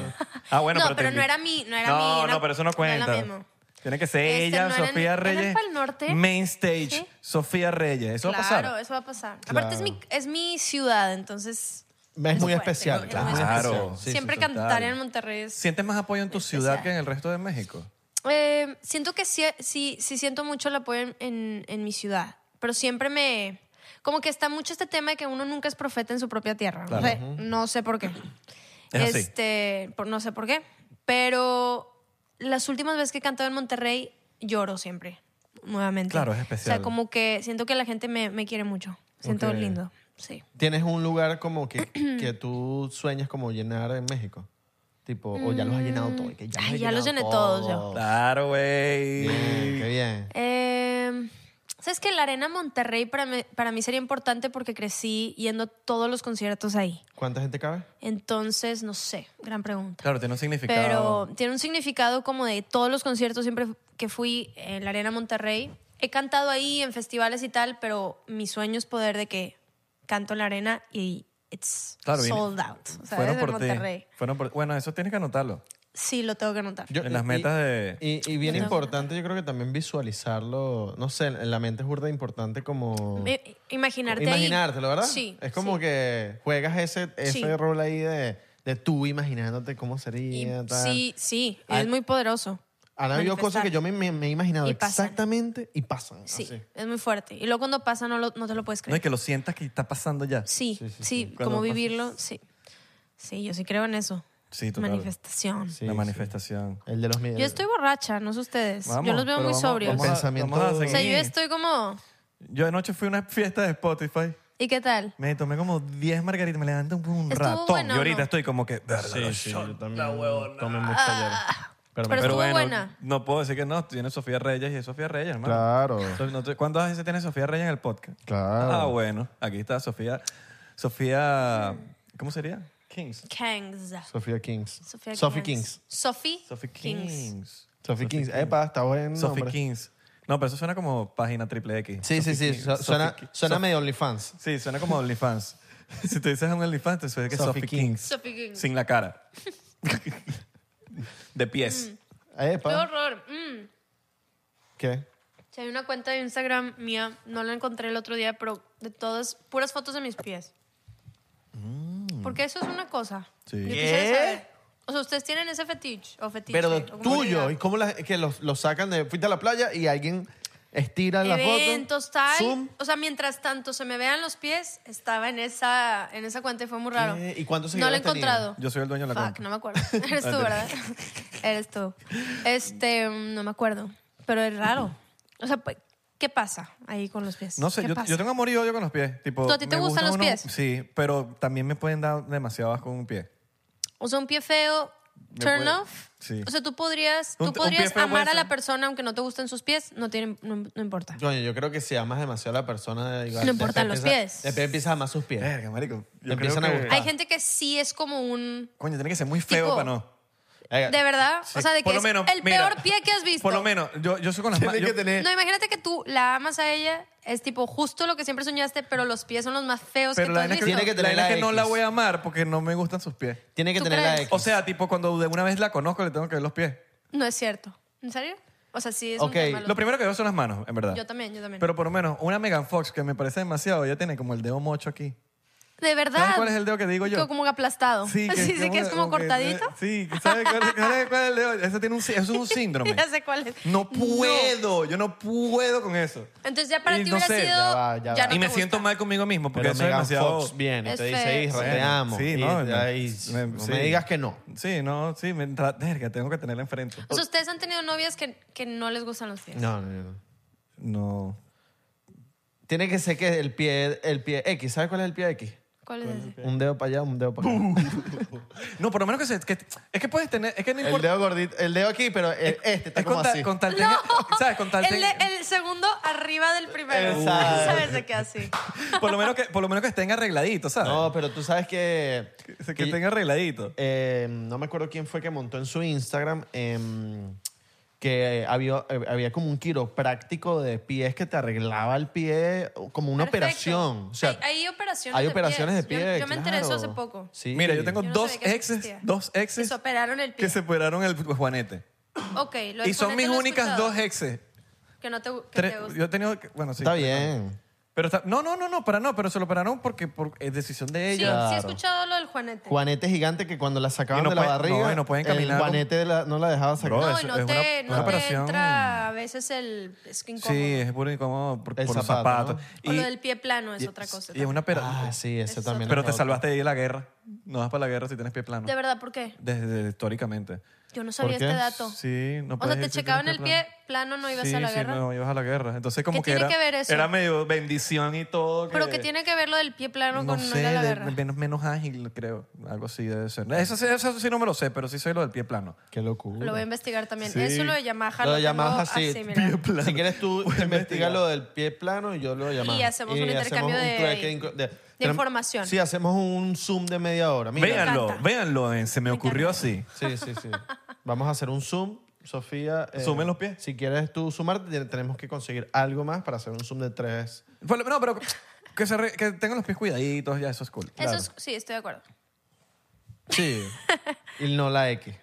C: Ah, bueno,
B: no,
C: pero, te
B: pero no
C: invi-
B: era mi. No, era
C: No,
B: mi,
C: no, pero eso no
B: era lo
C: cuenta.
B: mismo.
C: Tiene que ser
B: Este,
C: ella,
B: no era en-
C: Sofía
B: ¿era en
C: Reyes.
B: Pal Norte?
C: Main stage,
B: Sí.
C: Sofía Reyes. Eso
B: claro,
C: va a pasar.
B: eso va a pasar.
D: Claro.
B: Aparte es mi, es mi ciudad, entonces
D: Es muy
B: fuerte,
D: especial.
B: es
D: Claro.
B: muy
C: Claro. sí,
B: siempre
C: sí, total.
B: cantar en Monterrey es-
C: ¿Sientes más apoyo en tu ciudad que en el resto de México?
B: Eh, siento que sí, sí, sí siento mucho el apoyo en, en- en mi ciudad, pero siempre me... Como que está mucho este tema de que uno nunca es profeta en su propia tierra.
C: Claro.
B: O sea, no sé por qué.
C: <clears throat> Es así.
B: este, por- no sé por qué. Pero las últimas veces que he cantado en Monterrey, lloro siempre, nuevamente.
C: Claro, es
B: O
C: especial.
B: sea, como que siento que la gente me, me quiere mucho. Siento
D: Ok.
B: lindo, sí.
D: ¿Tienes un lugar como
B: <clears throat>
D: que, que tú sueñas como llenar en México? Tipo, o ya los has llenado todo. que ya
B: Mm. Ay,
D: los he
B: ya los
D: llenado
B: llené todos yo.
D: todo.
C: Claro,
D: Bien, qué
C: güey.
D: bien.
B: Eh, Sabes que la Arena Monterrey para mí, para mí sería importante porque crecí yendo a todos los conciertos ahí.
D: ¿Cuánta gente cabe?
B: Entonces, no sé, gran pregunta.
C: Claro, tiene un significado.
B: Pero tiene un significado como de todos los conciertos siempre que fui en la Arena Monterrey. He cantado ahí en festivales y tal, pero mi sueño es poder de que canto en la arena y it's
C: Claro, viene-
B: sold out. O sea, es
C: fueron
B: de
C: por ti.
B: Monterrey.
C: Fueron por- Bueno, eso tienes que anotarlo.
B: Sí, lo tengo que anotar.
D: Yo- eh,
C: En las metas de-
D: Y, y bien
B: Yo-
D: importante, yo creo que también visualizarlo. No sé, en la mente es burda importante como.
B: Eh, Imaginarte ahí.
D: Imaginártelo, ¿verdad?
B: Sí.
D: Es como
B: sí.
D: que juegas ese, ese
B: Sí.
D: rol ahí de, de tú imaginándote cómo
B: Y-
D: sería. tal.
B: sí, sí,
D: Ay.
B: es muy poderoso.
D: Han habido cosas que yo me, me- me he imaginado
B: Y pasan.
D: exactamente y pasan.
B: Sí,
D: así.
B: es muy fuerte. Y luego cuando pasa no, lo- no te lo puedes
C: No, y
B: creer.
C: que lo sientas que está pasando ya.
B: sí,
D: Sí,
B: sí,
D: sí, sí.
C: Cuando
B: como
C: pasa-
B: vivirlo, sí. Sí, yo sí creo en eso.
C: Sí, total.
B: Manifestación.
D: Sí,
C: la
D: sí.
C: manifestación.
D: El de los miedos.
B: Yo estoy borracha, no sé ustedes. yo
C: eh. Vamos,
B: los veo
C: pero
B: muy
C: vamos-
B: sobrios.
C: vamos a-
D: Pensamiento-
C: vamos a
B: o sea, yo
C: seguir.
B: estoy como...
C: Yo anoche fui a una fiesta de Spotify.
B: ¿Y qué tal?
C: Me tomé como 10 margaritas, me levanté un, un
B: Estuvo
C: ratón.
B: bueno,
C: y ahorita
B: ¿no?
C: estoy como que. "Verga,
D: Sí,
C: los
D: sí,
C: shots".
D: yo también tomé mucho ayer.
B: Pero
D: Pero, me-
B: estuvo
C: Pero bueno,
B: buena.
C: no puedo decir que no. Tiene Sofía Reyes y es Sofía Reyes, hermano.
D: Claro.
C: So- no te- ¿Cuántas veces tiene Sofía Reyes en el podcast?
D: Claro.
C: Ah, bueno. Aquí está Sofía. Sofía. ¿Cómo sería? Kings.
B: Kangs.
D: Sofía Kings.
B: Sofía
D: Sophie
B: Kangs.
D: Kings.
B: Sophie.
C: Sofía Kings.
D: Sophie Kings. Epa, está buen
C: Sofía
D: nombre.
C: Kings. No, pero eso suena como página triple X.
D: Sí, sí, sí. su- Suena, suena medio OnlyFans.
C: Sí, suena como OnlyFans. <laughs> si te dices un OnlyFans, te suena que
D: Sophie
C: Sophie,
D: Kings.
C: Kings.
B: Sophie Kings.
C: Sin
B: <laughs>
C: la cara. de pies.
B: Mm. Qué
D: Epa.
B: horror. Mm.
D: ¿Qué?
B: Si hay una cuenta de Instagram mía, no la encontré el otro día, pero de todas, puras fotos de mis pies.
C: Mm.
B: Porque eso es una cosa.
C: Sí.
B: Yo
C: ¿Qué?
B: quisiera saber. O sea, ¿ustedes tienen ese fetiche? O fetiche
D: Pero de
B: o como
D: tuyo. ¿Y
B: digan.
D: cómo la- que los, los sacan de... Fuiste a la playa y alguien estira la foto.
B: Eventos, tal.
D: Zoom.
B: O sea, mientras tanto se me vean los pies, estaba en esa, en esa cuenta y fue muy raro.
D: ¿Qué? Eh, ¿Y cuántos
B: No lo he
D: seguidores tenía?
B: encontrado.
C: Yo soy el dueño de la
B: Fuck,
C: cuenta.
B: no me
C: <laughs>
B: acuerdo. Eres tú, ¿verdad? Eres tú. Este, mm, no me acuerdo. Pero es raro. O sea, pues, ¿qué pasa ahí con los pies?
C: No sé,
B: ¿Qué
C: yo,
B: pasa?
C: yo tengo amor y odio con los pies. Tipo,
B: ¿Tú a ti te
C: me
B: gustan los pies?
C: Sí, pero también me pueden dar demasiado asco un pie.
B: O sea, un pie feo,
C: Me
B: turn
C: puede-
B: off.
C: sí.
B: O sea, tú podrías, tú
C: Un- un pie
B: podrías
C: feo puede
B: amar a la
C: ser-
B: persona aunque no te gusten sus pies, no, tiene, no, no importa.
D: Coño, yo creo que si amas demasiado a la persona... igual,
B: No importan
D: después
B: los
D: empieza-
B: pies.
D: Después empiezas a amar sus pies.
C: Verga, marico. Yo
D: Empiezan
C: creo
D: a
C: que-
D: gustar.
B: Hay gente que sí es como un...
C: Coño, tiene que ser muy feo
B: Tipo,
C: para no.
D: Venga,
B: De verdad, o sea, de que
C: Por lo
B: es
C: menos,
B: el
C: mira,
B: peor pie que has visto.
C: Por lo menos, yo, yo soy con las
D: Tiene
C: ma-
D: que
C: yo-
D: tener...
B: No, imagínate que tú la amas a ella, es tipo justo lo que siempre soñaste, pero los pies son los más feos
C: Pero
B: que tú
C: la
B: has
C: vaina es que,
B: visto.
D: Tiene
C: la
D: que tener
C: vaina es que
D: la
C: no la
D: X.
C: voy a amar porque no me gustan sus pies.
D: Tiene que
B: ¿Tú
D: tener la
B: crees?
D: X.
C: O sea, tipo, cuando de una vez la conozco, le tengo que ver los pies.
B: No es cierto. ¿En serio? O sea, sí es
D: Ok,
B: un tema. los-
C: Lo primero que veo son las manos, en verdad.
B: Yo también, yo también.
C: Pero por lo menos, una Megan Fox que me parece demasiado, ella tiene como el dedo mocho aquí.
B: de verdad.
C: ¿Sabes cuál es el dedo que digo yo?
B: Co- Como aplastado. <laughs> Sí, sí, que, es como, cortadito.
C: Sí, que ¿sabes cuál, cuál- cuál es el dedo? Ese tiene un, sí- es un
B: <laughs>
C: síndrome.
B: ya sé cuál es.
C: No puedo, yo no puedo con eso.
B: Entonces ya para
C: Y
B: ti
C: no
B: hubiera
C: sé,
B: sido.
D: ya va, ya va.
B: ya no
C: y me
B: te
C: siento
B: gusta.
C: mal conmigo mismo porque
D: Pero
C: eso es
D: Megan
C: demasiado.
D: Fox viene y
B: Es
D: te dice,
B: feo.
D: Isra, te
C: Bueno,
D: amo.
C: sí,
D: Y
C: no,
D: de ahí,
C: me-
D: no
C: sí.
D: me digas que no.
C: Sí, no, sí, me entra- verga, tengo que tenerla enfrente.
B: O sea, ustedes han tenido novias que, que no les gustan los pies.
D: No, no, no.
C: No.
D: Tiene que ser que el pie, el pie X, ¿sabes cuál es el pie X?
B: ¿Cuál es <laughs> ese?
D: Un dedo para allá, un dedo para
C: Uh.
D: acá.
C: No, por lo menos que, se- que- es que puedes tener, es que no
D: El
C: importa.
D: dedo gordito, el dedo aquí, pero el- este está
C: es
D: como
C: con, tal-
D: así.
C: con tal tenga- ¿sabes? Con tal
B: el,
C: tenga-
B: de- el segundo arriba del primero.
D: Exacto.
B: ¿Sabes de qué así?
C: por lo menos que por lo menos que estén arregladitos, ¿sabes?
D: No, pero tú sabes que...
C: que, que estén arregladitos.
D: eh, no me acuerdo quién fue que montó en su Instagram em, que había, eh, había como un quiropráctico de pies que te arreglaba el pie como una
B: Perfecto. ah.
D: operación. O sea,
B: hay, hay operaciones
D: hay
B: de
D: operaciones de
B: pies.
D: pie.
B: Yo, yo me enteré de eso hace
D: claro.
B: poco.
D: Sí.
C: Mira, yo tengo
B: Yo no
C: dos
B: sabía que eso
C: exes,
B: existía.
C: dos
B: Que
C: exes
B: se operaron el pie.
C: que se operaron el juanete.
B: Ok, los
C: y son mis
B: exponentes no he
C: únicas
B: escuchado.
C: dos exes.
B: Que no te, gu- que te
C: Tres-
B: gusta.
C: yo he tenido. que- Bueno, sí.
D: Está
C: tres novias.
D: bien.
C: Pero está- no, no, no, no, para no, pero se lo pararon porque por, es decisión de
B: Sí,
C: ella.
B: sí he
D: Claro.
B: escuchado lo del Juanete.
D: Juanete gigante que cuando la
C: Y
D: sacaban
C: no
D: de la
C: puede-
D: barriga,
C: no, y no pueden caminar con-
D: el Juanete de la- no la dejaba sacar.
C: Bro,
B: no,
C: eso
B: y no,
C: es
B: te,
C: una-
B: no
C: una
B: te
C: operación.
B: entra a veces el es que incómodo.
C: Sí, es muy incómodo por,
D: El
C: por
D: zapato,
C: los zapatos.
B: O lo del pie plano es otra cosa.
C: Y es una pera-
D: Ah, sí, ese
B: Eso
D: también.
C: Pero
D: es
C: te
D: otro.
C: salvaste de ir a la guerra. No vas para la guerra si tienes pie plano.
B: De verdad, ¿por qué?
C: Desde históricamente.
B: Yo no sabía
D: qué?
B: este dato.
C: Sí, no
B: o sea,
C: puedes
B: te
C: ir si
B: checaban
C: tienes
B: el pie plano, no ibas
C: sí,
B: a la
C: sí,
B: guerra.
C: no, ibas a la guerra. Entonces como
B: ¿Qué
C: que
B: tiene
C: era,
B: que ver eso?
C: era medio bendición y todo.
B: Pero que tiene que ver lo del pie plano
C: eh, no
B: con no
C: sé,
B: ir a la
C: de-
B: guerra.
C: menos, menos ágil, creo. Algo así debe ser. Eso, sí- eso sí no me lo sé, pero sí soy lo del pie plano.
D: Qué locura.
B: Lo voy a investigar también.
C: Sí.
B: Eso lo de Yamaha.
D: Lo de
B: tengo
D: Yamaha, sí.
B: así, mira.
D: Si quieres tú investiga lo del pie plano y yo lo llamo.
B: hacemos un intercambio de-
D: de,
B: de información.
D: Sí, hacemos un zoom de media hora. Mira.
C: Véanlo,
B: encanta.
C: véanlo. eh, Se me, ocurrió así.
D: Sí, sí, sí. Vamos a hacer un zoom. Sofía. eh,
C: Sumen los pies.
D: Si quieres tú sumarte, te- tenemos que conseguir algo más para hacer un zoom de tres.
C: Bueno, No, pero que, se re- que tengan los pies cuidaditos, ya eso es cool.
B: Eso es, sí, estoy de acuerdo. <laughs>
D: Sí. Y no la X.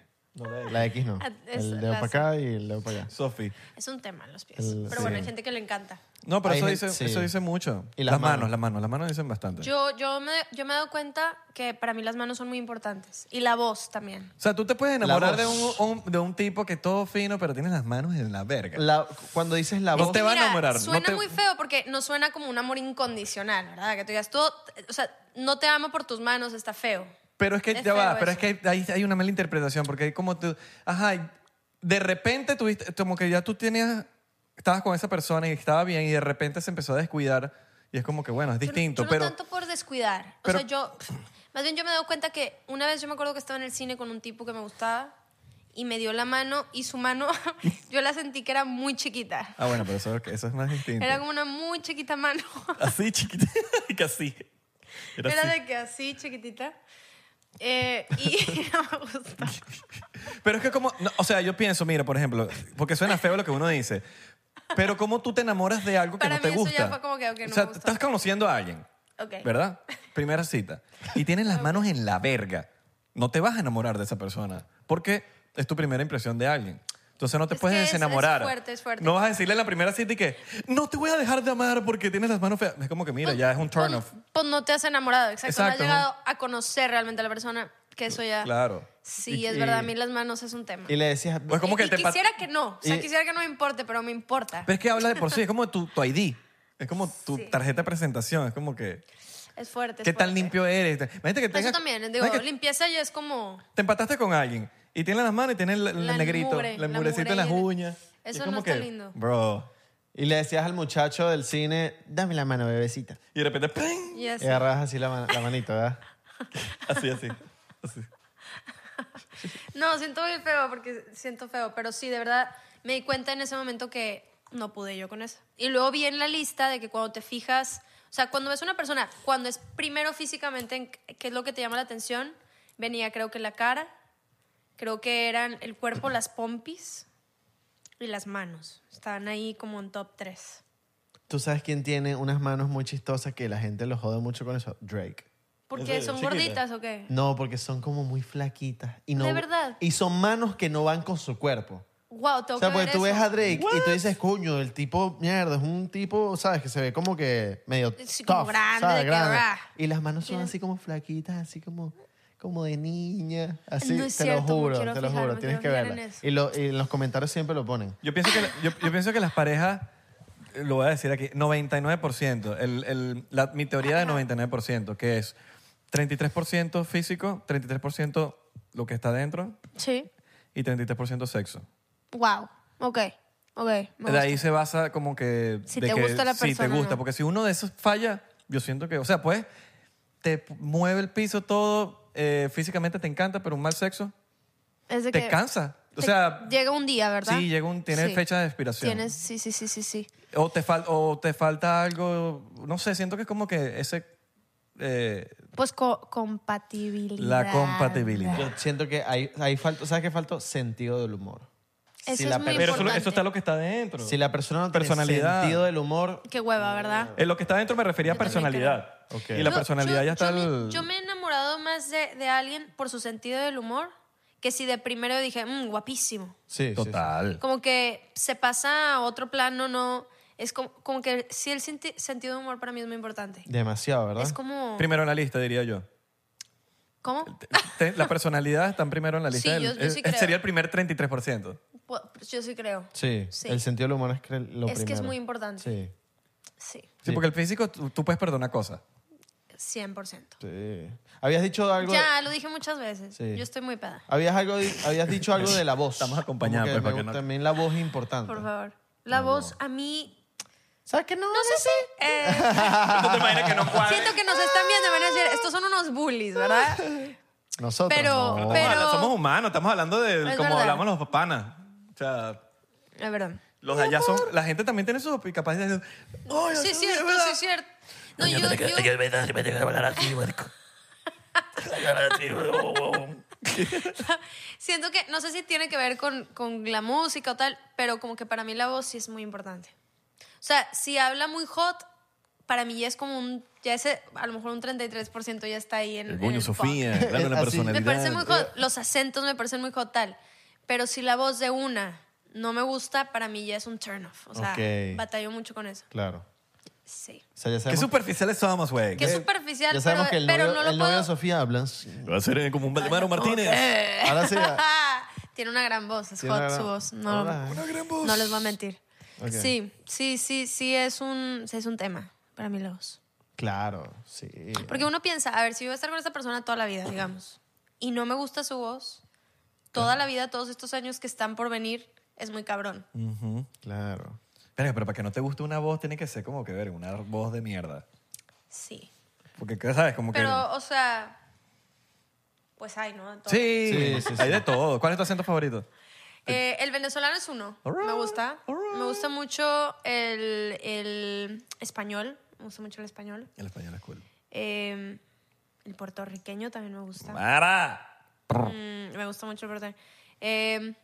D: la, X no.
B: Ah, es
D: el dedo
B: la
D: para
B: C.
D: acá y el dedo para allá.
C: Sofi.
B: Es un tema los pies.
C: Mm,
D: El-
B: Pero bueno,
D: sí.
B: hay gente que le encanta.
C: No, pero
D: Hay
C: eso
D: gente-
C: dice,
D: sí.
C: eso dice mucho.
D: Y las
C: las, manos,
D: manos.
C: las manos, las manos dicen bastante.
B: Yo, yo, me, yo me he dado cuenta que para mí las manos son muy importantes. Y la voz también.
C: o sea, tú te puedes
D: La
C: enamorar de un,
D: voz.
C: un- de un tipo que es todo fino, pero tienes las manos en la verga.
D: La- cuando dices la
C: No
D: voz.
C: te va a
B: Mira,
C: enamorar, no
B: Suena
C: te-
B: muy feo porque no suena como un amor incondicional, ¿verdad? Que tú digas, todo, o sea, no te amo por tus manos, está feo.
C: Pero es que
B: Es
C: ya va,
B: feo
C: pero es
B: eso.
C: que hay, hay una mala interpretación porque hay como tú, ajá, de repente tuviste, como que ya tú tenías, estabas con esa persona y estaba bien y de repente se empezó a descuidar y es como que bueno, es
B: Yo no-
C: distinto,
B: yo no
C: pero
B: tanto por descuidar.
C: pero-
B: o sea, yo. Más bien, yo me he dado cuenta que una vez yo me acuerdo que estaba en el cine con un tipo que me gustaba y me dio la mano y su mano, <laughs> yo la sentí que era muy chiquita.
C: ah bueno, pero eso, eso es más distinto.
B: Era como una muy chiquita mano.
C: así chiquita, <laughs> que así. Era
B: Era
C: así.
B: de que así, chiquitita. Eh, y <laughs> no me gustó.
C: Pero es que como, no, o sea, yo pienso, mira, por ejemplo, porque suena feo lo que uno dice, pero cómo tú te enamoras de algo que
B: Para
C: no te
B: mí eso
C: gusta.
B: ya fue como que, ok, no
C: o sea,
B: me gustó.
C: estás conociendo a alguien,
B: Ok.
C: ¿verdad? Primera cita. Y tienes las manos en la verga. No te vas a enamorar de esa persona porque es tu primera impresión de alguien. Entonces no te
B: Es
C: puedes
B: que es- es
C: desenamorar.
B: fuerte, es fuerte.
C: No vas a decirle en la primera cita y que no te voy a dejar de amar porque tienes las manos feas. Es como que mira, ya es un turn off.
B: Pues, pues no te has enamorado, exacto.
C: Exacto,
B: No has
C: ajá.
B: llegado a conocer realmente a la persona, que eso ya.
C: Claro.
B: Sí,
D: Y-
B: es verdad, a
D: y-
B: mí las manos es un tema.
D: Y le decías.
C: Pues como
B: Y-
C: que
B: y
C: te pa-
B: quisiera que no. O sea,
D: y-
B: quisiera que no me importe, pero me importa.
C: Pero es que habla de por sí, es como tu, tu ID. Es como tu
B: Sí.
C: tarjeta de presentación. Es como que.
B: es fuerte. es
C: ¿Qué tan
B: fuerte.
C: limpio eres? Imagínate que tengas-
B: Eso Pues también. Digo,
C: imagínate que
B: limpieza ya es como.
C: Te empataste con alguien y tiene las manos y tiene el, el
B: La
C: negrito,
B: mugre,
C: el
B: la
C: murecito en las
B: mugre y el-
C: uñas. Y
B: Eso
C: es como
B: no está
C: que,
B: lindo.
C: Bro.
D: Y le decías al muchacho del cine, dame la mano, bebecita.
C: Y de repente, ¡ping!
B: Y es-
D: Y agarrabas así la, man- la manito, ¿verdad?
C: Así, así. así.
B: No, siento muy feo porque siento feo. Pero sí, de verdad, me di cuenta en ese momento que no pude yo con eso. Y luego vi en la lista de que cuando te fijas. O sea, cuando ves una persona, cuando es primero físicamente, en qué qué es lo que te llama la atención, venía creo que la cara, creo que eran el cuerpo, las pompis y las manos. Estaban ahí como en top 3.
D: Tú sabes quién tiene unas manos muy chistosas que la gente lo jode mucho con eso. Drake.
B: Porque son gorditas o qué?
D: No, porque son como muy flaquitas. Y no,
B: ¿De verdad?
D: Y son manos que no van con su cuerpo.
B: Wow, tengo
D: O sea,
B: que ver
D: porque tú ves
B: eso.
D: a Drake y tú dices, coño, el tipo, mierda, es un tipo, ¿sabes? Que se ve como que medio
B: Sí, como
D: tough,
B: grande,
D: ¿sabes?
B: que
D: Grande.
B: rah.
D: Y las manos son así como flaquitas, así como, como de niña. Así,
B: No es
D: te
B: cierto, me
D: lo juro,
B: quiero
D: te lo
B: fijar,
D: juro,
B: me
D: tienes que
B: quiero fijar en
D: verla.
B: eso.
D: Y, lo- y en los comentarios siempre lo ponen.
C: Yo pienso que, la- yo, yo pienso que las parejas, eh, lo voy a decir aquí, 99%. El, el- la, mi teoría de 99%, que es 33% físico, 33% lo que está dentro
B: Sí.
C: y 33% sexo.
B: Wow. Ok. Ok. me
C: de ahí se basa como que...
B: Si
C: de
B: te
C: que
B: gusta la
C: Si te
B: persona,
C: gusta,
B: no.
C: porque si uno de esos falla, yo siento que... O sea, pues, te p- mueve el piso todo, eh, físicamente te encanta, pero un mal sexo
B: gusta. Es de
C: te
B: que
C: cansa. O
B: te-
C: sea,
B: Llega un día, ¿verdad?
C: sí, llega un... Tiene
B: Sí.
C: fecha de expiración.
B: Tienes, sí, sí, sí, sí, sí.
C: O, te fal- o te falta algo... No sé, siento que es como que ese... eh,
B: Pues co- compatibilidad.
C: la compatibilidad.
D: Yo siento que hay, hay falta, ¿sabes qué falta? Sentido del humor.
B: Eso
D: Si
B: es
D: la
B: muy
D: per-
C: Pero eso,
B: importante.
C: eso está lo que está dentro.
D: Si la persona no tiene
C: Personalidad.
D: sentido del humor,
B: Qué hueva, ¿verdad?
C: Eh, lo que está dentro me refería a
B: Yo también
C: personalidad.
D: creo. Ok.
C: Y la
B: Yo-
C: personalidad
B: yo-
C: ya está...
B: yo me-
C: el-
B: Yo me he enamorado más de, de alguien por su sentido del humor que si de primero dije, "Mm, guapísimo.
D: Sí, sí,
C: Total.
B: Como que se pasa a otro plano, no. Es como, como que sí, el senti- sentido de humor para mí es muy importante.
D: sí. Demasiado, ¿verdad?
B: Es como.
C: Primero en la lista, diría yo.
B: ¿Cómo?
C: Te- La personalidad está primero en la lista.
B: Sí,
C: del-
B: yo- yo sí
C: eh,
B: creo.
C: Sería el primer 33%.
B: Pu- pues Yo sí creo.
D: Sí,
B: Sí.
D: el sentido del humor es cre- lo
B: Es que es
D: primero.
B: muy importante.
D: Sí,
B: Sí,
C: Sí, porque el físico, tú, tú puedes perdonar cosas.
B: 100%.
D: sí. Habías dicho algo...
B: Ya, lo dije muchas veces.
D: Sí.
B: Yo estoy muy peda.
D: Habías, algo, di- habías dicho algo de la voz.
C: Estamos acompañados,
D: Como que
C: pues, para
D: me-
C: que no-
D: También la voz es importante.
B: Por favor. La voz a mí.
D: ¿Sabes qué? No,
B: No sé si.
D: <laughs>
B: eh,
C: ¿Tú te imaginas Ah. que no cuadra?
B: siento que nos están viendo y van a decir, estos son unos bullies, ¿verdad?
D: <laughs> Nosotros
B: Pero-
D: no.
B: pero-
C: Estamos hablando- somos humanos, estamos hablando de
B: Es
C: como
B: verdad.
C: hablamos los panas. O sea,
B: Es verdad.
C: los de allá son. La gente también tiene sus capacidades. Oye,
B: Sí,
C: es
B: es cierto,
C: verdad.
B: sí, es cierto. No, yo, yo-
C: <laughs>
B: siento que, no sé si tiene que ver con, con la música o tal, pero como que para mí la voz sí es muy importante. O sea, si habla muy hot, para mí ya es como un, ya ese, a lo mejor un 33% ya está ahí en
C: El
B: en
C: coño
B: el
C: Sofía,
D: fuck.
C: claro, la
D: Así.
C: personalidad.
B: Me parece muy hot. Los acentos me parecen muy hot tal. Pero si la voz de una no me gusta, para mí ya es un turn off. O sea,
D: Ok.
B: batallo mucho con eso.
D: Claro. O
B: Sí.
D: sea, ya
C: Qué
D: sabemos,
C: superficiales somos, güey.
B: Qué superficial,
D: ya sabemos
B: pero,
D: que el
B: pero
D: novio,
B: no lo
D: el novio
B: puedo. <laughs>
D: de Sofía habla. así.
C: Va a ser eh, como un Valdemaro Martínez.
D: Ahora sí. ya.
B: <laughs> Tiene una gran voz, es
D: Tiene
B: hot
D: una
B: su
D: gran-
B: voz. No,
D: Hola. Una
C: gran voz.
B: no les voy a mentir.
D: Ok.
B: Sí, sí, sí, sí es un, sí es un tema para mí la voz.
D: Claro, sí.
B: Porque uno piensa, a ver, si yo voy a estar con esta persona toda la vida, digamos, y no me gusta su voz, toda la vida, todos estos años que están por venir, es muy cabrón.
D: Claro.
C: Verga, pero para que no te guste una voz, tiene que ser como que, verga, una voz de mierda.
B: Sí.
C: Porque, ¿sabes? Como que.
B: Pero, o sea, pues hay, ¿no? Todo.
C: Sí,
D: Sí, sí, sí.
C: hay de todo. ¿Cuál es tu acento favorito?
B: Eh, el venezolano es uno.
C: Alright,
B: Me gusta.
C: alright.
B: Me gusta mucho el, el español. Me gusta mucho el español.
C: El español es cool.
B: Eh, el puertorriqueño también me gusta.
C: ¡Mara!
B: Mm, me gusta mucho el puertorriqueño. Eh,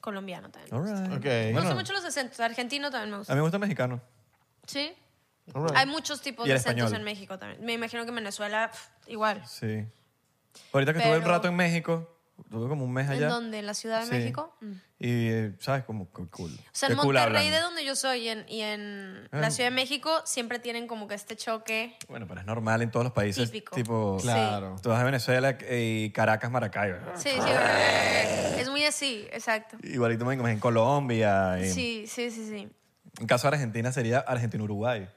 B: colombiano también. Me
C: All
B: gusta.
C: right.
D: Ok.
B: Me
C: Bueno,
B: gustan mucho los acentos. Argentino también me
C: a
B: gusta.
C: mí me gusta el mexicano.
B: Sí.
D: All right.
B: Hay muchos tipos
C: Y
B: de
C: el
B: acentos
C: español.
B: en México también. Me imagino que en Venezuela, pf, igual.
C: Sí. Ahorita que estuve un
B: Pero-
C: rato en México, tuve como un mes
B: ¿En
C: allá.
B: dónde? ¿En la Ciudad de
C: Sí.
B: México? Mm.
C: Y, eh, ¿sabes? Como cool. cool.
B: O sea, en
C: Qué cool
B: Monterrey, de
C: hablan.
B: donde yo soy, y en, y en la
C: Ah.
B: Ciudad de México, siempre tienen como que este choque.
C: Bueno, pero es normal en todos los países.
B: Típico.
C: Tipo,
B: Sí.
D: Claro.
C: tú vas a Venezuela y Caracas, Maracaibo.
B: Sí, sí,
C: Ah.
B: eh, es muy así, exacto.
C: Igualito me en Colombia. y-
B: Sí, sí, sí, sí.
C: En caso de Argentina sería Argentina-Uruguay.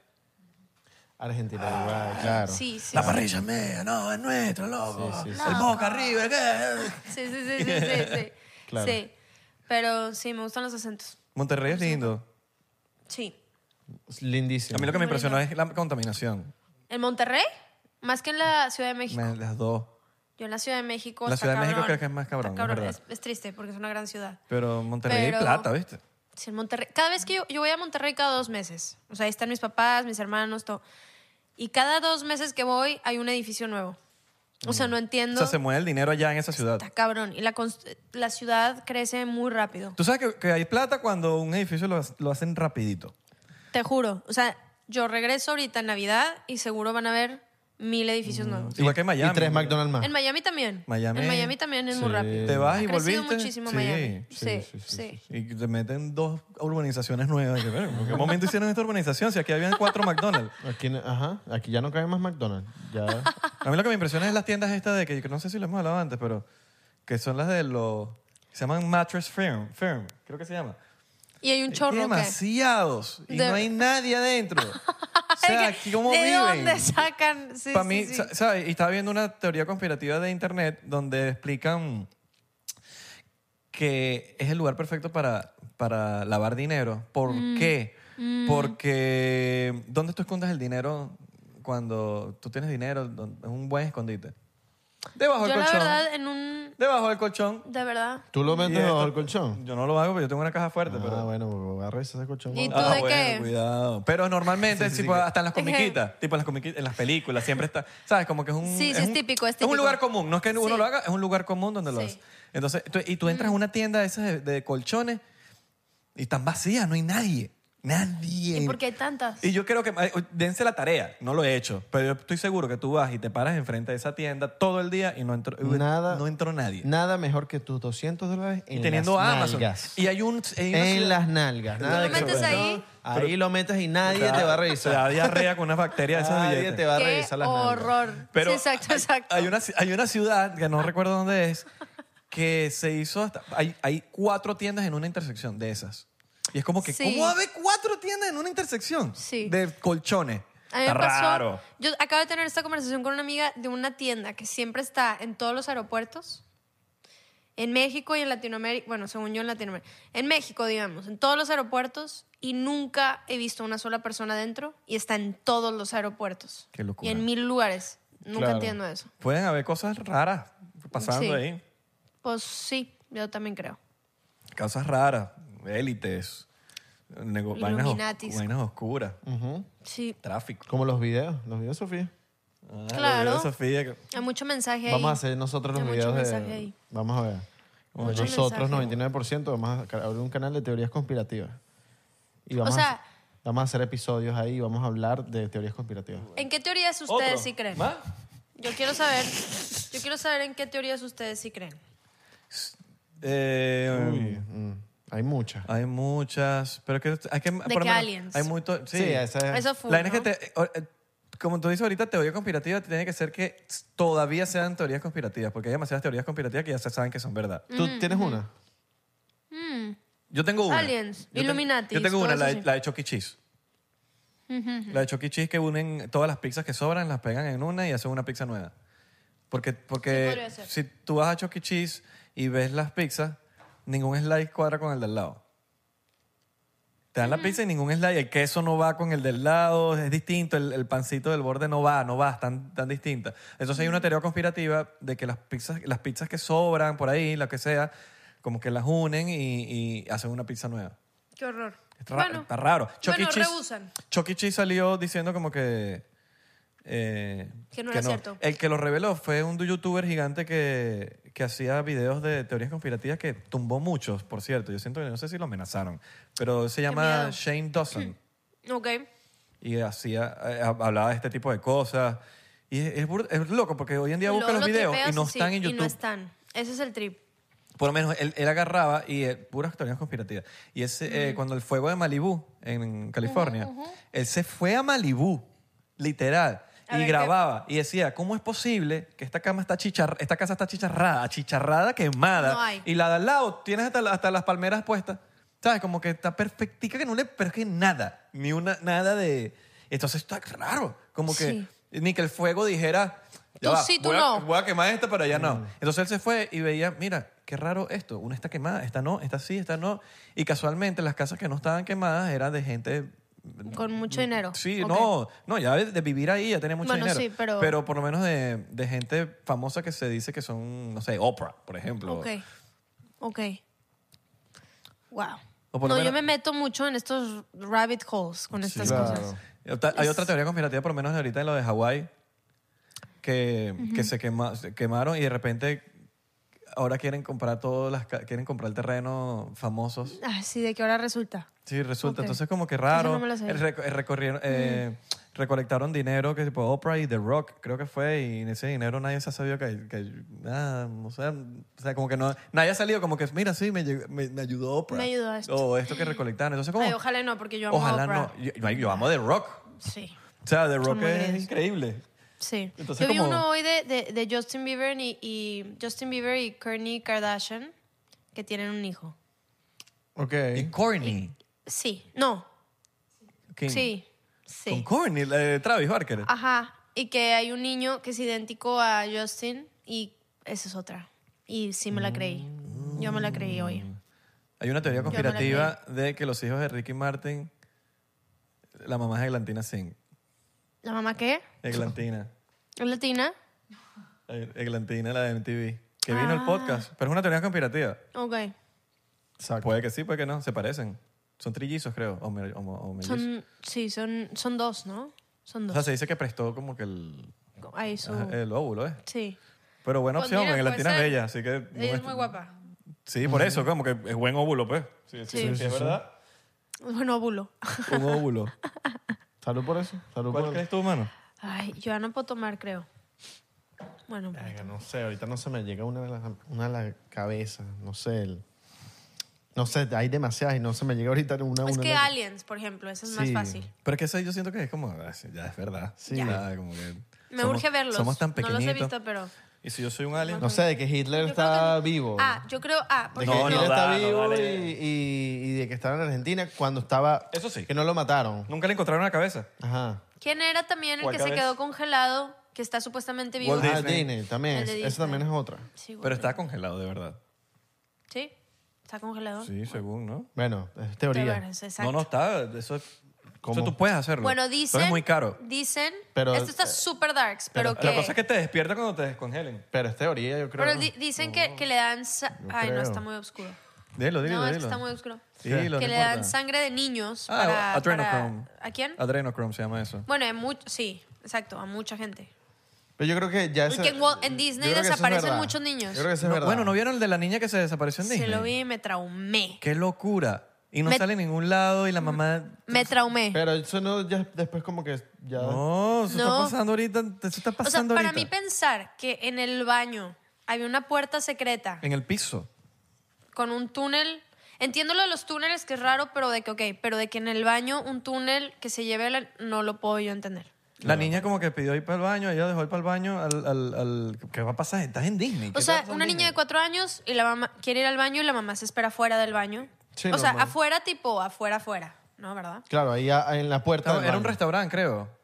D: Argentina,
C: Ah,
D: Uruguay, claro.
B: Sí, sí. Ah.
C: La parrilla es mía, no, es nuestra, loco.
D: Sí, sí,
C: El boca arriba, ¿qué?
B: Sí, sí, sí, sí, sí,
C: <laughs>
B: sí.
D: Claro.
B: Sí. Pero sí, me gustan los acentos.
C: Monterrey es lindo.
B: Sí.
D: Es Lindísimo.
C: A mí lo que me impresionó es la contaminación.
B: ¿En Monterrey? Más que en la Ciudad de México.
C: Me- Las dos.
B: Yo en la Ciudad de México.
C: La
B: está
C: Ciudad de México
B: cabrón.
C: creo que es más
B: Está
C: cabrón, es verdad.
B: Es, es triste porque es una gran ciudad.
C: Pero Monterrey es
B: Pero-
C: plata, ¿viste?
B: Sí, en Monterrey. Cada vez que yo, yo voy a Monterrey cada dos meses. O sea, ahí están mis papás, mis hermanos, todo. Y cada dos meses que voy hay un edificio nuevo. O sea, no
C: O
B: entiendo.
C: sea, Mm. se mueve el dinero allá en esa ciudad.
B: Está cabrón. Y la, cons- la ciudad crece muy rápido.
C: Tú sabes que, que hay plata cuando un edificio lo, ha- lo hacen rapidito.
B: Te juro. O sea, yo regreso ahorita en Navidad y seguro van a ver mil edificios nuevos.
C: Igual que en Miami.
D: Y tres McDonald's más.
B: En Miami también.
C: Mm. Ah. Miami.
B: En Miami también es
D: Sí.
B: muy rápido.
C: Te vas y
B: ha crecido
C: volviste.
B: muchísimo
C: Sí,
B: Miami.
C: sí,
B: Sí, sí,
D: sí, sí,
C: Y te meten dos urbanizaciones nuevas. Y que, "Verga, ¿En qué momento hicieron esta urbanización? Si aquí habían cuatro McDonald's.
D: Aquí, no- ajá, aquí ya no cae más McDonald's.
B: <laughs>
D: Ya.
C: A mí lo que me impresiona es las tiendas estas de que, que no sé si lo hemos hablado antes, pero que son las de los... que Se llaman Mattress Firm, firm creo que se llama.
B: Y hay un
C: Hay
B: chorro que...
C: demasiados y
B: De-
C: no hay nadie adentro.
B: <laughs>
C: o sea, aquí cómo
B: ¿De
C: viven.
B: dónde sacan? Sí,
C: Para
B: sí,
C: mí,
B: sí.
C: sa- ¿sabes? Y estaba viendo una teoría conspirativa de internet donde explican que es el lugar perfecto para, para lavar dinero. ¿Por
B: Mm.
C: qué? Porque ¿dónde tú escondes el dinero cuando tú tienes dinero? Don- Es un buen escondite. Debajo
B: Yo
C: del
B: la
C: colchón.
B: verdad en un...
C: Debajo del colchón.
B: De verdad.
D: ¿Tú lo
C: Y
D: metes
C: esto-
D: bajo el colchón?
C: Yo no lo hago porque yo tengo una caja fuerte, pero...
D: Ah, bueno, voy a revisar ese colchón.
B: Y-
D: Ah,
B: tú de qué?
C: Cuidado. Pero normalmente, tipo, hasta en las
B: ¿De qué?
C: comiquitas, tipo en las comiquitas, en las películas, siempre está, ¿sabes? Como que es un...
B: Sí, sí, es
C: un-
B: típico, es
C: un
B: típico.
C: lugar común, no es que uno
B: Sí.
C: lo haga, es un lugar común donde lo
B: Sí. Mm.
C: hace. Entonces, tú- y tú entras a una tienda de esas de, de colchones y están vacías, no hay nadie. Nadie.
B: ¿Y por qué hay tantas?
C: Y yo creo que, eh, dense la tarea, no lo he hecho, pero yo estoy seguro que tú vas y te paras enfrente de esa tienda todo el día y no entró,
D: Nada.
C: no entró nadie.
D: Nada mejor que tus 200 dólares en
C: y teniendo
D: las
C: Amazon.
D: nalgas.
C: Y hay un... hay una
D: en
C: ciudad-
D: las nalgas. Nada
B: lo
D: de que,
B: metes
D: bueno,
B: ahí.
D: Ahí lo metes y nadie
C: da-
D: te va a
C: Te da
D: revisar. <laughs>
C: diarrea con una bacteria de esos
D: Nadie
C: billetes.
D: te va a
B: ¡Qué
D: revisar las nalgas.
B: horror!
C: Pero
B: sí, exacto,
C: hay,
B: exacto.
C: Hay una, ci- hay una ciudad, que no recuerdo dónde es, que se hizo hasta... Hay, hay cuatro tiendas en una intersección de esas. Y es como que,
B: Sí.
C: ¿cómo va a haber cuatro tiendas en una intersección?
B: Sí.
C: De colchones.
B: A mí me
C: Está
B: pasó-
C: raro.
B: Yo acabo de tener esta conversación con una amiga de una tienda que siempre está en todos los aeropuertos. En México y en Latinoamérica, bueno, según yo en Latinoamérica, en México, digamos, en todos los aeropuertos y nunca he visto una sola persona dentro y está en todos los aeropuertos.
C: Qué locura.
B: Y en mil lugares. Nunca
D: Claro.
B: entiendo eso.
C: Pueden haber cosas raras pasando
B: Sí.
C: ahí.
B: Pues sí, yo también creo.
C: Cosas raras, élites, nego- vainas, os-
B: Illuminatis.
C: vainas oscuras,
B: Sí,
C: tráfico.
D: Como los videos, los videos, Sofía.
C: Ah,
B: Claro.
C: lo de Sofía, que-
B: hay mucho mensaje
D: Vamos a
B: ahí.
D: hacer nosotros
B: Hay
D: los
B: mucho
D: videos
B: mensaje
D: de.
B: ahí.
D: Vamos a ver.
B: Mucho mensaje.
D: nosotros, 99%, vamos a ca- abrir un canal de teorías conspirativas. Y vamos,
B: sea-
D: a, vamos a hacer episodios ahí y vamos a hablar de teorías conspirativas.
B: ¿En qué teorías ustedes
C: Otro.
B: sí creen?
C: ¿Más?
B: Yo quiero saber, yo quiero saber en qué teorías ustedes sí creen.
C: Eh,
D: Uy, mm, hay muchas.
C: Hay muchas, pero que hay que... por lo
B: que
C: menos,
B: aliens.
C: Hay mucho... Sí,
D: Sí, esa es.
B: Eso fue.
C: La vaina es que, te- eh, o- eh, como tú dices ahorita, teoría conspirativa tiene que ser que todavía sean teorías conspirativas, porque hay demasiadas teorías conspirativas que ya se saben que son verdad.
D: ¿Tú
B: mm,
D: tienes una?
C: Yo tengo una.
B: Aliens,
C: Yo ten-
B: Illuminatis,
C: Yo tengo
B: todo
C: una,
B: eso
C: la,
B: sí.
C: de- la de Chucky E. Cheese. La de Chucky E. Cheese que unen todas las pizzas que sobran, las pegan en una y hacen una pizza nueva. Porque,
B: Sí,
C: porque
B: podría ser.
C: si tú vas a Chucky Cheese y ves las pizzas, ningún slice cuadra con el del lado. Te
B: Mm.
C: dan la pizza y ningún slide. El queso no va con el del lado, es distinto. El, el pancito del borde no va, no va, están tan distintas. Entonces hay
B: Mm.
C: una teoría conspirativa de que las pizzas, las pizzas que sobran por ahí, lo que sea, como que las unen y, y hacen una pizza nueva.
B: Qué horror.
C: Está, ra- está raro. Chucky
B: bueno,
C: Cheese-
B: rehusan.
C: Chucky Cheese salió diciendo como que... eh,
B: Que no era cierto.
C: El que lo reveló fue un youtuber gigante que, que hacía videos de teorías conspirativas que tumbó muchos, por cierto. Yo siento que no sé si lo amenazaron. Pero se llama
B: miedo. Mm.
C: Shane Dawson
B: Ok.
C: y hacía, eh, hablaba de este tipo de cosas. Y es, es bur- es loco porque hoy en día
B: Luego
C: buscan los
B: lo
C: videos y
B: tripeas,
C: no
B: sí,
C: están en
B: Y no
C: YouTube.
B: están. Ese es el trip.
C: Por lo menos él, él agarraba y eh, puras teorías conspirativas. Y ese, eh, cuando el fuego de Malibú en California, él se fue a Malibú, literal,
B: A
C: y
B: ver, ¿qué?
C: grababa y decía, ¿cómo es posible que esta, cama está chichar esta casa está chicharrada, achicharrada, quemada?
B: No hay.
C: Y la de al lado tienes hasta, la- hasta las palmeras puestas. ¿Sabes? Como que está perfectica, que no le... Pero es que nada, ni una, nada de... Entonces está raro, como que
B: Sí.
C: ni que el fuego dijera...
B: Tú
C: "Ya va,
B: sí, tú
C: voy a-
B: no".
C: voy a quemar esta, pero allá no. Entonces él se fue y veía, mira, qué raro esto. Una está quemada, esta no, esta sí, esta no. Y casualmente las casas que no estaban quemadas eran de gente...
B: Con mucho dinero.
C: Mm, Sí,
B: Ok.
C: no, no, ya de, de vivir ahí ya tenía mucho
B: Bueno,
C: dinero.
B: sí, pero-
C: por lo menos de, de gente famosa que se dice que son, no sé, Oprah, por ejemplo.
B: Ok. Ok. Wow.
C: O por lo
B: No, yo
C: menos-
B: me meto mucho en estos rabbit holes con
C: Sí.
B: estas cosas.
C: Otra- Hay otra teoría conspirativa, por lo menos ahorita en lo de Hawái, que, que se, quema- se quemaron y de repente ahora quieren comprar todos las ca- quieren comprar el terreno famosos.
B: Ah, sí, de qué hora resulta.
C: Sí, resulta.
B: Ok.
C: Entonces, como que raro.
B: Eso no me lo sabía.
C: El reco- el recorrieron, eh, Recolectaron dinero que tipo Oprah y The Rock, creo que fue, y en ese dinero nadie se ha sabido que. que nada, o sea, o sea, como que no. Nadie ha salido, como que, mira, sí, me, llegó- me, me ayudó Oprah.
B: Me ayudó esto.
C: O esto que recolectaron. Entonces, como.
B: Ay, ojalá no, porque yo amo
C: ojalá
B: a Oprah.
C: no. Yo, yo- yo amo The Rock.
B: Sí.
C: O sea, The Rock
B: muy
C: es
B: grandes.
C: increíble.
B: Sí.
C: Entonces,
B: Yo vi
C: como-
B: uno hoy de, de- de Justin Bieber y, y Justin Bieber y Kourtney Kardashian que tienen un hijo.
D: Ok.
C: Y Corny.
B: Sí. No.
C: King.
B: Sí. Sí. Ah.
C: Con Corny, la de Travis Barker.
B: Ajá. Y que hay un niño que es idéntico a Justin y esa es otra. Y sí me la creí.
C: Mm.
B: Yo me la creí hoy.
C: Hay una teoría
B: me la
C: conspirativa de que los hijos de Ricky Martin, la mamá es Eglantina Singh.
B: ¿La mamá qué?
C: Eglantina.
B: ¿Es latina?
C: Eglantina, la de MTV. Que vino
B: Ah.
C: el podcast. Pero es una teoría conspirativa.
B: Ok.
D: Exacto.
C: Puede que sí, puede que no. Se parecen. Son trillizos, creo. O, me- o mo- o mellizos.
B: Son, sí, son, son dos, ¿no? Son
C: O sea,
B: dos.
C: se dice que prestó como que el,
B: Ahí su...
C: ajá, el óvulo, ¿eh?
B: Sí.
C: Pero buena
B: Pues
C: opción.
B: mira,
C: Eglantina es
B: puede ser.
C: bella, así que... no
B: Ella es muy guapa.
C: Sí, por eso. Como que es buen óvulo, pues. Sí, sí,
B: Sí.
C: sí, es verdad.
B: Un óvulo.
C: Un óvulo.
G: Salud por eso. Salud
C: ¿Cuál
G: por
C: crees tú, mano?
B: Ay, yo ya no puedo tomar, creo. Bueno,
G: Verga, no sé, ahorita no se me llega una, a la- una a la cabeza. No sé. el- no sé, hay demasiadas y no se me llega ahorita una.
B: es
G: una
B: que
G: una-
B: Aliens, por ejemplo, eso es más
G: Sí.
B: fácil.
C: Pero es que eso yo siento que es como, ah, sí, ya es verdad.
G: Sí.
C: Ya, como que
B: Me
C: somos-
B: urge verlos.
C: Somos tan
B: no
C: pequeñitos.
B: los he visto, pero...
C: Y si yo soy un alien,
G: No sé, de que Hitler
B: Yo
G: está
B: creo que-
G: vivo.
B: Ah, yo creo... Ah,
G: de
B: porque
G: que
C: No,
G: Hitler
C: no
G: está
C: da, no
G: vivo
C: vale.
G: y, y- y de que estaba en Argentina cuando estaba.
C: Eso sí.
G: Que no lo mataron.
C: nunca le encontraron la cabeza.
G: Ajá.
B: ¿Quién era también el
C: Walt
B: que se
C: Disney.
B: quedó congelado, que está supuestamente vivo?
C: Walt
G: Ah,
C: Disney.
G: Disney también.
B: El de
G: Esa
B: Disney.
G: también es otra.
B: Sí,
C: Pero
B: Walt
C: está congelado, de verdad.
B: Disney. ¿Sí? ¿Está congelado?
C: Sí, según, ¿no?
G: Bueno, es
B: Te
G: teoría.
B: verás, exacto.
C: No, no está. Eso, es-
G: ¿Cómo?
C: eso tú puedes hacerlo.
B: Bueno,
C: dice
B: dicen...
C: Pero es muy caro.
B: Dicen...
G: Pero-
B: esto está súper darks, pero,
G: pero-
B: que...
C: eh, La cosa es que te despierta cuando te descongelen.
G: Pero es teoría, yo creo.
B: Pero di- dicen que, que le dan... sa-
G: Yo
B: Ay, no,
G: creo.
B: está muy oscuro.
C: Dilo, dilo,
B: No, es que
C: dilo.
B: está muy oscuro.
C: Dilo, no
B: que le
C: importa.
B: dan sangre de niños
C: Ah,
B: para,
C: adrenochrome.
B: para- ¿A quién?
C: Adrenochrome se llama eso.
B: bueno, en mucho, sí, exacto, a mucha gente.
G: Pero yo creo que ya.
B: Porque
G: esa-
B: en Wal- en
G: yo
B: Disney
G: creo que eso es
B: desaparecen
G: verdad.
B: muchos niños.
G: Yo creo que eso es
C: No,
G: verdad.
C: bueno, ¿no vieron el de la niña que se desapareció en Disney?
B: Se lo vi y me traumé.
C: ¡Qué locura! Y no
B: Me-
C: sale en ningún lado y la mamá...
B: Me traumé.
G: Pero eso no, ya después como que ya...
C: No, eso
B: No.
C: está pasando ahorita. Eso está
B: o sea,
C: pasando
B: para mí
C: ahorita.
B: pensar que en el baño había una puerta secreta
C: en el piso.
B: con un túnel. Entiendo lo de los túneles, que es raro, pero de que, ok, pero de que en el baño un túnel que se lleve, la- no lo puedo yo entender.
C: La niña como que pidió ir para el baño, ella dejó ir para el baño al, al, al- ¿Qué va a pasar? Estás en Disney.
B: O
C: ¿qué
B: sea,
C: pasa en
B: una niña
C: Disney?
B: de cuatro años y la mamá quiere ir al baño y la mamá se espera fuera del baño.
G: Sí,
B: o sea,
G: normal.
B: afuera tipo, afuera, afuera, ¿no? ¿Verdad?
G: Claro, ahí a- en la puerta
C: Estaba-
G: del
C: Era un
G: baño.
C: restaurante, creo.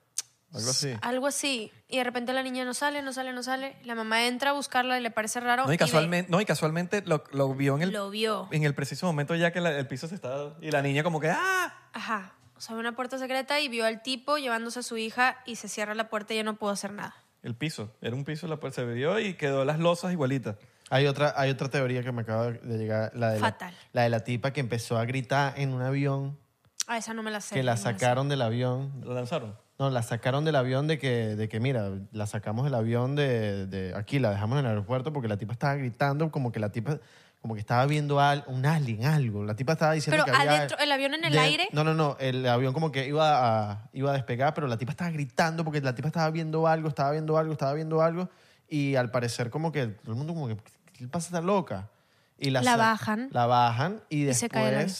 C: Algo así.
B: Algo así. Y de repente la niña no sale, no sale, no sale. La mamá entra a buscarla y le parece raro.
C: No, y
B: ve-
C: casualmente, no, y casualmente lo, lo vio en el,
B: Lo vio.
C: en el preciso momento ya que la- el piso se estaba... Y la niña como que... ¡Ah!
B: Ajá. O sea, ve una puerta secreta y vio al tipo llevándose a su hija y se cierra la puerta y ya no pudo hacer nada.
C: El piso. Era un piso, la puerta se vio y quedó las losas igualitas.
G: Hay otra, hay otra teoría que me acaba de llegar. La de la-
B: Fatal.
G: La, de la tipa que empezó a gritar en un avión,
B: Ah, esa no me la sé.
G: que
B: no
G: la
B: me sé.
G: sacaron del avión.
C: ¿Lo lanzaron?
G: No, la sacaron del avión de que, de que mira, la sacamos del avión de, de aquí, la dejamos en el aeropuerto porque la tipa estaba gritando como que la tipa... Como que estaba viendo al, un alien, algo. La tipa estaba diciendo
B: Pero
G: que había...
B: adentro, ¿el avión en el aire?
G: No, no, no. El avión como que iba a, iba a despegar, pero la tipa estaba gritando porque la tipa estaba viendo algo, estaba viendo algo, estaba viendo algo. Y al parecer como que todo el mundo como que, ¿qué le pasa a esta loca? Y
B: La
G: sa-
B: bajan.
G: La bajan y después...
B: se cae el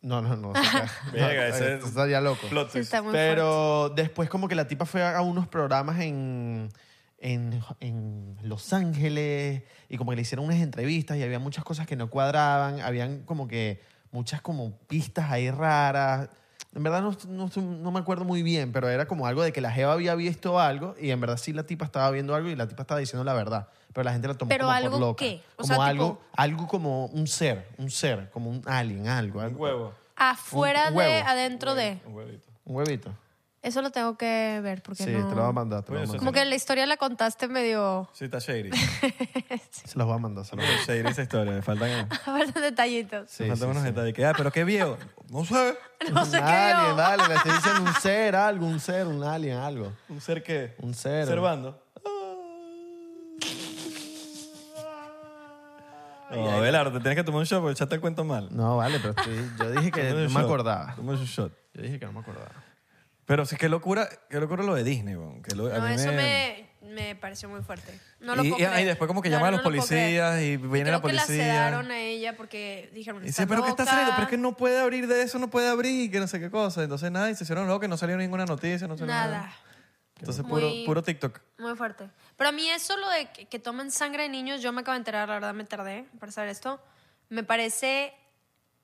G: no, no, no.
B: <laughs>
G: se cae.
C: Verga, ese-
G: Esto estaría loco.
C: Plot
B: Sí,
C: twist.
B: está muy fuerte.
G: Pero después como que la tipa fue a unos programas en, en, en Los Ángeles y como que le hicieron unas entrevistas y había muchas cosas que no cuadraban, habían como que muchas como pistas ahí raras. En verdad no, no, estoy- no me acuerdo muy bien, pero era como algo de que la Jeva había visto algo y en verdad sí la tipa estaba viendo algo y la tipa estaba diciendo la verdad. Pero la gente la tomó
B: ¿Pero
G: como
B: algo
G: por loca.
B: qué? O
G: como
B: sea, tipo-
G: algo, algo como un ser, un ser, como un alien, algo.
C: Un
G: algo.
C: huevo.
B: Afuera
G: Un
B: de,
G: huevo.
B: adentro de.
C: Un huevito.
G: Un huevito.
B: Eso lo tengo que ver porque
G: Sí,
B: no-
G: te lo voy a mandar. te lo
C: Coño,
G: voy a
C: eso
G: mandar.
B: Como que la historia la contaste medio... <laughs>
C: Sí, está shady.
G: Se los voy a mandar, se los voy a mandar.
C: shady esa historia. Le faltan,
B: Faltan detallitos.
C: le faltan unos detalles. Que, ah, pero qué viejo. No sé.
B: <laughs> No sé
G: un
B: qué
G: alien,
B: digo.
G: vale, le estoy
B: <laughs>
G: diciendo un ser, algo, un ser, un alien, algo.
C: ¿Un ser qué?
G: Un ser.
C: Observando. No, Abelardo, te tienes que tomar un shot porque ya te cuento mal.
G: No, vale, pero estoy- yo dije que
C: Tómate
G: no
C: un
G: me
C: shot.
G: acordaba.
C: Tómate un shot.
G: Yo dije que no me acordaba.
C: Pero sí, qué locura, qué locura lo de Disney, weón. Que lo- a
B: No,
C: mí
B: eso me, me pareció muy fuerte. No lo
C: y, ah,
B: puedo
C: y-
B: creer.
C: y después como que
B: No,
C: llaman
B: no,
C: a los
B: no lo puedo creer.
C: policías y viene
B: Creo
C: la policía.
B: que la sedaron a ella porque dijeron,
C: Y
B: está
C: dice, pero ¿qué está
B: loca".
C: saliendo? Pero es que no puede abrir de eso, no puede abrir y que no sé qué cosa. Entonces nada, y se hicieron locos, no salió ninguna noticia, no salió nada.
B: Nada.
C: Entonces
B: Muy-
C: puro, puro TikTok.
B: Muy fuerte. Pero a mí eso lo de que, que toman sangre de niños, yo me acabo de enterar, la verdad me tardé para saber esto, me parece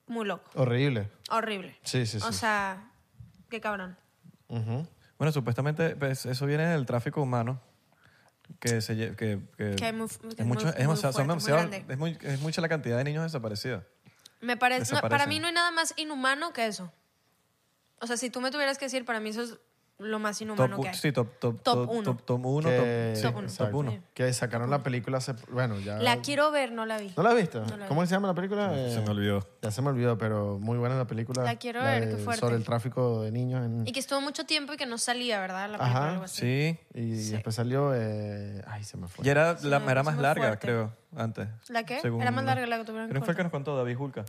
B: muy loco,
G: Horrible.
B: horrible.
G: Sí, sí,
B: O
G: sí.
B: sea, qué cabrón.
G: Ujú.
C: Bueno, supuestamente pues, eso viene del tráfico humano. Que se lle- que, que-
B: Que hay muy-
C: es
B: que es
C: mucho-
B: muy- muy
C: es demasiado-
B: fuerte,
C: son
B: muy
C: demasiado-
B: grande.
C: es muy- es mucha la cantidad de niños desaparecidos.
B: Me parece, no, para
C: Desaparecen.
B: mí no hay nada más inhumano que eso. O sea, si tú me tuvieras que decir, para mí eso es lo más inhumano
C: Top,
B: que hay.
C: sí, top, top,
B: Top
C: top,
B: uno.
C: top- top uno,
G: Que-
C: top- sí,
B: Top uno.
C: top
G: exacto. Eh,
C: uno.
B: Sí.
G: Que sacaron la película hace... Bueno, ya...
B: La quiero ver, no la vi.
G: ¿No la has visto?
B: No la vi.
G: ¿Cómo se llama la película?
C: Se
G: Eh,
C: me olvidó.
G: Ya se me olvidó, pero muy buena la película.
B: La quiero ver,
G: de-
B: qué fuerte.
G: Sobre el tráfico de niños en...
B: Y que estuvo mucho tiempo y que no salía, ¿verdad? La
G: Ajá,
B: película, algo así.
C: Sí.
G: Y después salió... eh, Ay, se me fue.
C: Y era, la,
B: me parece
C: era más
B: muy
C: larga,
B: fuerte.
C: creo, antes.
B: ¿La qué? Era más larga la que tuvieron que
C: Creo que fue
B: cortar.
C: el que nos contó David Julka,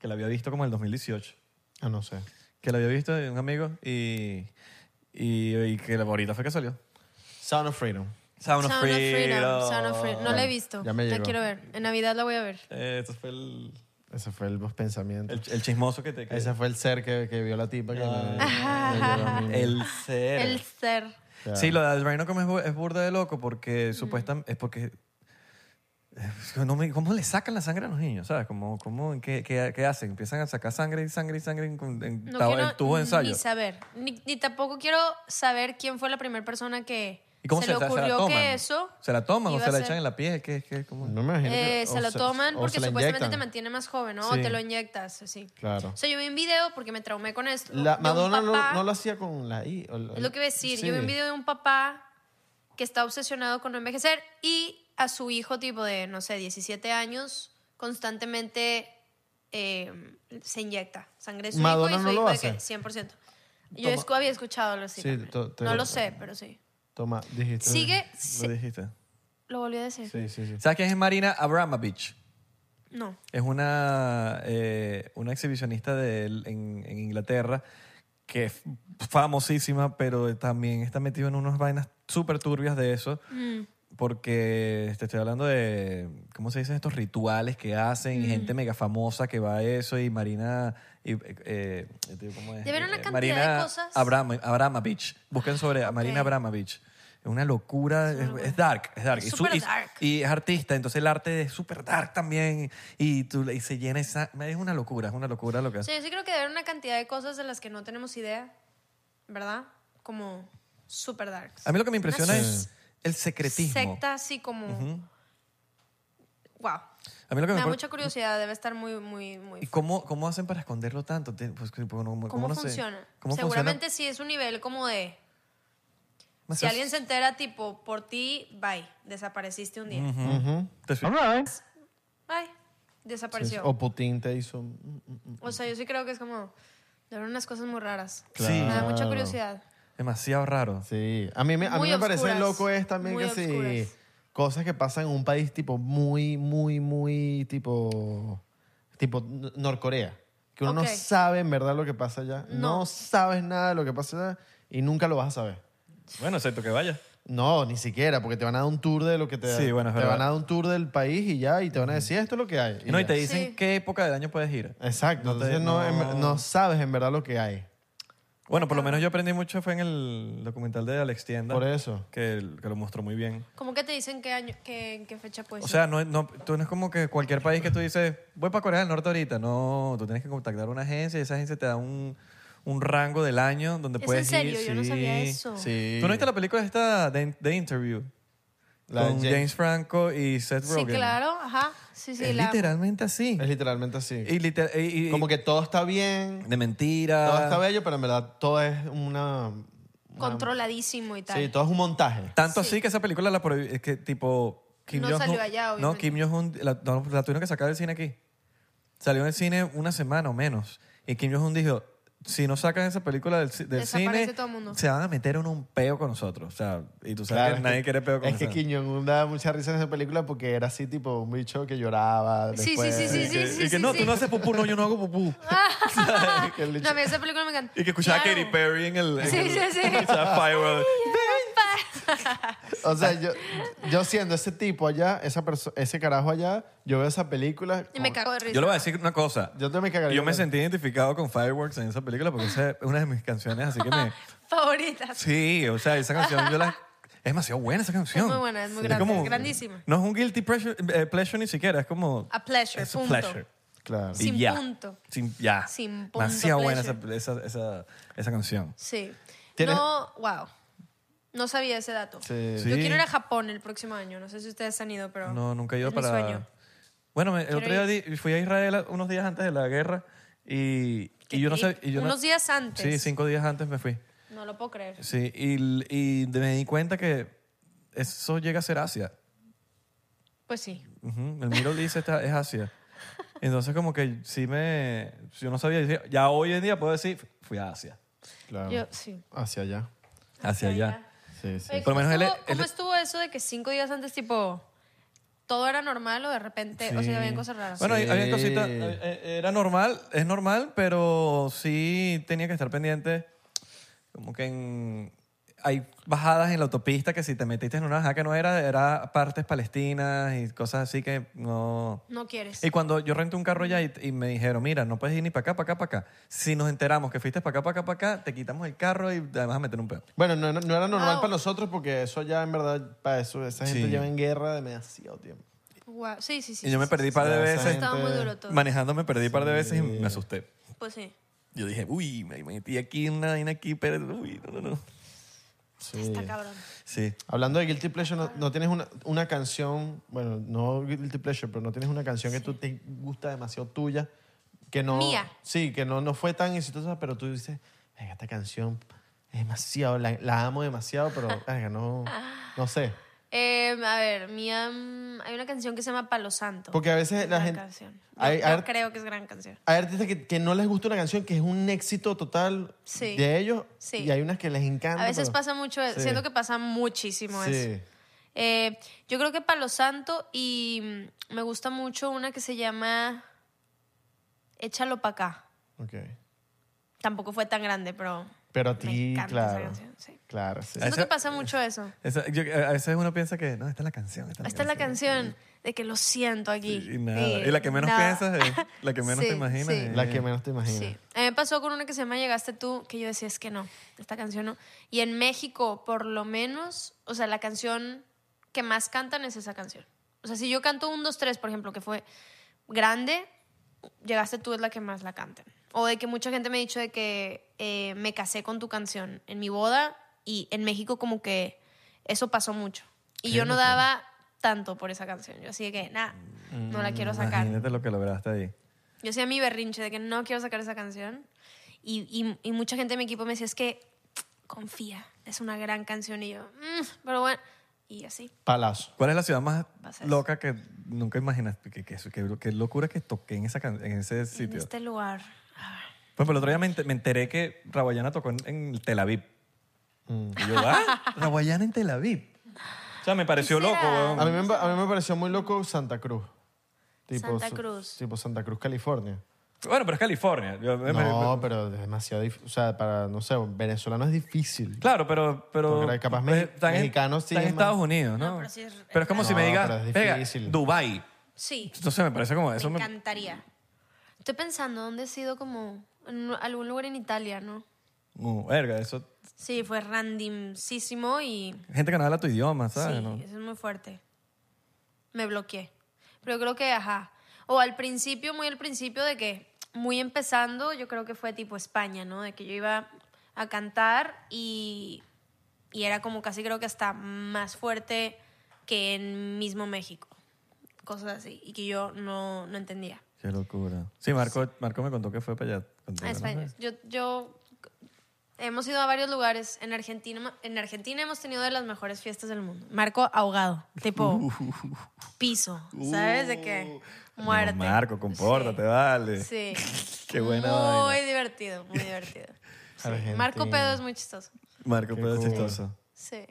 C: que la había visto como en el 2018.
D: Ah, no sé.
C: que la había visto de un amigo y, y, y que la favorita fue que salió.
D: Sound of Freedom.
C: Sound
B: Sound
C: of
B: of Freedom, Sound of Freedom. No la he visto.
D: Ya me
B: la
D: llegó.
B: quiero ver. En Navidad la voy a ver.
C: Eh, ese fue el,
D: Ese fue el pensamiento.
C: el, el chismoso que te... que-
D: Ese fue el ser que, que vio la tipa. Que
B: Ah.
D: le- le- le-
C: el ser.
B: El ser.
D: Claro.
C: Sí, lo de Alberino Gómez es bu- es burda de loco porque
B: Mm.
C: supuestamente es porque es que no me- ¿Cómo le sacan la sangre a los niños? ¿Sabes? ¿Cómo, cómo, qué, qué- qué hacen? Empiezan a sacar sangre y sangre y sangre en, en
B: No
C: tab-
B: quiero
C: el tubo de ensayo.
B: ni saber. Ni, ni tampoco quiero saber quién fue la primera persona que
C: ¿Y cómo
B: se,
C: se,
B: le
C: la- se
B: ocurrió
C: la toman?
B: que eso.
C: ¿Se la toman o
B: iba
C: se
B: a
C: la
B: ser-
C: echan en la piel? ¿Qué, qué, cómo?
D: No me imagino que-
B: Eh,
D: o
B: se lo toman
D: o
B: porque
D: se la
B: supuestamente te
D: inyectan.
B: mantiene más joven, ¿no? O
C: Sí.
B: te lo inyectas, así.
D: Claro.
B: O sea, yo vi un video porque me traumé con esto.
D: La
B: de un
D: Madonna no-
B: papá-
D: no lo hacía con la I. o la-
B: Es lo que iba a decir.
D: Sí.
B: Yo vi un video de un papá que está obsesionado con no envejecer y a su hijo, tipo de, no sé, 17 años, constantemente eh, se inyecta sangre de su
D: Madonna
B: hijo y
D: no
B: su
D: lo
B: hijo de
D: hace.
B: que 100%. Yo
D: Toma.
B: escu- había escuchado algo así.
D: Sí,
B: también.
D: to- te-
B: no lo sé, pero sí.
D: Toma, dijiste.
B: Sigue.
C: ¿Lo
B: sí,
C: dijiste?
B: lo volví a decir.
D: Sí, sí, sí.
C: ¿Sabes quién es Marina Abramovich?
B: No.
C: Es una, eh, una exhibicionista de, en, en Inglaterra que es famosísima, pero también está metida en unas vainas súper turbias de eso.
B: Mm.
C: Porque te estoy hablando de, ¿cómo se dicen estos rituales que hacen?
B: Mm.
C: y Gente mega famosa que va a eso y Marina... Y, eh, eh, ¿cómo es?
B: De ver una
C: Eh,
B: cantidad
C: Marina
B: de cosas.
C: Abram- Abramovich. Busquen sobre a Marina Abramovich. Es una locura, es, es dark, es dark.
B: Es
C: Y su-
B: súper
C: y-
B: dark.
C: y es artista, entonces el arte es súper dark también. Y, tú, y se llena esa. Es una locura, es una locura lo que
B: O
C: hace.
B: sea, yo sí creo que hay una cantidad de cosas de las que no tenemos idea, ¿verdad? Como super darks.
C: A mí lo que me impresiona
B: Una
C: es el secretismo.
B: Secta así como... Wow.
C: A mí lo que
B: Me
C: me,
B: da
C: impre-
B: mucha curiosidad, debe estar muy, muy, muy...
C: ¿Y
B: fuerte.
C: cómo, cómo hacen para esconderlo tanto? Te- pues, que- bueno, ¿Cómo,
B: ¿Cómo,
C: no sé.
B: funciona?
C: ¿Cómo funciona?
B: Seguramente sí es un nivel como de... Si
C: Demasiado-
B: alguien se entera, tipo, por ti, bye, desapareciste un día.
D: Ujú.
C: Te fijas.
B: Bye, desapareció.
D: O Putin te hizo. un-
B: o sea, yo sí creo que es como... De verdad, unas cosas muy raras.
C: Sí.
B: Me da mucha
D: Claro.
B: curiosidad.
C: Demasiado raro.
D: Sí. A mí me, a mí
B: Muy
D: me parece
B: obscuras,
D: loco es también
B: muy
D: que sí.
B: obscuras.
D: Cosas que pasan en un país tipo muy, muy, muy tipo. Tipo N- Norcorea. Que uno
B: Ok.
D: no sabe en verdad lo que pasa allá. No.
B: No.
D: sabes nada de lo que pasa allá y nunca lo vas a saber.
C: Bueno, excepto que vaya.
D: No, ni siquiera, porque te van a dar un tour de lo que te
C: Sí, bueno, es
D: Te
C: verdad.
D: van a dar un tour del país y ya, y te van a decir esto es lo que hay. y
C: No, y
D: ya.
C: te dicen
B: Sí.
C: qué época del año puedes ir.
D: Exacto.
C: No te-
D: entonces no, en-
C: no.
D: no sabes en verdad lo que hay.
C: Bueno, por lo menos yo aprendí mucho fue en el documental de Alex Tienda.
D: Por eso.
C: Que, que lo mostró muy bien.
B: ¿Cómo que te dicen qué año, qué, en qué fecha puede
C: O
B: ser?
C: sea, no, es- no, tú no es como que cualquier país que tú dices, voy para Corea del Norte ahorita. No, tú tienes que contactar a una agencia y esa agencia te da un, un rango del año donde
B: ¿Es
C: puedes
B: en serio?
C: ir.
B: Yo no sabía
C: sí.
B: eso.
D: Sí.
C: ¿Tú no viste la película esta de, de Interview?
D: La de
C: con
D: James.
C: James. Franco y Seth
B: Sí,
C: Rogen.
B: claro, ajá. Sí, sí,
C: es
B: la...
C: literalmente así.
D: Es literalmente así.
C: Y liter- y- y-
D: Como que todo está bien,
C: de mentira.
D: todo está bello, pero en verdad todo es una... una-
B: controladísimo y tal.
D: Sí, todo es un montaje.
C: Tanto así que esa película la prohibi- es que tipo Kim
B: No
C: Jong-un-
B: salió allá,
C: No,
B: obviamente.
C: Kim Jong Un la, no, la tuvieron que sacar del cine aquí. Salió en el cine una semana o menos y Kim Jong Un dijo si no sacan esa película del, ci- del
B: Desaparece
C: cine
B: todo el mundo.
C: se van a meter en un peo con nosotros, o sea, y tú sabes
D: Claro,
C: que
D: es
C: nadie quiere peo con
D: Es que
C: nosotros.
D: Kim Jong-un da mucha risa en esa película porque era así, tipo, un bicho que lloraba.
B: Sí, sí,
D: después.
B: sí, sí,
C: Y que,
B: sí,
C: y que, no,
B: sí.
C: tú no haces pupú, no, yo no
B: <laughs>
C: hago pupú.
D: Que el bicho-
B: No, a mí esa película me encanta.
C: Y que escuchaba
B: Claro.
C: a Katy Perry en el... en
B: Sí,
C: el-
B: sí,
C: <laughs>
B: sí.
C: o sea, Firework.
D: O sea, yo, yo siendo ese tipo allá, esa perso- ese carajo allá, yo veo esa película...
B: Y me
D: como-
B: cago de risa.
C: Yo le voy a decir una cosa.
D: Yo te me cagaría.
C: Yo me
D: de-
C: sentí identificado con Fireworks en esa película porque esa es una de mis canciones, así que
B: <laughs>
C: me...
B: Favoritas.
C: Sí, o sea, esa canción yo la... Es demasiado buena esa canción.
B: Es muy buena, es muy grande, es grandísima.
C: No es un guilty pleasure, eh, pleasure ni siquiera, es como...
B: A pleasure,
C: es
B: punto.
D: Claro.
B: Sin
C: y ya.
B: punto.
C: Sin, ya.
B: Sin punto
C: Demasiado buena esa,
B: pleasure.
C: esa, esa, esa canción.
B: Sí.
D: ¿Tienes-
B: No, wow. No sabía ese dato.
D: Sí.
C: Sí.
B: Yo quiero ir a Japón el próximo año. No sé si ustedes han ido, pero.
C: No, nunca he ido
B: es mi
C: para...
B: sueño.
C: Bueno, me- el otro
B: Quiero
C: día di- fui a Israel unos días antes de la guerra y,
B: Qué
C: y yo no
B: trip.
C: sé... y yo no-
B: Unos días antes.
C: Sí, cinco días antes me fui.
B: No lo puedo creer.
C: Sí, y, l- y de- me di cuenta que eso llega a ser Asia.
B: Pues sí.
C: Ujú, El Middle East está- es Asia. Entonces, como que sí me. Yo no sabía. decía, Ya hoy en día puedo decir, fui a Asia.
D: claro.
B: Yo, sí.
D: Hacia allá.
C: Hacia allá.
D: Sí, sí.
B: Oye,
C: Por lo
B: ¿cómo
C: menos él-
B: estuvo-
C: él-
B: ¿Cómo estuvo eso de que cinco días antes, tipo, todo era normal o de repente, o sea, habían cosas raras.
C: Bueno, hay- había
D: Sí.
C: cositas. eh, eh, Era normal, es normal, pero sí tenía que estar pendiente. Como que en- hay bajadas en la autopista que si te metiste en una bajada que no era, era partes palestinas y cosas así que no.
B: no quieres.
C: Y cuando yo renté un carro ya y, y me dijeron, mira, no puedes ir ni para acá, para acá, para acá. Si nos enteramos que fuiste para acá, para acá, para acá, te quitamos el carro y te vas a meter un pedo.
D: Bueno, no, no- no era normal
B: Ah,
D: para nosotros porque eso ya en verdad, para eso, esa gente
C: Sí.
D: lleva en guerra demasiado tiempo.
B: Guau, Sí, sí, sí.
C: Y yo me
B: sí,
C: perdí
B: sí,
C: un par de
D: sí,
C: veces.
D: sí.
B: Estaba muy
D: Gente-
B: duro todo.
C: Manejando me perdí un par de veces y me asusté.
B: Pues sí.
C: Yo dije, uy, me metí aquí una vaina aquí, pero uy, no, no, no.
B: Está cabrón.
C: Sí.
D: Hablando de Guilty Pleasure, no, no tienes una, una canción, bueno, no Guilty Pleasure, pero no tienes una canción que tú te gusta demasiado tuya, que no...
B: Mía.
D: Sí, que no, no fue tan exitosa, pero tú dices, "Venga, esta canción es demasiado, la, la amo demasiado,
B: <laughs>
D: pero venga, no,
B: Ah.
D: no sé.
B: Eh, a ver, mía, mm, hay una canción que se llama Palo Santo.
D: Porque a veces la
B: gran
D: gente...
B: Canción. Yo,
D: Hay,
B: yo
D: hay-
B: creo que es gran canción.
D: hay artistas que, que no les gusta una canción que es un éxito total
B: Sí.
D: de ellos
B: Sí.
D: y hay unas que les encanta.
B: A veces
D: pero-
B: pasa mucho,
D: Sí.
B: siento que pasa muchísimo
D: Sí.
B: eso. Eh, yo creo que Palo Santo y mm, me gusta mucho una que se llama Échalo pa' acá.
D: Ok.
B: Tampoco fue tan grande, pero.
D: Pero a
B: me
D: ti,
B: encanta esa
D: claro.
B: canción, sí.
D: Claro, sí.
C: Ay,
B: Siento que
C: Esa-
B: pasa mucho eso.
C: Esa- yo- a veces uno piensa que, no, esta es la canción. Esta,
B: Esta es la canción de que lo siento aquí.
C: Y, y nada.
B: Sí,
C: y la que menos
B: nada.
C: piensas es la que
B: <laughs>
C: menos
B: Sí,
C: te imaginas.
B: sí.
C: es-
D: La que menos te imaginas.
B: Sí. A mí me pasó con una que se llama Llegaste tú, que yo decía, es que no, esta canción no. Y en México, por lo menos, o sea, la canción que más cantan es esa canción. O sea, si yo canto un, dos, tres, por ejemplo, que fue grande, Llegaste tú es la que más la cantan. O de que mucha gente me ha dicho de que eh, me casé con tu canción en mi boda y en México como que eso pasó mucho. Y
C: Qué
B: yo no
C: locura.
B: daba tanto por esa canción. Yo así de que, nada, no la quiero sacar.
C: Mm, Imagínate lo que lograste ahí.
B: Yo hacía mi berrinche de que no quiero sacar esa canción. Y, y- y mucha gente de mi equipo me decía, es que confía, es una gran canción. Y yo, "Mm, pero bueno, y así.
D: Palazo.
C: ¿Cuál es la ciudad más
B: Vas a eso.
C: loca que nunca imaginaste? Que, que, que- que locura que toqué en, esa, can- en ese
B: En
C: sitio.
B: este lugar. Ah,
C: Pues el otro día me enter- me enteré que Rawayana tocó en, en Tel Aviv.
D: Mm.
C: Y yo, ah, Rawayana en Tel Aviv. O sea, me pareció
B: será?
C: loco, weón.
D: A mí, me, a mí me pareció muy loco Santa Cruz.
B: Santa
D: Sa-
B: Cruz.
D: Tipo Santa Cruz, California.
C: Bueno, pero es California. Yo- me-
D: No,
C: me-
D: pero es demasiado difícil. O sea, para, no sé, un venezolano es difícil.
C: claro, pero... pero
D: Porque capaz me-
C: están en-
D: mexicanos
C: están en
D: siguen más.
C: Estados Unidos, ¿no?
B: No, pero
C: pero,
B: sí es-
C: es como si
D: No,
C: me
D: pero
C: digas,
D: es
C: pega,
D: difícil.
C: Dubai.
B: Sí,
C: Entonces me parece como eso.
B: me
C: me-
B: encantaría. Estoy pensando, ¿dónde he sido como? En algún lugar en Italia, ¿no?
C: Uh, verga, eso...
B: Sí, fue randomísimo y
C: Gente que no habla tu idioma, ¿sabes?
B: Sí,
C: ¿No?
B: eso es muy fuerte. Me bloqueé. Pero creo que, ajá. O al principio, muy al principio de que, muy empezando, yo creo que fue tipo España, ¿no? De que yo iba a cantar y, y era como casi creo que hasta más fuerte que en mismo México. Cosas así. Y que yo no, no entendía.
C: Qué locura. Sí, Marco, Marco me contó que fue para allá. Contó
B: A
C: que no
B: España.
C: fue.
B: Yo, yo hemos ido a varios lugares. En Argentina, en Argentina hemos tenido de las mejores fiestas del mundo. Marco ahogado, tipo
D: Uh.
B: piso, ¿sabes? De que muerte.
C: No, Marco, compórtate,
B: Sí.
C: dale.
B: Sí.
C: <laughs> Qué buena
B: Muy
C: vaina.
B: divertido, muy
C: <laughs>
B: divertido. Sí.
D: Argentina.
B: Marco Pedo es muy chistoso.
C: Marco,
D: Qué
C: pero
D: cool.
C: chistoso.
B: Sí.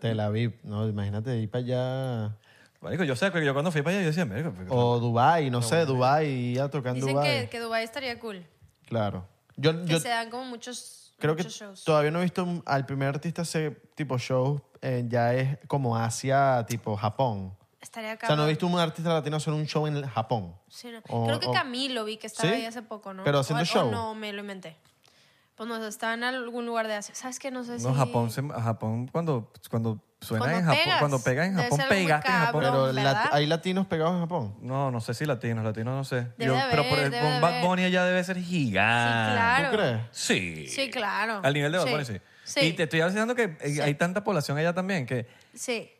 D: Tel Aviv, no, imagínate ir para allá.
C: Marico, yo sé que yo cuando fui para allá yo decía, "Marico, pues, ¿por qué
D: O Dubai, no sé, Dubai, ir a tocar en
B: Dicen que,
D: Dubai.
B: que Dubái estaría cool.
D: Claro. Yo,
B: Que
D: yo
B: se dan como muchos,
D: creo que
B: muchos shows.
D: todavía no he visto un- al primer artista hacer tipo shows, eh, ya es como Asia, tipo Japón.
B: Estaría
D: O sea, no he
B: cabrón.
D: visto un artista latino hacer un show en el Japón.
B: Sí, no.
D: O-
B: Creo que
D: o-
B: Camilo vi que estaba
D: ¿Sí?
B: ahí hace poco, ¿no?
D: Pero
B: O-
D: haciendo
B: o
D: show.
B: no, me lo inventé. Pues no, estaba en algún lugar de Asia. ¿Sabes qué? No sé si...
C: No, Japón, se- Japón cuando, cuando suena
B: Cuando
C: en Japón,
B: pegas,
C: cuando pega en
B: debe
C: Japón,
B: ser algo muy
C: pegaste en Japón.
B: cabrón.
D: Pero
B: ¿verdad?
D: lat- hay latinos pegados en Japón.
C: No, no sé si latinos, latinos no sé.
B: Debe de
C: pero por
B: haber,
C: el,
B: debe
C: con
B: de
C: Bad
B: haber.
C: Bunny ya debe ser gigante.
B: Sí, claro.
D: ¿Tú crees?
C: Sí.
B: Sí, claro.
C: Ah, Al nivel de Bad
B: Sí.
C: Bunny, sí.
B: Sí.
C: Y te estoy diciendo que eh,
B: Sí.
C: hay tanta población allá también que,
B: Sí.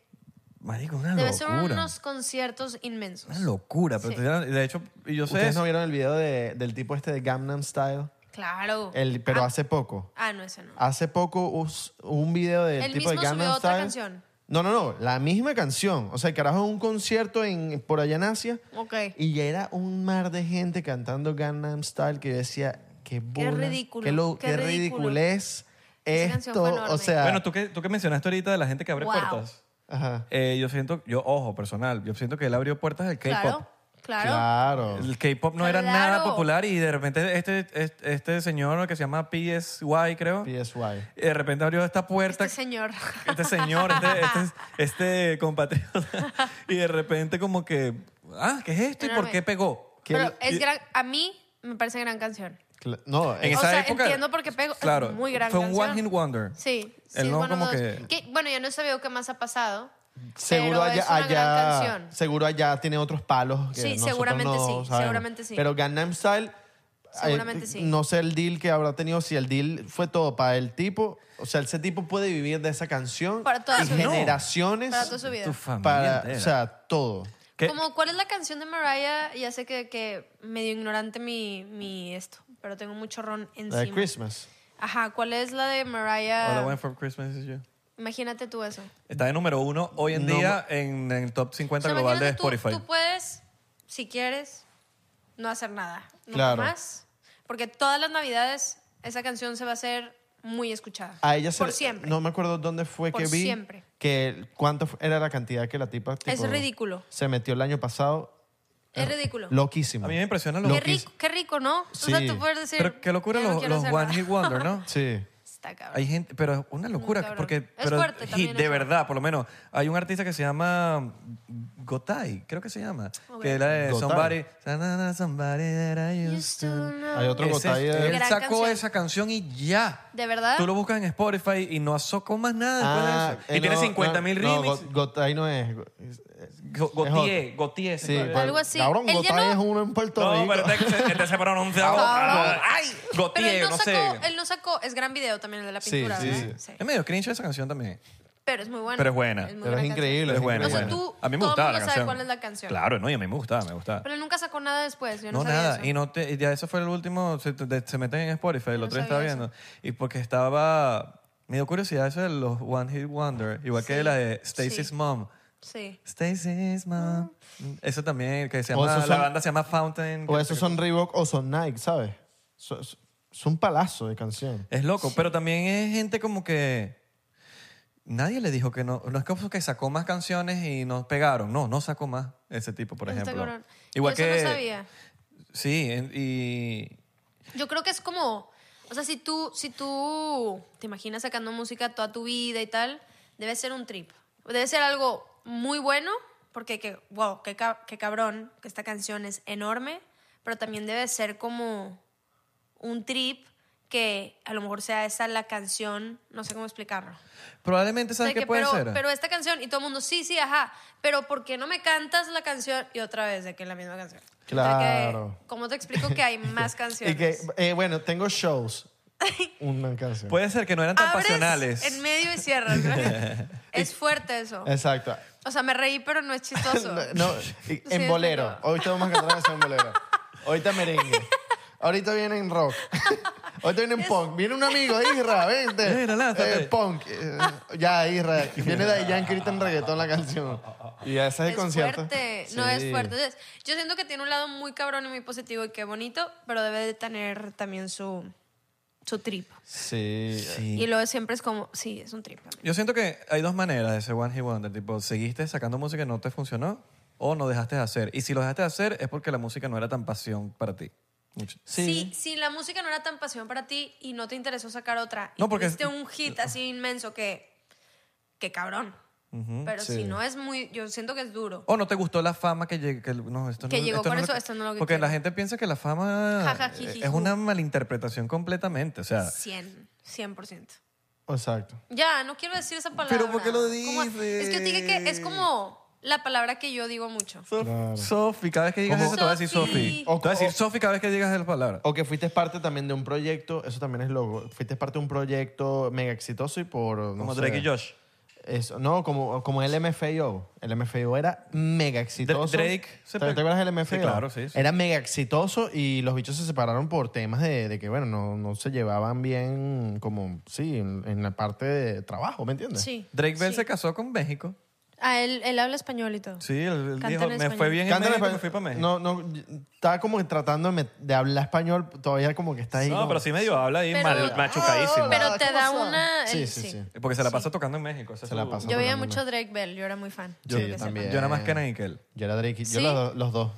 C: marico, una
B: Debe ser
C: locura.
B: unos conciertos inmensos.
C: Una locura. Pero
B: Sí.
C: te estoy diciendo- de hecho, y yo sé
D: ¿Ustedes
C: eso.
D: no vieron el video de- del tipo este de Gangnam Style?
B: Claro.
D: El, pero
B: ah,
D: hace poco.
B: Ah, no, ese no.
D: Hace poco us- un video del
B: Él
D: tipo de
B: mismo subió
D: Gangnam
B: otra
D: Style.
B: canción.
D: No, no, no. La misma canción. O sea, el carajo es un concierto en, por allá en Asia.
B: Ok.
D: Y ya era un mar de gente cantando Gangnam Style que yo decía, qué bola,
B: ridículo,
D: Qué, lo-
B: qué
D: qué
B: ridículo.
D: ridiculez
B: Esa canción
D: esto.
B: fue
D: O
B: enorme.
D: sea,
C: Bueno, tú que, tú que mencionaste ahorita de la gente que abre
B: Wow.
C: puertas.
D: Ajá.
C: Eh, yo siento, yo, ojo, personal, yo siento que él abrió puertas al K-pop.
B: Claro, claro.
D: Claro.
C: El K-pop no era
B: Claro.
C: nada popular y de repente este, este, este señor que se llama PSY, creo,
D: PSY.
C: de repente abrió esta puerta.
B: Este señor.
C: este
B: <laughs>
C: señor, este, este- este compatriota. Y de repente como que, ah, ¿qué es esto y por <laughs> qué pegó?
D: Que
B: Pero
D: él-
B: es
C: y-
B: gran, a mí me parece gran canción.
D: cla- No,
C: En
D: eh,
B: O
C: esa
B: sea,
C: época,
B: entiendo por qué pegó, es
C: Claro,
B: muy gran
C: fue un
B: canción.
C: one hit wonder.
B: Sí, sí,
C: Él
B: es
C: no
B: bueno
C: como
B: dos.
C: que-
B: Que, bueno, ya no sabía qué más ha pasado.
D: seguro
B: pero es
D: allá,
B: una gran
D: allá
B: canción.
D: seguro allá tiene otros palos que
B: Sí,
D: nosotros
B: seguramente
D: no
B: sí,
D: sabemos.
B: seguramente sí.
D: Pero Gangnam Style eh,
B: Seguramente sí.
D: No sé el deal que habrá tenido, si el deal fue todo para el tipo. O sea, ese tipo puede vivir de esa canción
B: Para toda
D: y
B: su
C: vida.
D: generaciones.
B: Para toda su vida.
C: Tu familia
D: para-
C: entera.
D: o sea, todo.
C: ¿Qué?
B: Como, ¿cuál es la canción de Mariah? Ya sé que, que medio ignorante mi, mi esto, pero tengo mucho ron
D: La
B: encima.
D: de Christmas.
B: Ajá, ¿cuál es la de
C: All I
B: Mariah?
C: Want for Christmas is You.
B: Imagínate tú eso.
C: Está de número uno hoy en
D: No,
C: día en, en el top
B: O
C: 50
B: sea,
C: global de
B: imagínate tú,
C: Spotify.
B: Tú puedes, si quieres, no hacer nada. No
D: Claro.
B: más. Porque todas las navidades esa canción se va a hacer muy escuchada.
C: Ah,
D: A ella se
B: Por
D: le-
B: siempre.
D: No me acuerdo dónde fue
B: Por
D: que vi.
B: siempre.
D: Que cuánto fu- era la cantidad que la tipa.
B: Es
D: tipo,
B: ridículo.
D: Se metió el año pasado.
B: Es ridículo.
D: Loquísimo.
C: a mí me impresiona lo
B: Qué
C: que
B: rico, qué rico, ¿no? O
D: Sí.
B: sea, tú puedes decir.
C: Pero qué locura
B: ya no
C: los,
B: quiero
C: los
B: hacer
C: one
B: nada.
C: hit
B: <laughs>
C: wonder, ¿no?
D: Sí.
B: Está cabrón.
C: Hay gente, pero es una locura,
B: cabrón.
C: porque
B: Es
C: pero
B: fuerte
C: hit,
B: también
C: de
B: eso.
C: verdad, por lo menos. Hay un artista que se llama Gotay, creo que se llama, que es la de
D: Gotay.
C: Somebody, Sa-na-na, somebody that I used to.
D: Hay otro eh.
C: Ese-
D: gotay de-
C: él
B: Gran
C: sacó
B: canción.
C: esa canción y ya.
B: ¿De verdad?
C: Tú lo buscas en Spotify y no sacó más nada
D: Ah,
C: después de eso. Y
D: eh,
C: tiene
D: no,
C: 50 mil
D: no,
C: remixes.
D: No, Got- Gotay no es. es- es-
C: Go- Gautier, Gautier.
D: Sí,
C: se-
D: pero-
B: Algo así.
D: Cabrón,
B: Él ya
D: Gotay
B: no-
D: es uno en Puerto
C: No,
D: Rico.
C: pero este, este se pronuncia.
B: Cabrón.
C: Ay,
B: Pero él
C: Gautier,
B: no,
C: no, sé.
B: sacó, él no sacó, es gran video también el de la
D: Sí,
B: pintura,
D: sí,
B: ¿verdad?
D: sí.
C: Es medio cringe esa canción también.
B: Pero es muy buena.
C: Pero es buena.
B: muy
D: Pero es
B: buena canción.
D: increíble.
C: Pero es buena.
B: O sea,
C: es buena.
B: tú-
C: a mí me
B: todo el
C: gustaba
B: mundo
C: la
B: sabe
C: canción.
B: cuál es la canción.
C: Claro, no, y a mí me gustaba, me gustaba.
B: Pero él nunca sacó nada después, yo no,
C: No,
B: sabía
C: nada.
B: eso.
C: Y no te- ya eso fue el último. Se, de- se meten en Spotify. El
B: no
C: otro día estaba
B: sabía
C: viendo. Y porque estaba. Me dio curiosidad eso de los One Hit Wonder. Igual que
B: Sí,
C: la de Stacy's
B: sí.
C: Mom.
B: Sí.
C: Stacy's Mom. Eso también, que se
D: O
C: llama.
D: esos
C: la
D: son-
C: banda se llama Fountain.
D: O esos son Reebok o son Nike, ¿sabes? So- so- Es un palazo de canción.
C: Es loco. Pero también es gente como que. Nadie le dijo que no. No es como que sacó más canciones y nos pegaron. No, no sacó más. Ese tipo, por
B: Está
C: ejemplo.
B: cabrón.
C: Igual
B: Yo
C: que.
B: eso no sabía.
C: Sí, en- y.
B: Yo creo que es como, o sea, si tú, si tú te imaginas sacando música toda tu vida y tal, debe ser un trip. Debe ser algo muy bueno, porque que, wow, qué, ca- qué cabrón, que esta canción es enorme, pero también debe ser como un trip que a lo mejor sea esa la canción, no sé cómo explicarlo.
C: Probablemente, ¿sabes
B: De que,
C: qué puede
B: pero,
C: ser?
B: pero esta canción, y todo el mundo, sí, sí, ajá, pero ¿por qué no me cantas la canción? Y otra vez, de que es la misma canción. O sea, que,
D: Claro.
B: ¿Cómo te explico que hay más
D: Y
B: canciones?
D: que, eh, bueno, tengo shows.
B: <laughs>
D: Una canción.
C: Puede ser que no eran tan
B: Abres
C: pasionales.
B: En medio y cierras.
D: <laughs>
B: ¿no? es fuerte eso.
D: Exacto.
B: O sea, me reí, pero no es chistoso.
D: Eh. <laughs> No, y- en
B: es
D: bolero.
B: verdad.
D: Ahorita vamos a cantar una canción en bolero. Ahorita merengue. Ahorita viene
B: <laughs>
D: en rock. Ahorita viene en punk. Viene un amigo, Isra, vente.
C: Mira, lánzate.
D: Eh, punk. Eh, ya, Isra. Viene de Yankee ahorita en reggaetón la canción. Y ese es el
B: es
D: concierto.
B: fuerte, no
D: Sí.
B: es fuerte. Entonces, yo siento que tiene un lado muy cabrón y muy positivo y qué bonito, pero debe de tener también su, su trip.
D: Sí.
B: Y luego siempre es como, sí, es un trip.
C: Yo siento que hay dos maneras de ese One Hit Wonder. Tipo, seguiste sacando música y no te funcionó o no dejaste de hacer. Y si lo dejaste de hacer es porque la música no era tan pasión para ti. Mucho.
B: Sí. Si, si la música no era tan pasión para ti y no te interesó sacar otra,
C: No, porque-
B: hiciste un hit así inmenso que, que cabrón.
D: Mm,
B: pero si no es muy, yo siento que es duro.
C: O
D: Oh.
C: oh, no te gustó la fama que, lleg- que no, esto
B: Que
C: no-
B: llegó
C: esto
B: con
C: no
B: eso, esto no lo que
C: Porque
B: quiero.
C: la gente piensa que la fama
B: Ja, ja,
C: eh,
B: ji, ji,
C: es
B: ju.
C: una malinterpretación completamente. O sea,
B: 100, 100%.
D: Exacto.
B: Ya, no quiero decir esa palabra.
C: ¿por qué lo
B: Como- Es que yo te dije que es como la palabra que yo digo mucho.
C: Sof- Sofi, cada vez que digas
D: Como-
C: eso te voy a decir Sofi.
B: Sofi.
C: Te voy a decir Sofi cada vez que digas esa palabra.
D: O que fuiste parte también de un proyecto, eso también es loco. Fuiste parte de un proyecto mega exitoso y por. no
C: Como
D: sé,
C: Drake y Josh.
D: Eso, no, como, como el MFAO. El MFAO era mega exitoso.
C: Drake
D: ¿Te,
C: se
D: te
C: pe-
D: acuerdas del MFAO?
C: Sí, claro, sí, sí.
D: Era mega exitoso y los bichos se separaron por temas de, de que, bueno, no, no se llevaban bien, como, sí, en, en la parte de trabajo, ¿me entiendes?
B: Sí.
C: Drake Bell
B: sí.
C: se casó con México.
B: Ah, él, él habla español y todo.
C: Sí, él, él
B: Canta en
C: dijo, me
B: español.
C: fue bien en
D: Cántale
C: México,
D: español.
C: me fui para México.
D: No, no, está como que tratando de met- de hablar español, todavía como que está ahí.
C: No,
D: como-
C: pero sí medio habla ahí
B: Pero-
C: mal- machucadísimo.
B: Pero te
D: Ah, ¿cómo
B: da
D: son?
B: una...
D: Sí,
B: Ah, él-
D: sí, sí.
C: Ah. Porque se la pasa tocando en México. ese
D: Se
C: es
D: la
C: su-
D: pasa.
B: Yo veía
D: tocando en
B: mucho Drake Bell, yo era muy fan.
D: Yo-
B: quiero
D: yo
B: que sepan.
D: también.
C: Yo nada más que y que él.
D: Yo era Drake, y- yo
B: Sí.
D: los, do- los dos.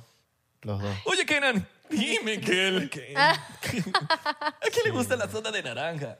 D: Los dos.
C: Oye, Kenan,
B: <laughs>
C: dime que él.
B: Ah.
C: <laughs> ¿A quién le gusta la soda de naranja?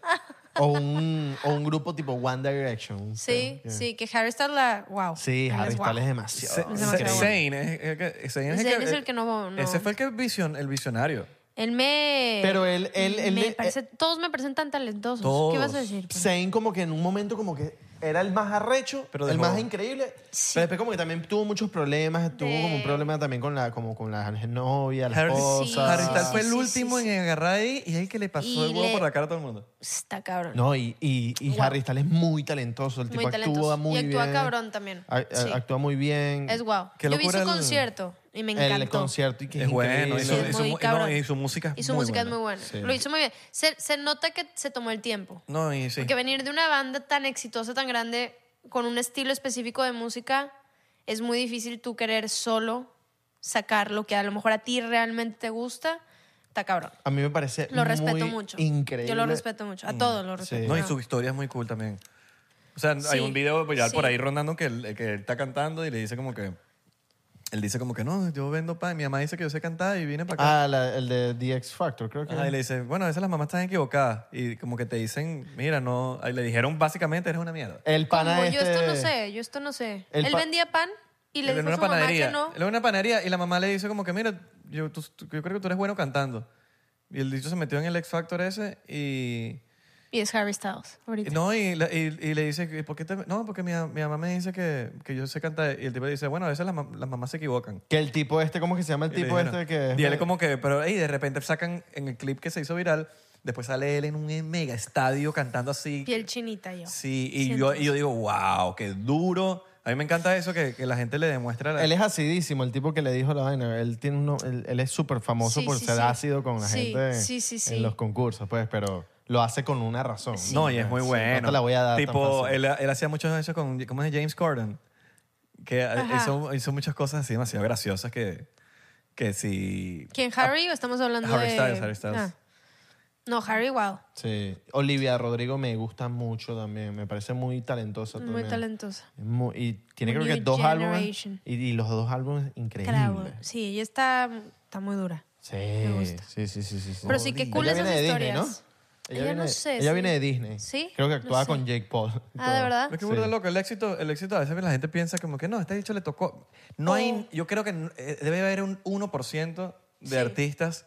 D: O un, o un grupo tipo One Direction.
B: Sí,
D: Yeah.
B: sí, que Harry Styles la... Wow.
D: Sí,
B: él
D: Harry
B: es guau.
D: Styles es demasiado.
B: Se- Oh, demasiado
D: increíble.
C: Zane es, es que- Zayn es el,
B: Zayn
C: que,
B: es el que no- no-
C: Ese fue el que vision, el visionario.
B: Él me...
D: Pero él- él- él- eh,
B: me
D: él-
B: parece- todos me parecen tan talentosos.
C: Todos.
B: ¿Qué vas a decir? Pues,
D: Zayn como que en un momento como que era el más arrecho,
C: Pero
D: el
C: dejó.
D: más increíble. Pero después como que también tuvo muchos problemas, tuvo como un problema también con la como con la novia, la
C: Harry,
D: esposa.
C: Harry Styles fue el
B: Sí, sí,
C: último
B: sí, sí.
C: en agarrar ahí y es el que le pasó
B: Y
C: el huevo
B: le-
C: por la cara a todo el mundo.
B: Está cabrón.
D: No, y, y, y Harry Styles es muy talentoso, el
B: Muy
D: tipo actúa
B: talentoso.
D: muy
B: Y
D: bien.
B: actúa cabrón también.
D: A- a-
B: Sí.
D: Actúa muy bien.
B: Es guau.
C: Qué
B: Yo vi su
C: locura el-
B: concierto y me encantó.
D: El concierto y que es,
C: Es bueno,
D: increíble.
C: hizo-
B: Sí, es muy
C: mu- no,
B: cabrón.
C: y su música es
B: Y su
C: muy
B: música
C: buena.
B: es muy buena.
D: Sí.
B: Lo hizo muy bien. Se, se nota que se tomó el tiempo.
C: No, y sí.
B: Porque venir de una banda tan exitosa, tan grande, con un estilo específico de música, es muy difícil tú querer solo sacar lo que a lo mejor a ti realmente te gusta. Está cabrón.
D: A mí me parece
B: Lo respeto
D: muy
B: mucho.
D: increíble.
B: Yo lo respeto mucho. A todos lo respeto.
C: Mm, No, y su historia es muy cool también. O sea,
B: Sí,
C: hay un video viral por
B: sí.
C: ahí rondando que él, que él está cantando y le dice como que... Él dice como que no, yo vendo pan. Mi mamá dice que yo sé cantar y vine para acá.
D: Ah, la- el de The X Factor, creo que.
C: Ajá, y le dice, bueno, a veces las mamás están equivocadas y como que te dicen, mira, no, ahí le dijeron básicamente eres una mierda.
D: El pana
B: Como,
D: este.
B: Yo esto no sé, yo esto no sé.
D: El
B: Él
D: pa-
B: vendía pan y le
C: Él
B: dijo a
C: en
B: su
C: una
B: mamá
C: panadería,
B: que no.
C: él en una panadería y la mamá le dice como que, mira, yo, tú- tú- yo creo que tú eres bueno cantando. Y el dicho se metió en el X Factor ese y...
B: Y es Harry Styles. Ahorita.
C: No, y, la- y- y le dice, "¿Y ¿por qué te- No, porque mi, mi mamá me dice que, que yo sé cantar. Y el tipo le dice, bueno, a veces las, mam- las mamás se equivocan.
D: Que el tipo este, ¿cómo que se llama el
C: Y le
D: tipo
C: dijeron-
D: este que.? es-
C: Y él como que, pero ahí de repente sacan en el clip que se hizo viral, después sale él en un mega estadio cantando así.
B: Piel chinita yo.
C: Sí, y yo, y yo digo, wow, qué duro. A mí me encanta eso que, que la gente le demuestra. La,
D: Él es acidísimo, el tipo que le dijo la vaina. Él, tiene uno- él, él es súper famoso
B: Sí,
D: por
B: sí,
D: ser
B: sí.
D: ácido con la
B: Sí,
D: gente
B: sí, sí, sí.
D: en los concursos, pues, pero lo hace con una razón.
C: No, y es muy
D: Sí,
C: bueno.
D: no te la voy a dar. tan
C: Tipo,
D: fácil.
C: él, él hacía muchos de eso con, ¿cómo es? James Corden. Que hizo, hizo muchas cosas así demasiado graciosas que, que si...
B: ¿Quién, Harry o estamos hablando
C: Harry
B: de...?
C: Styles, Harry Styles.
B: Ah. No, Harry, wow.
D: Sí. Olivia Rodrigo me gusta mucho también. Me parece muy talentosa también.
B: Muy talentosa.
D: Es muy- y tiene
B: New
D: creo que dos álbumes.
B: Generation.
D: Y, y los dos álbumes increíbles.
B: Claro. Sí, ella está, está muy dura.
D: Sí,
B: gusta.
D: sí, sí, sí, sí, sí.
B: Pero sí, qué cool
D: Ella
B: esas
D: viene de Disney,
B: historias.
D: ¿no? Ella,
B: Ella
D: viene,
B: no sé,
D: ella
B: sí.
D: viene de Disney.
B: Sí,
D: Creo que
B: no
D: actuaba
B: sé.
D: con Jake Paul. y
B: Ah, ¿de
D: todo.
B: verdad?
C: Es que
D: Sí.
C: burda loco, el éxito, el éxito a veces la gente piensa como que no, este dicho le tocó. No hay, yo creo que eh, debe haber un 1% de
B: Oh. Sí.
C: artistas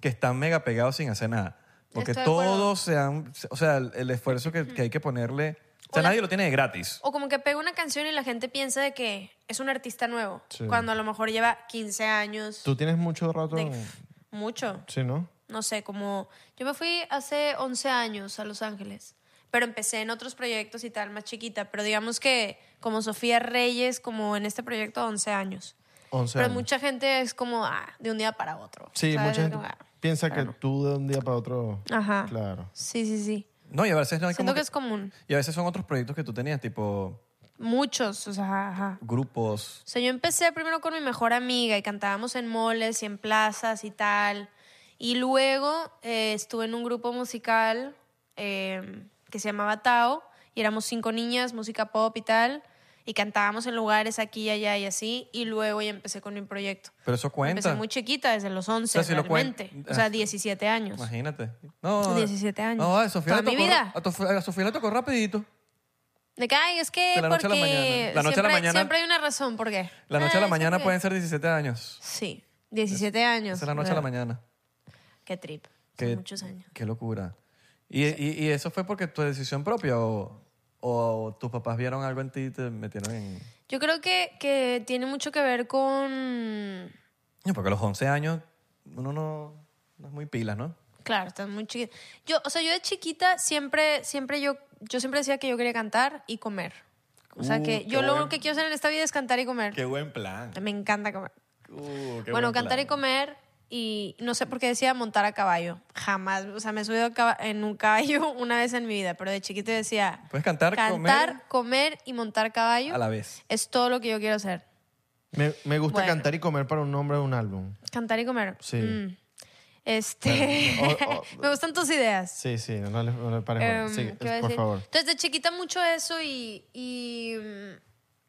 C: que están mega pegados sin hacer nada. Porque
B: Estoy de acuerdo.
C: todos se han, o sea, el, el esfuerzo que, que hay que ponerle, o sea,
B: Hola.
C: nadie lo tiene de gratis.
B: O como que pega una canción y la gente piensa de que es un artista nuevo.
D: Sí.
B: Cuando a lo mejor lleva 15 años.
D: Tú tienes mucho rato.
B: de- Mucho.
D: Sí, ¿no?
B: No sé, como... Yo me fui hace 11 años a Los Ángeles. Pero empecé en otros proyectos y tal, más chiquita. Pero digamos que como Sofía Reyes, como en este proyecto, 11 años.
D: 11
B: pero
D: años.
B: mucha gente es como ah, de un día para otro.
D: Sí,
B: ¿sabes?
D: mucha gente
B: Como, ah.
D: piensa que tú de un día para otro.
B: Ajá.
D: Claro.
B: Sí, sí, sí.
C: No, y a veces no hay
B: Siento
C: como
B: que es común.
C: Y a veces son otros proyectos que tú tenías, tipo
B: Muchos, o sea, ajá, ajá.
C: grupos.
B: O sea, yo empecé primero con mi mejor amiga y cantábamos en moles y en plazas y tal. Y luego eh, estuve en un grupo musical eh, que se llamaba Tao y éramos cinco niñas, música pop y tal. Y cantábamos en lugares aquí y allá y así. Y luego ya empecé con mi proyecto.
C: Pero eso
B: Empecé
C: cuenta.
B: muy chiquita, desde los 11
C: O sea, si lo cuen- Ah,
B: realmente. o sea, 17 años.
C: Imagínate. No,
B: 17 años.
C: No, a Sofía,
B: Toda
C: le tocó,
B: mi vida.
C: A, Tof- a Sofía le tocó rapidito.
B: De que, ay, es que
C: De la noche a la
B: porque
C: mañana. La noche a la
B: siempre,
C: mañana-
B: siempre hay una razón, ¿por qué?
C: La noche a
B: Ah,
C: la
B: es
C: mañana
B: porque-
C: pueden ser 17 años.
B: Sí, 17 años.
C: Esa es la noche a la
B: Bueno,
C: mañana.
B: Qué trip,
C: Qué-
B: son muchos años.
C: Qué locura. ¿Y, y- y eso fue porque tu decisión propia o, o tus papás vieron algo en ti y te metieron en...
B: Yo creo que, que tiene mucho que ver con...
C: No, Porque a los 11 años uno no, no es muy pila, ¿no?
B: Claro, estás muy chiquita. Yo, o sea, yo de chiquita siempre, siempre yo, yo siempre decía que yo quería cantar y comer. O sea,
C: Uh,
B: que
C: qué
B: yo lo
C: buen-
B: único que quiero hacer en esta vida es cantar y comer.
C: buen plan.
B: Me encanta comer. bueno, cantar y comer y no sé por qué decía montar a caballo. Jamás, o sea, me he subido a caba- en un caballo <laughs> una vez en mi vida, pero de chiquito decía
C: Puedes Pues cantar,
B: cantar, comer y montar caballo.
C: comer a la vez.
B: Es todo lo que yo quiero hacer.
D: Me, me gusta
B: Bueno.
D: cantar y comer para un nombre de un álbum.
B: Cantar y comer.
D: Sí.
B: Mm. Este, <laughs>
D: Bueno, o- o-
B: me gustan tus ideas.
D: Sí, sí, no le, no le pares bola.
B: Em,
D: Sí,
B: ¿qué iba a
D: por
B: decir?
D: favor.
B: Entonces, de chiquita mucho eso y, y, mm,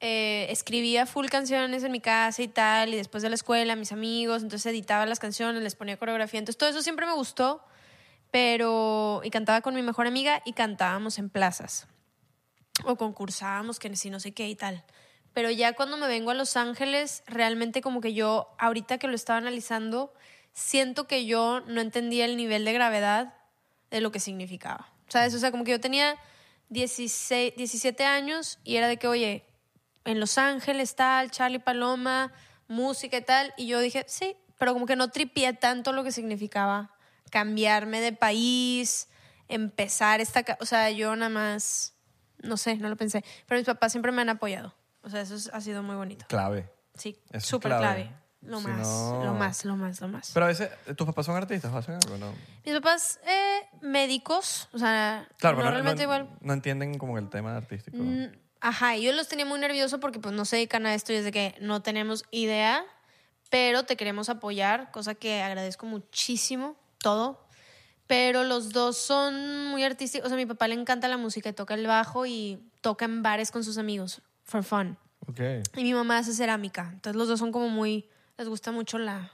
B: eh, escribía full canciones en mi casa y tal, y después de la escuela, mis amigos, entonces editaba las canciones, les ponía coreografía, entonces todo eso siempre me gustó, pero, y cantaba con mi mejor amiga y cantábamos en plazas, o concursábamos, que sí, no sé qué y tal. Pero ya cuando me vengo a Los Ángeles, realmente como que yo, ahorita que lo estaba analizando, siento que yo no entendía el nivel de gravedad de lo que significaba. ¿Sabes? O sea, como que yo tenía 16, 17 años y era de que, oye, en Los Ángeles tal, Charlie Paloma, música y tal. Y yo dije, sí, pero como que no tripié tanto lo que significaba cambiarme de país, empezar esta... ca- O sea, yo nada más, no sé, no lo pensé. Pero mis papás siempre me han apoyado. O sea, eso es- ha sido muy bonito.
C: Clave.
B: Sí,
C: Eso es
B: súper
C: clave.
B: clave. Lo
C: Si
B: más,
C: no-
B: lo más, lo más, lo más.
C: Pero a veces, ¿tus papás son artistas o hacen algo? No.
B: Mis papás, eh, médicos, o sea,
C: Claro,
B: no,
C: pero no,
B: realmente
C: no-
B: igual.
C: no entienden como el tema artístico.
B: Mm, Ajá, y yo los tenía muy nerviosos porque pues no se dedican a esto y es de que no tenemos idea, pero te queremos apoyar, cosa que agradezco muchísimo, todo. Pero los dos son muy artísticos, o sea, a mi papá le encanta la música, y toca el bajo y toca en bares con sus amigos, for fun.
D: Ok.
B: Y mi mamá hace cerámica, entonces los dos son como muy, les gusta mucho la,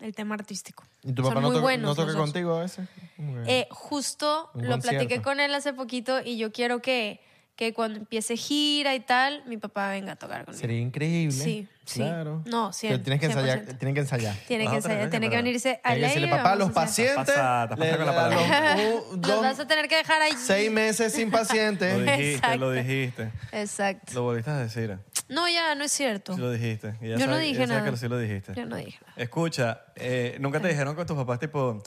B: el tema artístico.
D: ¿Y tu
B: Son
D: papá no,
B: muy
D: toca-
B: buenos
D: no toca
B: los dos.
D: contigo a veces? Ok.
B: Eh, justo
D: Un
B: lo platiqué
D: concierto.
B: con él hace poquito y yo quiero que, que cuando empiece gira y tal, mi papá venga a tocar conmigo.
D: Sería increíble.
B: Sí, sí.
D: Claro.
B: No,
D: sí. Pero
B: cien,
D: tienes que ensayar.
B: 100%.
D: Tienen que ensayar.
B: Tiene
C: Vas
B: que,
C: a tener
B: ensayar,
C: que
B: tiene que
C: parar.
B: venirse a
D: Hay que
B: ley.
D: decirle, papá, los pacientes.
C: Estás pasada, estás
D: le-
C: pasada con la
D: le-
B: <laughs>
C: palabra.
D: los- un-
B: Los
D: dos-
B: vas a tener que dejar allí.
D: seis meses sin
C: Lo
D: pacientes.
C: dijiste, lo
B: Exacto.
C: dijiste.
B: Exacto.
C: Lo volviste a decir.
B: No, ya, no es cierto.
C: Sí lo dijiste. Y ya
B: Yo no
C: sabes-
B: dije
C: ya sabes
B: nada.
C: que sí lo dijiste.
B: Yo no dije nada.
C: Escucha, eh, nunca te dijeron con tus papás, tipo,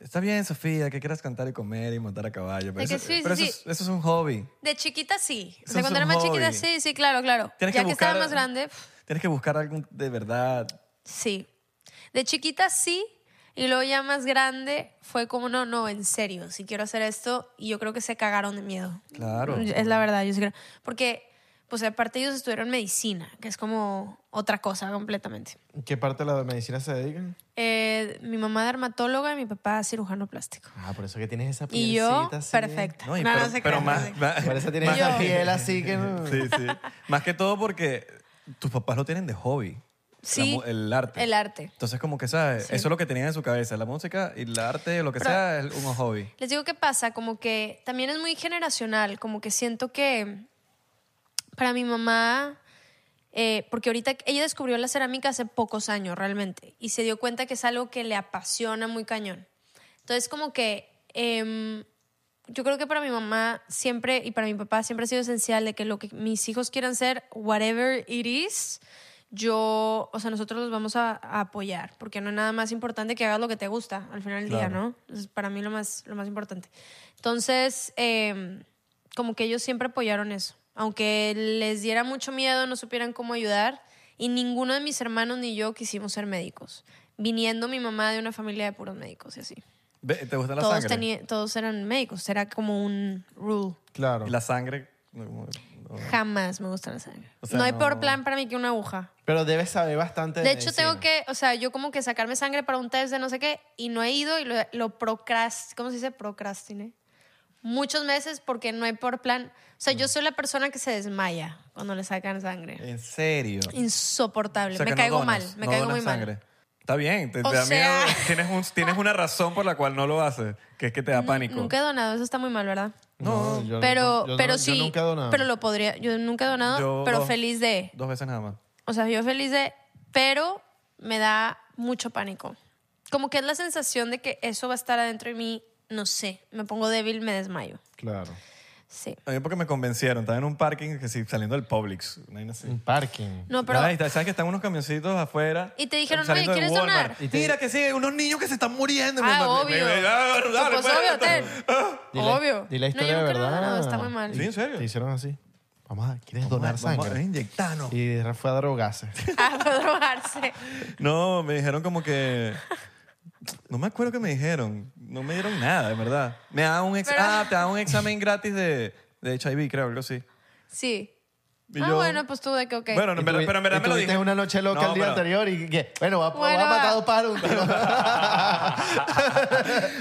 C: está bien, Sofía, que quieras cantar y comer y montar a caballo. Pero,
B: De que
C: eso,
B: sí,
C: pero
B: sí,
C: eso
B: sí.
C: es, eso es un hobby.
B: De chiquita sí. O
C: Eso
B: sea,
C: es
B: cuando
C: un
B: era más
C: hobby.
B: chiquita sí, sí, claro, claro.
C: Tienes
B: ya
C: que
B: que estaba
C: buscar-
B: más grande, pf,
C: Tienes que buscar algo de verdad.
B: sí. De chiquita sí. Y luego ya más grande fue como, no, no, en serio, si quiero hacer esto. Y yo creo que se cagaron de miedo.
C: Claro.
B: Es la verdad, yo eh, sí creo. Porque, pues aparte ellos estudiaron medicina, que es como otra cosa completamente.
D: ¿Qué parte de la medicina se dedican?
B: Eh, mi mamá dermatóloga y mi papá cirujano plástico.
D: Ah, por eso que tienes esa pielcita
B: Y yo,
D: así.
B: perfecta.
C: No, y
B: No,
C: pero,
B: no se
C: pero
B: crean, no
C: más,
B: se-
C: más-
D: Por
B: <laughs>
D: eso tienes <laughs>
C: más-
D: esa piel así que... no-
C: Sí, sí. Más que todo porque tus papás lo tienen de hobby.
B: Sí,
C: La mu- el arte.
B: el arte.
C: Entonces, como que sabes, eso es lo que tenían en su cabeza. La música y el arte, lo que
B: Pero-
C: sea, es un hobby.
B: Les digo qué pasa, como que también es muy generacional, como que siento que para mi mamá, eh, porque ahorita ella descubrió la cerámica hace pocos años realmente y se dio cuenta que es algo que le apasiona muy cañón. Entonces como que em, yo creo que para mi mamá siempre y para mi papá siempre ha sido esencial de que lo que mis hijos quieran ser, whatever it is, yo, o sea, nosotros los vamos a, a apoyar, porque no es nada más importante que hagas lo que te gusta al final del día, ¿no? Es para mí lo más, lo más importante. Entonces, em, como que ellos siempre apoyaron eso, aunque les diera mucho miedo, no supieran cómo ayudar, y ninguno de mis hermanos ni yo quisimos ser médicos, viniendo mi mamá de una familia de puros médicos y así.
C: Ve, ¿Te gusta la
B: Todos,
C: sangre?
B: tenía- todos eran médicos, era como un rule.
D: Claro.
C: Y la sangre. no, no, no.
B: Jamás me gusta la sangre.
C: O sea,
B: no hay
C: no-
B: peor plan para mí que una aguja.
D: Pero debes saber bastante de
B: De hecho,
D: medicina.
B: tengo que, o sea, yo como que sacarme sangre para un test de no sé qué y no he ido y lo, lo procrast, ¿cómo se dice? Procrastiné. Muchos meses porque no hay por plan. O sea,
D: Mm.
B: yo soy la persona que se desmaya cuando le sacan
D: Eh,
B: sangre.
C: En serio.
B: Insoportable.
C: O sea,
B: me
C: que no
B: caigo
C: donas,
B: mal, me
C: no
B: caigo
C: donas
B: muy mal.
C: sangre. Está bien, te,
B: O
C: te da
B: sea-
C: miedo. <laughs> Tienes, un- tienes una razón por la cual no lo haces, que es que te da pánico.
B: Nunca he donado, eso está muy mal, ¿verdad?
D: No, yo
B: pero
D: no- yo
B: pero
D: no-
B: sí,
D: Yo nunca he donado.
B: pero lo podría, yo nunca he donado,
C: Yo
B: pero
C: dos-
B: feliz de,
C: Dos veces nada más.
B: o sea, yo feliz de, pero me da mucho pánico. Como que es la sensación de que eso va a estar adentro de mí, no sé, me pongo débil, me desmayo.
D: Claro.
B: Sí.
C: A mí porque me convencieron, estaba en un parking que sí, saliendo del Publix. Una vaina así.
D: Un parking.
B: No, pero
C: Ay, ¿Sabes que están unos camioncitos afuera?
B: Y te dijeron,
C: saliendo
B: "Oye,
C: de
B: ¿quieres
C: Walmart".
B: donar?
D: Y te-
C: Mira que sí, hay unos niños que se están muriendo.
B: Ah,
C: Me- me-
B: obvio.
C: me- ah,
B: Pues,
C: dale,
B: pues,
C: pues.
B: obvio, ten.
C: Ah.
D: Di la-
B: Obvio.
D: Di la historia
B: no, yo
D: de
B: nunca he <laughs>
D: verdad.
B: donado, está muy mal.
C: Sí, en serio.
D: Te hicieron así. Vamos a, ¿quieres
C: Vamos a-
D: donar
C: vamos a
D: sangre?
C: inyectarnos.
D: Y fue a <laughs> drogarse.
B: a drogarse.
C: No, me dijeron como que. No me acuerdo que me dijeron. No me dieron nada, de verdad. Me da un ex-
B: Pero-
C: ah, te daban un examen gratis de, de HIV, creo, algo así.
B: Sí.
C: Y
B: ah,
C: yo-
B: bueno, pues tú de que, ok.
C: Bueno, no,
D: Y
C: pero,
D: tuvi-
C: pero en verdad
D: y
C: me lo
D: tuviste
C: dijeron.
D: una noche loca
C: No,
D: el día
C: pero-
D: anterior y que, bueno, va,
B: Bueno,
D: va a matar
B: va.
D: dos pájaros un <laughs> tiro.
C: <laughs>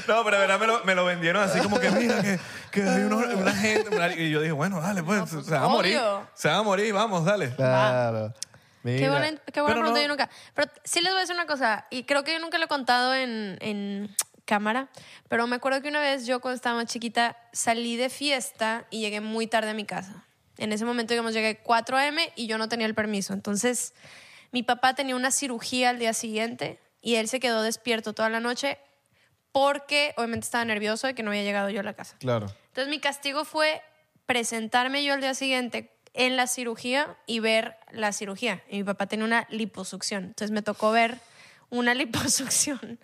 C: No, pero en verdad me lo, me lo vendieron así como que mira que, que hay unos- una gente. una- Y yo dije, bueno, dale, pues, se va a morir.
B: obvio.
C: Se va a morir, vamos, dale.
D: claro. Mira.
B: Qué buena, qué buena
C: Pero
B: pregunta,
C: no-
B: yo nunca. Pero sí les voy a decir una cosa, y creo que yo nunca lo he contado en, en cámara, pero me acuerdo que una vez yo cuando estaba más chiquita salí de fiesta y llegué muy tarde a mi casa. En ese momento, digamos, llegué 4 a.m. y yo no tenía el permiso. Entonces, mi papá tenía una cirugía al día siguiente y él se quedó despierto toda la noche porque obviamente estaba nervioso de que no había llegado yo a la casa.
D: Claro.
B: Entonces mi castigo fue presentarme yo al día siguiente en la cirugía y ver la cirugía. Y mi papá tenía una liposucción, entonces me tocó ver una <laughs> liposucción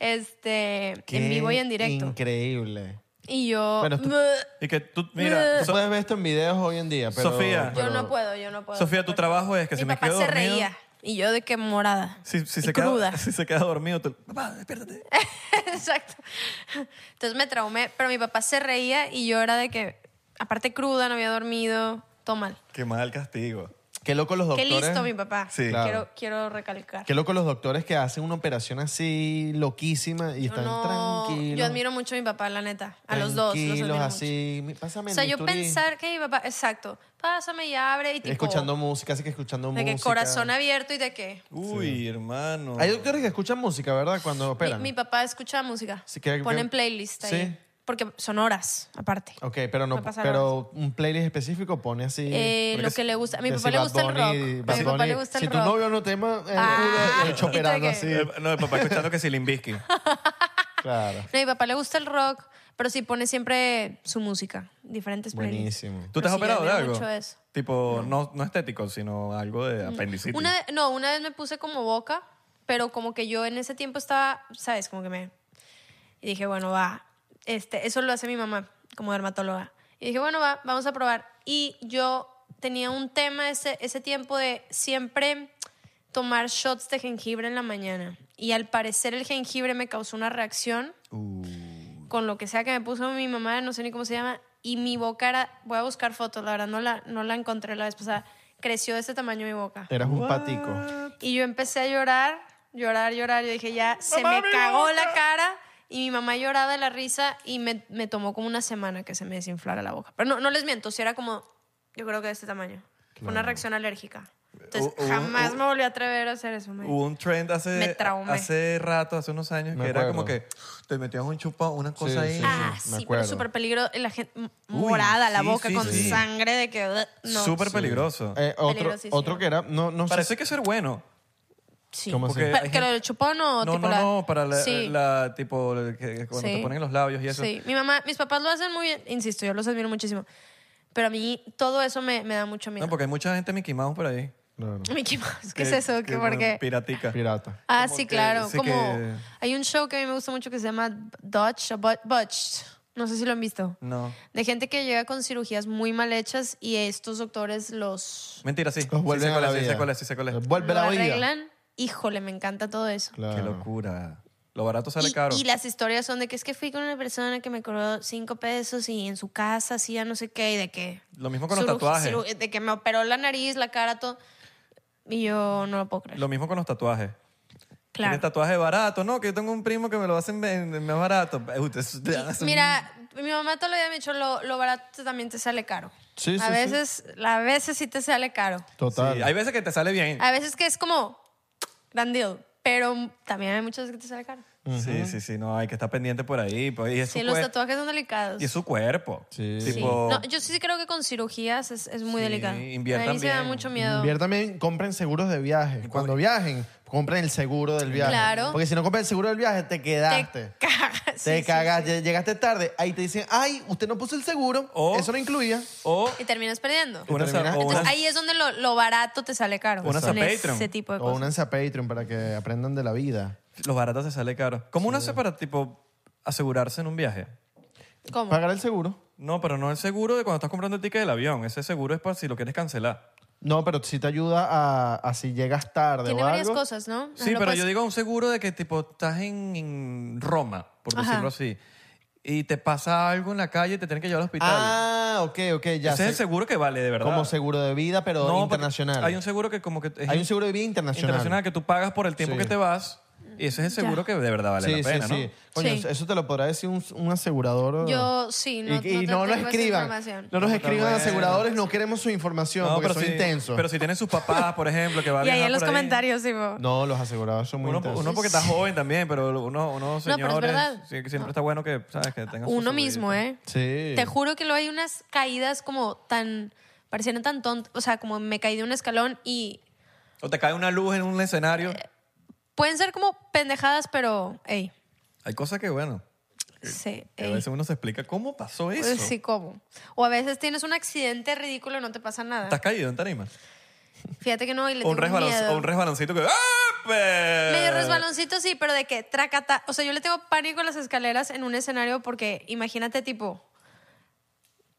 B: este, en vivo y en directo.
D: Increíble.
B: Y yo...
D: Bueno, tú-
C: Y que tú, mira,
D: Tú
C: so-
D: puedes ver esto en videos hoy en día, pero.
C: Sofía.
B: yo
D: pero-
B: no puedo, yo no puedo.
C: Sofía, tu trabajo es que
B: mi
C: si me
B: papá
C: quedo
B: se
C: dormido-
B: reía y yo de que morada.
C: si, si
B: y
C: se
B: cruda. Eh.
C: queda, <laughs> si se queda dormido, tú, papá, despiértate.
B: <laughs> Exacto. Entonces me traumé, pero mi papá se reía y yo era de que, aparte cruda, no había dormido, todo mal.
C: Qué mal castigo.
D: Qué loco los
B: Qué
D: doctores.
B: listo mi papá.
C: Sí.
D: Claro.
B: Quiero, quiero recalcar.
D: Qué loco los doctores que hacen una operación así loquísima y
B: Yo
D: están
B: no-
D: tranquilos.
B: Yo admiro mucho a mi papá, la neta. A los dos. Los
D: Tranquilos
B: admiro mucho.
D: así. mi- Pásame
B: O
D: el
B: sea, yo
D: bisturí.
B: pensar que mi papá. Exacto. Pásame y abre y tipo.
D: Escuchando música, así que escuchando
B: De
D: música.
B: que corazón abierto y de que.
C: Uy, hermano.
D: Hay doctores que escuchan música, ¿verdad? Cuando
B: Mi,
D: operan.
B: mi papá escucha música.
D: Sí, que-
B: Ponen
D: que-
B: playlist ahí.
D: Sí.
B: Porque son horas, aparte.
D: Ok, pero no,
B: Me pasa
D: pero un playlist específico pone así.
B: Eh,
D: porque
B: lo
D: si-
B: que le gusta- a mi
D: que
B: papá
D: si
B: le
D: Bad
B: gusta el
D: Bunny-
B: rock.
D: Bad
B: A mi papá
D: Bunny-
B: le gusta el
D: si
B: rock.
D: tu novio no tema, eh,
B: Ah,
D: uno
B: <laughs>
D: hecho
B: y tú de
D: operando
B: que-
D: así.
C: Eh, No, el papá escuchando que si Limbisky.
D: Claro.
B: No, a mi papá le gusta el rock, pero sí pone siempre su música. Diferentes playlists.
D: Buenísimo.
C: ¿Tú te has
B: Sí, yo
C: operado de
B: admiro
C: algo?
B: mucho eso. Mm.
C: Tipo, no. No, estético, sino algo de apendicitis.
B: Una, ve- no, una vez me puse como boca, pero como que yo en ese tiempo estaba, ¿sabes? Como que me... Y dije, bueno, va. Este, eso lo hace mi mamá como dermatóloga. Y dije, bueno, va, vamos a probar. Y yo tenía un tema ese, ese tiempo de siempre tomar shots de jengibre en la mañana. Y al parecer el jengibre me causó una reacción con lo que sea que me puso mi mamá, no sé ni cómo se llama, y mi boca era, voy a buscar fotos, la verdad no la, no la encontré la vez pasada, creció de este tamaño mi boca.
D: Eras un patico.
B: Y yo empecé a llorar, llorar, llorar, yo dije, ya, se me cagó la cara. Y mi mamá lloraba de la risa y me, me tomó como una semana que se me desinflara la boca. Pero no, no les miento, si era como, yo creo que de este tamaño. Fue una reacción alérgica. Entonces,
C: Uh, uh,
B: jamás
C: uh.
B: me volví a atrever a hacer eso. me-
C: Hubo un trend hace,
B: Me traumé.
C: hace rato, hace unos años,
D: Me
C: que era
D: acuerdo.
C: como que te metías un chupón, una cosa
D: Sí,
C: ahí.
D: sí,
B: Ah,
D: me
B: sí, pero
D: acuerdo.
B: súper peligro. La gente morada, la
C: sí,
B: boca
C: sí,
B: con
C: sí.
B: sangre de que. uh, No.
C: Súper peligroso.
D: Eh, otro,
B: Peligrosísimo.
D: otro que era, no, no sé.
C: Parece que eso es bueno.
B: Sí.
D: ¿Cómo así?
C: Porque
B: Pa-
C: hay
B: ¿Que lo
C: gente-
B: del chupón o
C: No,
B: tipo
C: no,
B: la-
C: no, para la,
B: Sí.
C: la- tipo, que, que cuando
B: Sí.
C: te ponen los labios y eso.
B: Sí, mi mamá, mis papás lo hacen muy bien, insisto, yo los admiro muchísimo. Pero a mí todo eso me, me da mucho miedo.
C: No, porque hay mucha gente Mickey Mouse por ahí.
D: Claro.
B: <laughs> Mickey Mouse, ¿qué es eso?
C: que-
B: ¿Qué, ¿Por qué?
C: Piratica.
D: Pirata.
B: Ah,
C: Como
B: sí,
C: que-
B: claro.
C: sí
B: como
C: que-
B: Hay un show que a mí me gusta mucho que se llama Dodge, o Bu- Botched. No sé si lo han visto.
C: No.
B: De gente que llega con cirugías muy mal hechas y estos doctores los,
C: Mentira, sí.
D: Los vuelven
C: sí,
D: a la
C: sí,
D: vida.
C: sé cuál es, sí, sé cuál es.
D: Los Eh, Vuelve
B: lo
D: la vida.
B: arreglan. Híjole, me encanta todo eso.
C: Qué
D: Claro.
C: locura. Lo barato sale
B: y,
C: caro.
B: y las historias son de que es que fui con una persona que me cobró cinco pesos y en su casa hacía no sé qué y de que...
C: Lo mismo con los
B: ciruj-
C: tatuajes.
B: ciru- De que me operó la nariz, la cara, todo. Y yo no lo puedo creer.
C: Lo mismo con los tatuajes. Tiene
B: claro.
C: tatuaje barato, ¿no? Que yo tengo un primo que me lo hacen en- en más barato. Eh, usted- usted hace un-
B: Mira, mi mamá todo el día me ha dicho, lo, lo barato también te sale caro.
D: Sí, sí,
B: a
D: sí.
B: veces, A veces sí te sale caro.
C: Sí,
D: Total.
C: hay veces que te sale bien.
B: A veces que es como gran deal, pero también hay muchas veces que te sale caro.
C: Sí, sí, sí, no, hay que estar pendiente por ahí. pues, y, es
B: Sí,
C: su
B: los
C: cuer-
B: tatuajes son delicados.
C: y es su cuerpo.
D: Sí.
B: Sí.
C: Tipo,
B: No, yo sí creo que con cirugías es, es muy
C: Sí,
B: delicado.
C: inviertan
B: a mí se me da
C: bien.
B: mucho miedo.
D: Vier también compren seguros de viaje. Cuando viajen, compren el seguro del viaje.
B: Claro.
D: Porque si no compras el seguro del viaje, te
B: te
D: quedaste.
B: cagas.
D: Te
B: sí, sí,
D: cagaste, llegaste tarde, ahí te dicen, ay, usted no puso el seguro,
C: O-
D: eso no incluía.
C: o
B: sí. Y terminas perdiendo.
C: una,
D: terminas-
C: sa- o
B: Entonces
C: una-
B: ahí es donde lo, lo barato te sale caro.
C: Unas a
B: Con ese
C: Patreon.
B: tipo de
D: O
B: cosas.
D: únanse a Patreon para que aprendan de la vida.
C: los baratos se sale caro. ¿Cómo uno hace para, tipo, asegurarse en un viaje?
B: ¿Cómo?
D: ¿Pagar el seguro?
C: No, pero no es seguro de cuando estás comprando el ticket del avión. Ese seguro es para si lo quieres cancelar.
D: No, pero sí te ayuda a, a si llegas tarde
B: Tiene
D: o
B: varias
D: algo.
B: cosas, Ah, ¿no? pues
C: Sí,
B: Lo
C: pero
B: puedes-
C: yo digo un seguro de que tipo estás en, en Roma, por
B: Ajá.
C: decirlo así, y te pasa algo en la calle y te tienen que llevar al hospital.
D: Ah, ok, ok, ya.
C: Ese es el
D: sé.
C: seguro que vale, de verdad.
D: Como seguro de vida, pero
C: porque
D: internacional.
C: Hay un seguro que como que es
D: Hay un seguro de vida internacional.
C: internacional que tú pagas por el tiempo
D: Sí.
C: que te vas y ese es el seguro que de verdad vale
D: sí,
C: la pena,
D: sí,
C: ¿no?
D: sí. Coño,
B: Sí.
D: eso te lo podrá decir un, un asegurador.
B: Yo sí, no,
D: y, y
B: te tengo
D: no, lo
B: esa
D: escriban.
B: información.
D: No nos escriban
C: bueno.
D: aseguradores, no queremos su información porque son
C: si,
D: intensos.
C: pero si tienen sus papás, por ejemplo, que va
B: <laughs>
C: a
B: Y ahí
C: viajar
B: en los
C: por
B: comentarios, tipo,
D: No, los aseguradores son muy
C: Uno,
D: intensos.
C: uno porque está joven también, pero uno, uno
B: pero es
C: señores,
B: verdad.
C: sí, que siempre está bueno que, ¿sabes? que tenga su
B: uno mismo,
C: segurito.
B: ¿eh?
D: sí.
B: Te juro que luego hay unas caídas como tan. parecieron tan tontas. O sea, como me caí de un escalón y.
C: O te cae una luz en un escenario.
B: Eh, Pueden ser como pendejadas, pero. ¡Ey!
C: Hay cosas que, bueno,
D: Eh,
B: Sí,
C: que a
B: ey. Pues
C: veces uno se explica cómo pasó eso.
B: Sí, ¿cómo? O a veces tienes un accidente ridículo y no te pasa nada.
C: ¿Estás caído en tarima?
B: Fíjate que no, y le
C: O un,
B: tengo
C: resbalon-
B: miedo.
C: o un resbaloncito que... ¡Ah!
B: Medio resbaloncito, sí, pero de que tracata. O sea, yo le tengo pánico a las escaleras en un escenario porque imagínate, tipo,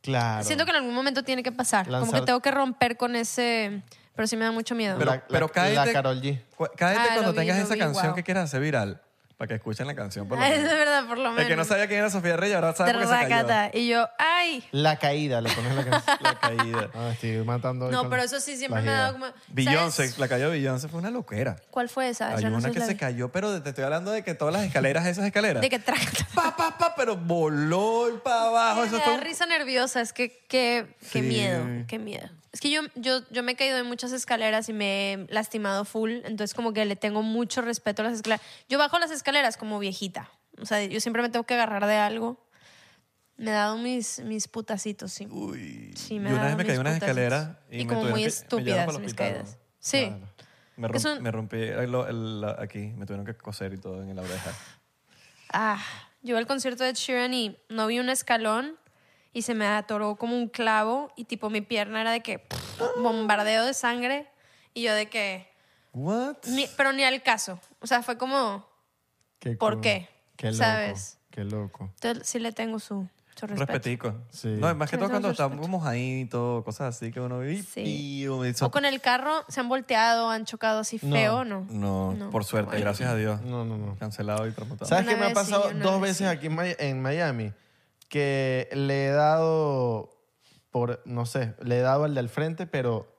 D: Claro.
B: siento que en algún momento tiene que pasar. Como
D: Lanzar-
B: que tengo que romper con ese. Pero sí me da mucho miedo. <laughs>
C: Pero,
D: La-
C: pero
D: la-
C: cáete,
D: la Karol G.
C: cu- cáete
B: Ah, lo
C: cuando
B: vi,
C: tengas
B: lo
C: esa
B: vi,
C: canción
B: guau.
C: que quieras hacer viral, para que escuchen la canción. Por lo
B: es
C: menos.
B: verdad, por lo menos.
C: El que no sabía quién era Sofía Reyes ahora sabe por qué se cayó.
B: Tracata. Y yo, ¡ay!
D: La caída, le pones la <laughs> canción.
C: La caída.
D: Ah, estoy matando. hoy
B: No,
D: con
B: pero eso sí siempre
D: las
B: me ha dado
D: ideas.
B: <laughs> como. ¿sabes?
C: Beyoncé, la cayó Beyoncé, fue una locura.
B: ¿Cuál fue esa?
C: Hay
B: Yo no
C: una
B: sé
C: que
B: la
C: se
B: vi.
C: cayó, pero te estoy hablando de que todas las escaleras, esas escaleras.
B: De que tracata.
C: Pa, pa, pa, pero voló para abajo.
B: Me
C: Ah, Eso
B: da
C: fue un-
B: risa nerviosa, es que qué
C: Sí.
B: qué miedo, qué miedo. Es que yo, yo, yo me he caído en muchas escaleras y me he lastimado full, entonces como que le tengo mucho respeto a las escaleras. Yo bajo las escaleras como viejita, o sea, yo siempre me tengo que agarrar de algo. Me he dado mis, mis putacitos, sí.
C: Uy.
B: sí me he
C: yo una vez
B: dado
C: me
B: mis
C: caí en unas
B: putacitos.
C: escaleras
B: Y
C: y, me
B: como muy
C: tuvieron que- me llevaron
B: estúpidas
C: para el
B: mis
C: hospital.
B: caídas. Sí.
C: Me,
B: Que
C: romp-
B: son-
C: me rompí el- el- la- aquí, me tuvieron que coser y todo en la oreja.
B: Ah, yo iba al concierto de Ed Sheeran y no vi un escalón y se me atoró como un clavo y tipo mi pierna era de que pff, bombardeo de sangre y yo de que
C: What?
B: ni- pero ni al caso. O sea, fue como ¿Por
D: cool.
B: qué?
D: Qué loco.
B: ¿Sabes?
D: Qué loco.
B: entonces, sí le tengo su, su
C: Un
B: respeto.
C: respetico.
D: Sí.
C: No, y más que
B: Sí,
C: todo
B: son
C: cuando
B: respeto.
C: estamos mojaditos, cosas así que uno vive.
B: Sí.
C: me hizo-
B: O con el carro se han volteado, han chocado así
D: No,
B: feo, ¿no?
C: No, por suerte, gracias a Dios.
D: No, no, no.
C: Cancelado y transmutado.
D: ¿Sabes
B: Una
D: qué me ha
B: vez sí,
D: pasado
B: una
D: dos
B: vez
D: veces
B: sí.
D: aquí en Mi- en Miami? Que le he dado por, no sé, le he dado al del frente, pero...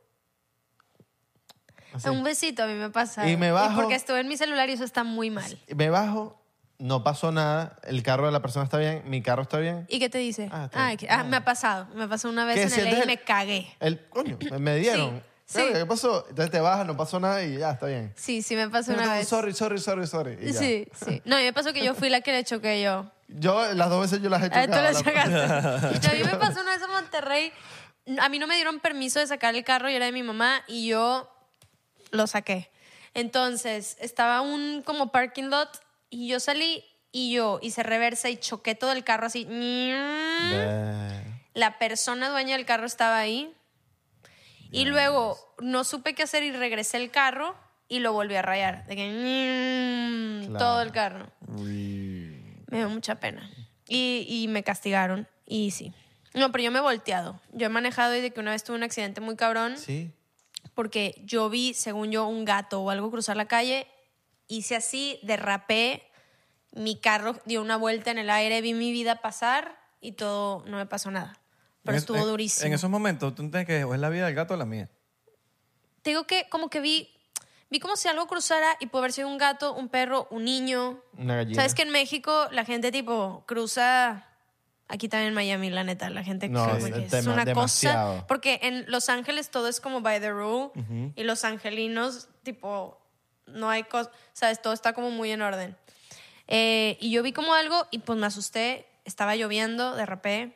D: así.
B: Un besito a mí me pasa.
D: Y me bajo.
B: porque estuve en mi celular y eso está muy mal.
D: Me bajo, no pasó nada, el carro de la persona está bien, mi carro está bien.
B: ¿Y qué te dice?
D: Ah,
B: Ah,
D: está-
B: que- ah, me ha pasado. Me pasó una vez
D: ¿Qué
B: en el
D: sientes
B: y
D: el-
B: me cagué.
D: El, coño, me- me dieron.
B: Sí, sí.
D: Verga, ¿Qué pasó? Entonces te bajas, no pasó nada y ya, está bien.
B: Sí, sí me pasó
D: No, no,
B: una vez.
D: Sorry, sorry, sorry, sorry. y ya.
B: Sí, sí. No, a mí me pasó que yo fui la que le choqué yo.
D: Yo, las dos veces yo las he
B: Ah,
D: chocado.
B: tú la
D: la-
B: sacaste. No, a mí me pasó una vez en Monterrey. A mí no me dieron permiso de sacar el carro y era de mi mamá y yo lo saqué. Entonces, estaba un como parking lot y yo salí y yo hice reversa y choqué todo el carro así.
D: Ve.
B: La persona dueña del carro estaba ahí. Y luego no supe qué hacer y regresé el carro y lo volví a rayar. De que
D: Claro.
B: todo el carro. Me dio mucha pena. Y, y me castigaron. Y sí. No, pero yo me he volteado. Yo he manejado y de que una vez tuve un accidente muy cabrón
D: Sí.
B: porque yo vi, según yo, un gato o algo cruzar la calle, hice así, derrapé, mi carro dio una vuelta en el aire, vi mi vida pasar y todo, no me pasó nada. Pero
C: En es-
B: estuvo
C: en-
B: durísimo.
C: En esos momentos, tú tienes que o es la vida del gato o la mía.
B: Te digo que como que vi, vi como si algo cruzara y pudo haber sido un gato, un perro, un niño.
D: Una gallina.
B: ¿Sabes que en México la gente tipo cruza... Aquí también en Miami, la neta, la gente
D: No,
B: como
D: es-
B: que es,
D: dema-
B: una
D: demasiado.
B: cosa. Porque en Los Ángeles todo es como by the rule y los angelinos, tipo, no hay cosa, ¿sabes? Todo está como muy en orden. Eh, y yo vi como algo y pues me asusté, estaba lloviendo, derrapé,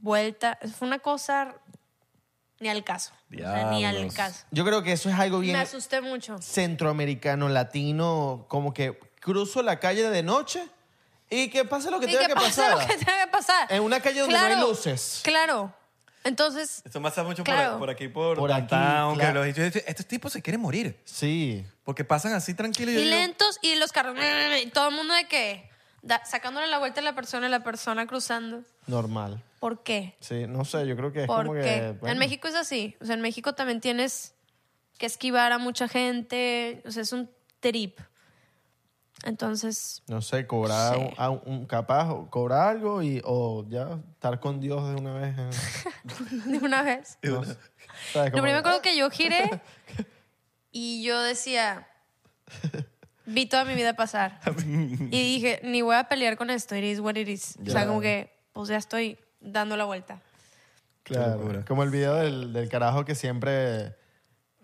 B: vuelta. Fue una cosa ni al caso. O sea, ni al
C: Diablos.
B: caso.
D: Yo creo que eso es algo bien
B: Me asusté mucho.
D: centroamericano, latino, como que cruzo la calle de noche y que pase lo que
B: Y
D: tenga
B: que
D: que
B: pase
D: pasar.
B: lo que tenga que pasar.
D: En una calle donde no hay luces.
B: Claro. Entonces,
C: Esto pasa mucho
B: por- Claro. por
C: aquí, por,
D: Por aquí, Downtown, que
C: que
D: claro. los
C: los estos tipos se quieren morir.
D: Sí.
C: Porque pasan así tranquilos.
B: y lentos y los carros. Y todo el mundo de que da- sacándole la vuelta a la persona y la persona cruzando.
D: Normal.
B: ¿Por qué?
D: Sí, no sé, yo creo que es como
B: Porque
D: que...
B: en
D: bueno,
B: México es así. O sea, en México también tienes que esquivar a mucha gente. O sea, es un trip. Entonces, <laughs>
D: No sé, cobrar
B: Sí.
D: un- a un, un- capaz, o cobrar algo y o ya estar con Dios de una
C: <laughs>
D: vez. eh,
B: de una vez.
D: no sé.
B: Lo
D: ¿Sabes? Como-
B: primero me
C: "Ah".
B: acuerdo que yo
C: <laughs>
B: giré y yo decía, vi toda mi vida
C: <laughs>
B: pasar. Y dije, ni voy a pelear con esto, it is what it is. O sea,
D: Ya.
B: como que, pues ya estoy dando la vuelta.
C: Qué locura.
D: Claro, como el video del, del carajo que siempre,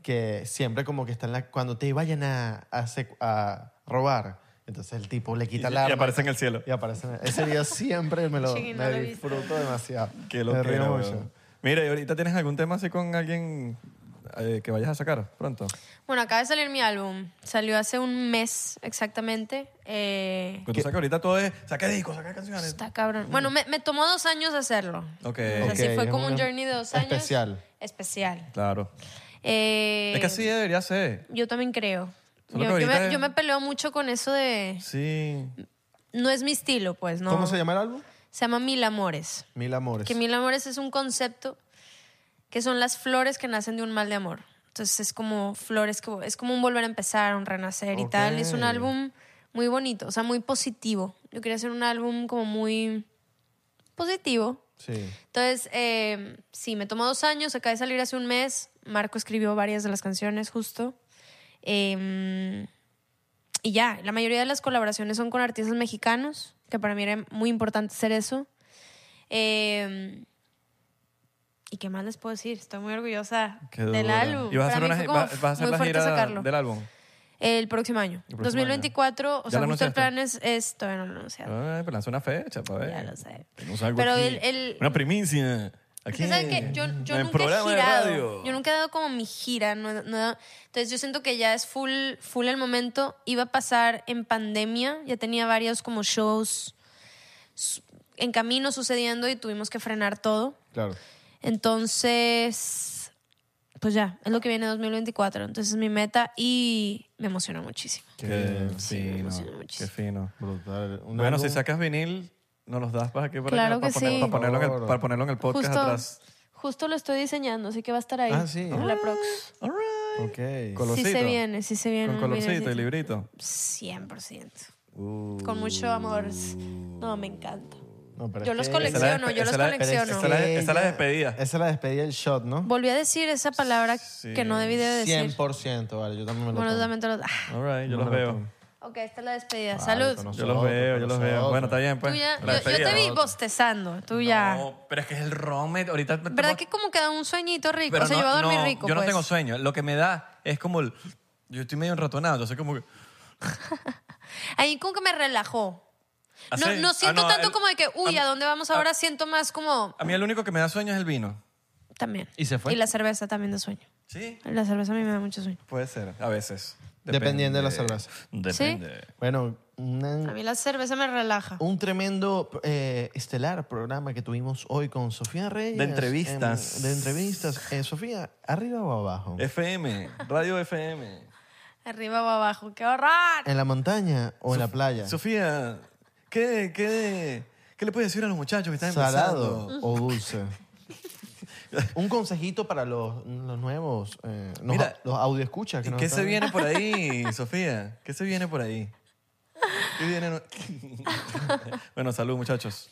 D: que siempre como que está en la, cuando te vayan a, a, sec- a robar, entonces el tipo le quita
C: Y-
D: el
C: y
D: arma.
C: aparece en el cielo.
D: Y aparece en el- ese video siempre me lo,
B: Sí, no
D: me
B: lo he visto.
D: disfruto demasiado.
C: Qué
D: me
C: locura,
D: río
C: weón.
D: mucho.
C: Mira, y ahorita tienes algún tema así con alguien eh, que vayas a sacar pronto.
B: Bueno, acaba de salir mi álbum. Salió hace un mes exactamente. Eh,
C: Porque tú sabes que ahorita todo es, saca discos, saca canciones.
B: Está cabrón. Bueno, me, me tomó dos años hacerlo.
C: Ok.
B: O sea, sí
D: Ok,
B: fue
D: es
B: como un
D: una-
B: journey de dos años.
D: especial.
B: Especial.
C: Claro.
B: Eh,
C: es que así debería ser.
B: Yo también creo. Yo,
C: Solo que
B: yo
C: ahorita
B: me,
C: es-
B: yo me peleo mucho con eso de...
C: Sí.
B: No es mi estilo, pues, ¿no?
D: ¿Cómo se llama el álbum?
B: Se llama Mil Amores.
D: Mil Amores.
B: Que Mil Amores es un concepto que son las flores que nacen de un mal de amor. Entonces es como flores que... Es como un volver a empezar, un renacer y tal. Es un
D: Ok.
B: álbum muy bonito, o sea, muy positivo. Yo quería hacer un álbum como muy positivo.
D: Sí.
B: Entonces, eh, sí, me tomó dos años, acaba de salir hace un mes. Marco escribió varias de las canciones, justo. Eh, y ya, la mayoría de las colaboraciones son con artistas mexicanos, que para mí era muy importante hacer eso. Eh, ¿Y qué más les puedo decir? Estoy muy orgullosa
C: Qué
B: del
C: duro.
B: álbum.
C: ¿Y vas a
B: Para
C: hacer,
B: mí
C: una,
B: fue
C: gi-
B: como
C: va- vas a hacer
B: muy
C: la
B: fuerte
C: gira
B: sacarlo.
C: del álbum?
B: El próximo año.
C: El próximo
B: 2024,
C: año.
B: o
C: ¿Ya
B: sea,
C: lo
B: justo el
C: anunciaste?
B: plan es, es- todavía no lo he anunciado.
C: Ah, pero lanza una fecha, para ver.
B: Ya lo sé.
C: Tenemos algo
B: Pero
C: aquí.
B: el- el-
C: Una primicia.
B: Porque
C: Aquí.
B: saben que yo, yo
C: en el
B: nunca
C: programa
B: he
C: de
B: girado.
C: radio.
B: Yo nunca he dado como mi gira. no he- no he dado- entonces yo siento que ya es full, full el momento. Iba a pasar en pandemia. Ya tenía varios como shows su- en camino sucediendo y tuvimos que frenar todo.
D: Claro.
B: Entonces, pues ya, es lo que viene 2024. Entonces es mi meta y me emociona muchísimo.
C: Qué
B: Sí, me
C: fino.
B: emociona muchísimo.
C: Qué fino.
D: Brutal. Un
C: Bueno, si
D: álbum-
C: sacas vinil, nos los das para aquí para,
B: Claro
C: para
B: que
C: poner-
B: sí.
C: para ponerlo, en el,
D: Claro.
C: para ponerlo en el podcast
B: Justo,
C: atrás.
B: justo lo estoy diseñando, así que va a estar ahí.
D: Ah, sí.
B: en la prox.
C: All right.
D: Ok.
B: Sí
C: Colorcito.
B: se viene, sí se viene.
C: Con
B: un
C: colorcito y
B: videocito.
C: librito.
B: 100%. Con mucho amor. No, me encanta.
D: No, pero
B: Yo
D: es
B: los
D: que-
B: colecciono.
C: Esa es la-
B: yo
C: esa
B: los
C: es la-
D: pero
B: colecciono.
C: Esa es la-
D: que
C: esa es la
D: ella-
C: despedida.
D: Esa es la despedida del shot, ¿no?
B: Volví a decir esa palabra que no debí de decir.
D: 100%, vale, yo también me lo
B: Bueno,
D: tomo.
B: también te lo- ah.
C: All right, yo los
D: Bueno,
C: veo.
B: Ok, esta es la despedida.
D: Vale, con
B: Salud.
C: Yo
D: nosotros,
C: los veo,
D: con
C: yo los veo.
D: nosotros.
C: Ah, Bueno, está bien,
B: Tú
C: pues.
B: ya-
C: La
B: yo, yo
C: despedida.
B: te vi bostezando. Tú ya.
C: No, pero es que es el ron. eh, Ahorita me
B: ¿Verdad
C: tomo-
B: que como queda un sueñito rico?
C: pero
B: o sea,
C: no-
B: yo voy a dormir
C: no,
B: rico.
C: Yo no
B: pues.
C: tengo sueño. Lo que me da es como el. Yo estoy medio enratonado. Yo sé como que.
B: Ahí como que me relajó.
C: ¿Ah,
B: No,
C: sí?
B: no
C: Ah,
B: siento
C: no,
B: tanto
C: el-
B: como de que, uy,
C: a-
B: ¿a dónde vamos ahora? siento más como.
C: A mí el único que me da sueño es el vino.
B: También.
C: ¿Y se fue?
B: Y la cerveza también de sueño.
C: Sí.
B: La cerveza a mí me da mucho sueño.
C: Puede ser, a veces.
D: Dependiendo de la cerveza.
C: Depende.
D: Bueno, una-
C: Mm.
B: A mí la cerveza me relaja.
C: Uh.
D: un tremendo eh, estelar programa que tuvimos hoy con Sofía Reyes.
C: De entrevistas.
D: En- de entrevistas. Eh, Sofía, ¿arriba o abajo?
C: FM, Radio FM.
B: Arriba o abajo. ¡Qué
C: Eh.
B: horror!
D: ¿En la montaña o en la playa?
C: Sofía, ¿qué, qué, ¿qué le puedes decir a los muchachos que están
D: ¿Salado
C: empezando?
D: o dulce? un consejito para los, los nuevos, eh, los,
C: Mira,
D: los audioescuchas. Que nos
C: ¿Qué
D: están
C: se
D: viendo.
C: viene por ahí,
D: <laughs>
C: Sofía? ¿Qué se viene por ahí? ¿Qué viene? no- <laughs> bueno, salud, muchachos.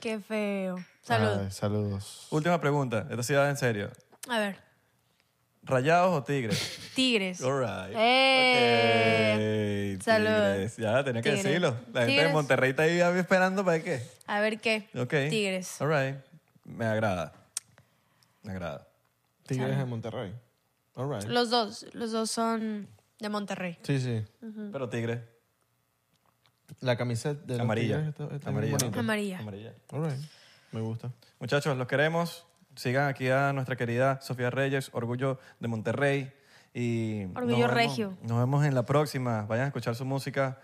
B: Qué feo. Salud.
D: Ay, saludos.
C: Última pregunta. Esta sí va en serio.
B: A ver.
C: ¿Rayados o <laughs> tigres?
B: Tigres.
C: All right.
B: ¡Eh!
C: Ok,
B: Salud.
C: Tigres. Ya, tenía que
B: Tigres.
C: decirlo. La gente de
B: Tigres.
C: Monterrey está ahí esperando para qué.
B: A ver qué.
C: Ok.
B: Tigres.
C: All right. Me agrada. Me agrada.
D: Tigres de Monterrey. All right.
B: Los dos. Los dos son de Monterrey.
D: Sí, sí.
C: Pero tigres.
D: La camiseta de los
C: Amarilla.
D: Tigres está- está muy
C: Amarilla.
D: bonita.
B: Amarilla.
C: Amarilla.
D: All right. Me gusta.
C: Muchachos, los queremos. Sigan aquí a nuestra querida Sofía Reyes, Orgullo de Monterrey. Y
B: Orgullo
C: nos vemos-
B: regio.
C: Nos vemos en la próxima. Vayan a escuchar su música.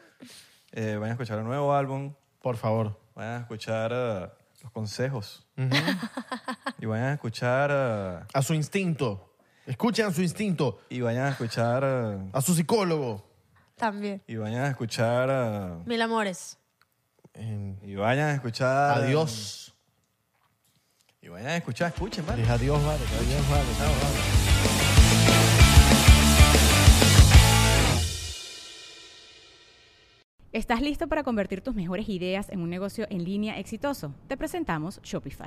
C: eh, vayan a escuchar el nuevo álbum.
D: Por favor.
C: Vayan a escuchar eh, los consejos. <laughs> y vayan a escuchar. eh,
D: A su instinto. Escuchen a su instinto.
C: y vayan a escuchar. eh,
D: A su psicólogo.
B: También.
C: y vayan a escuchar. eh,
B: Mil amores.
D: Eh,
C: y vayan a escuchar. eh,
D: adiós.
C: Y vayan a escuchar, escuchen, vale.
D: Dije, adiós, vale. Adiós, vale. Chao, vale.
E: ¿Estás listo para convertir tus mejores ideas en un negocio en línea exitoso? Te presentamos Shopify.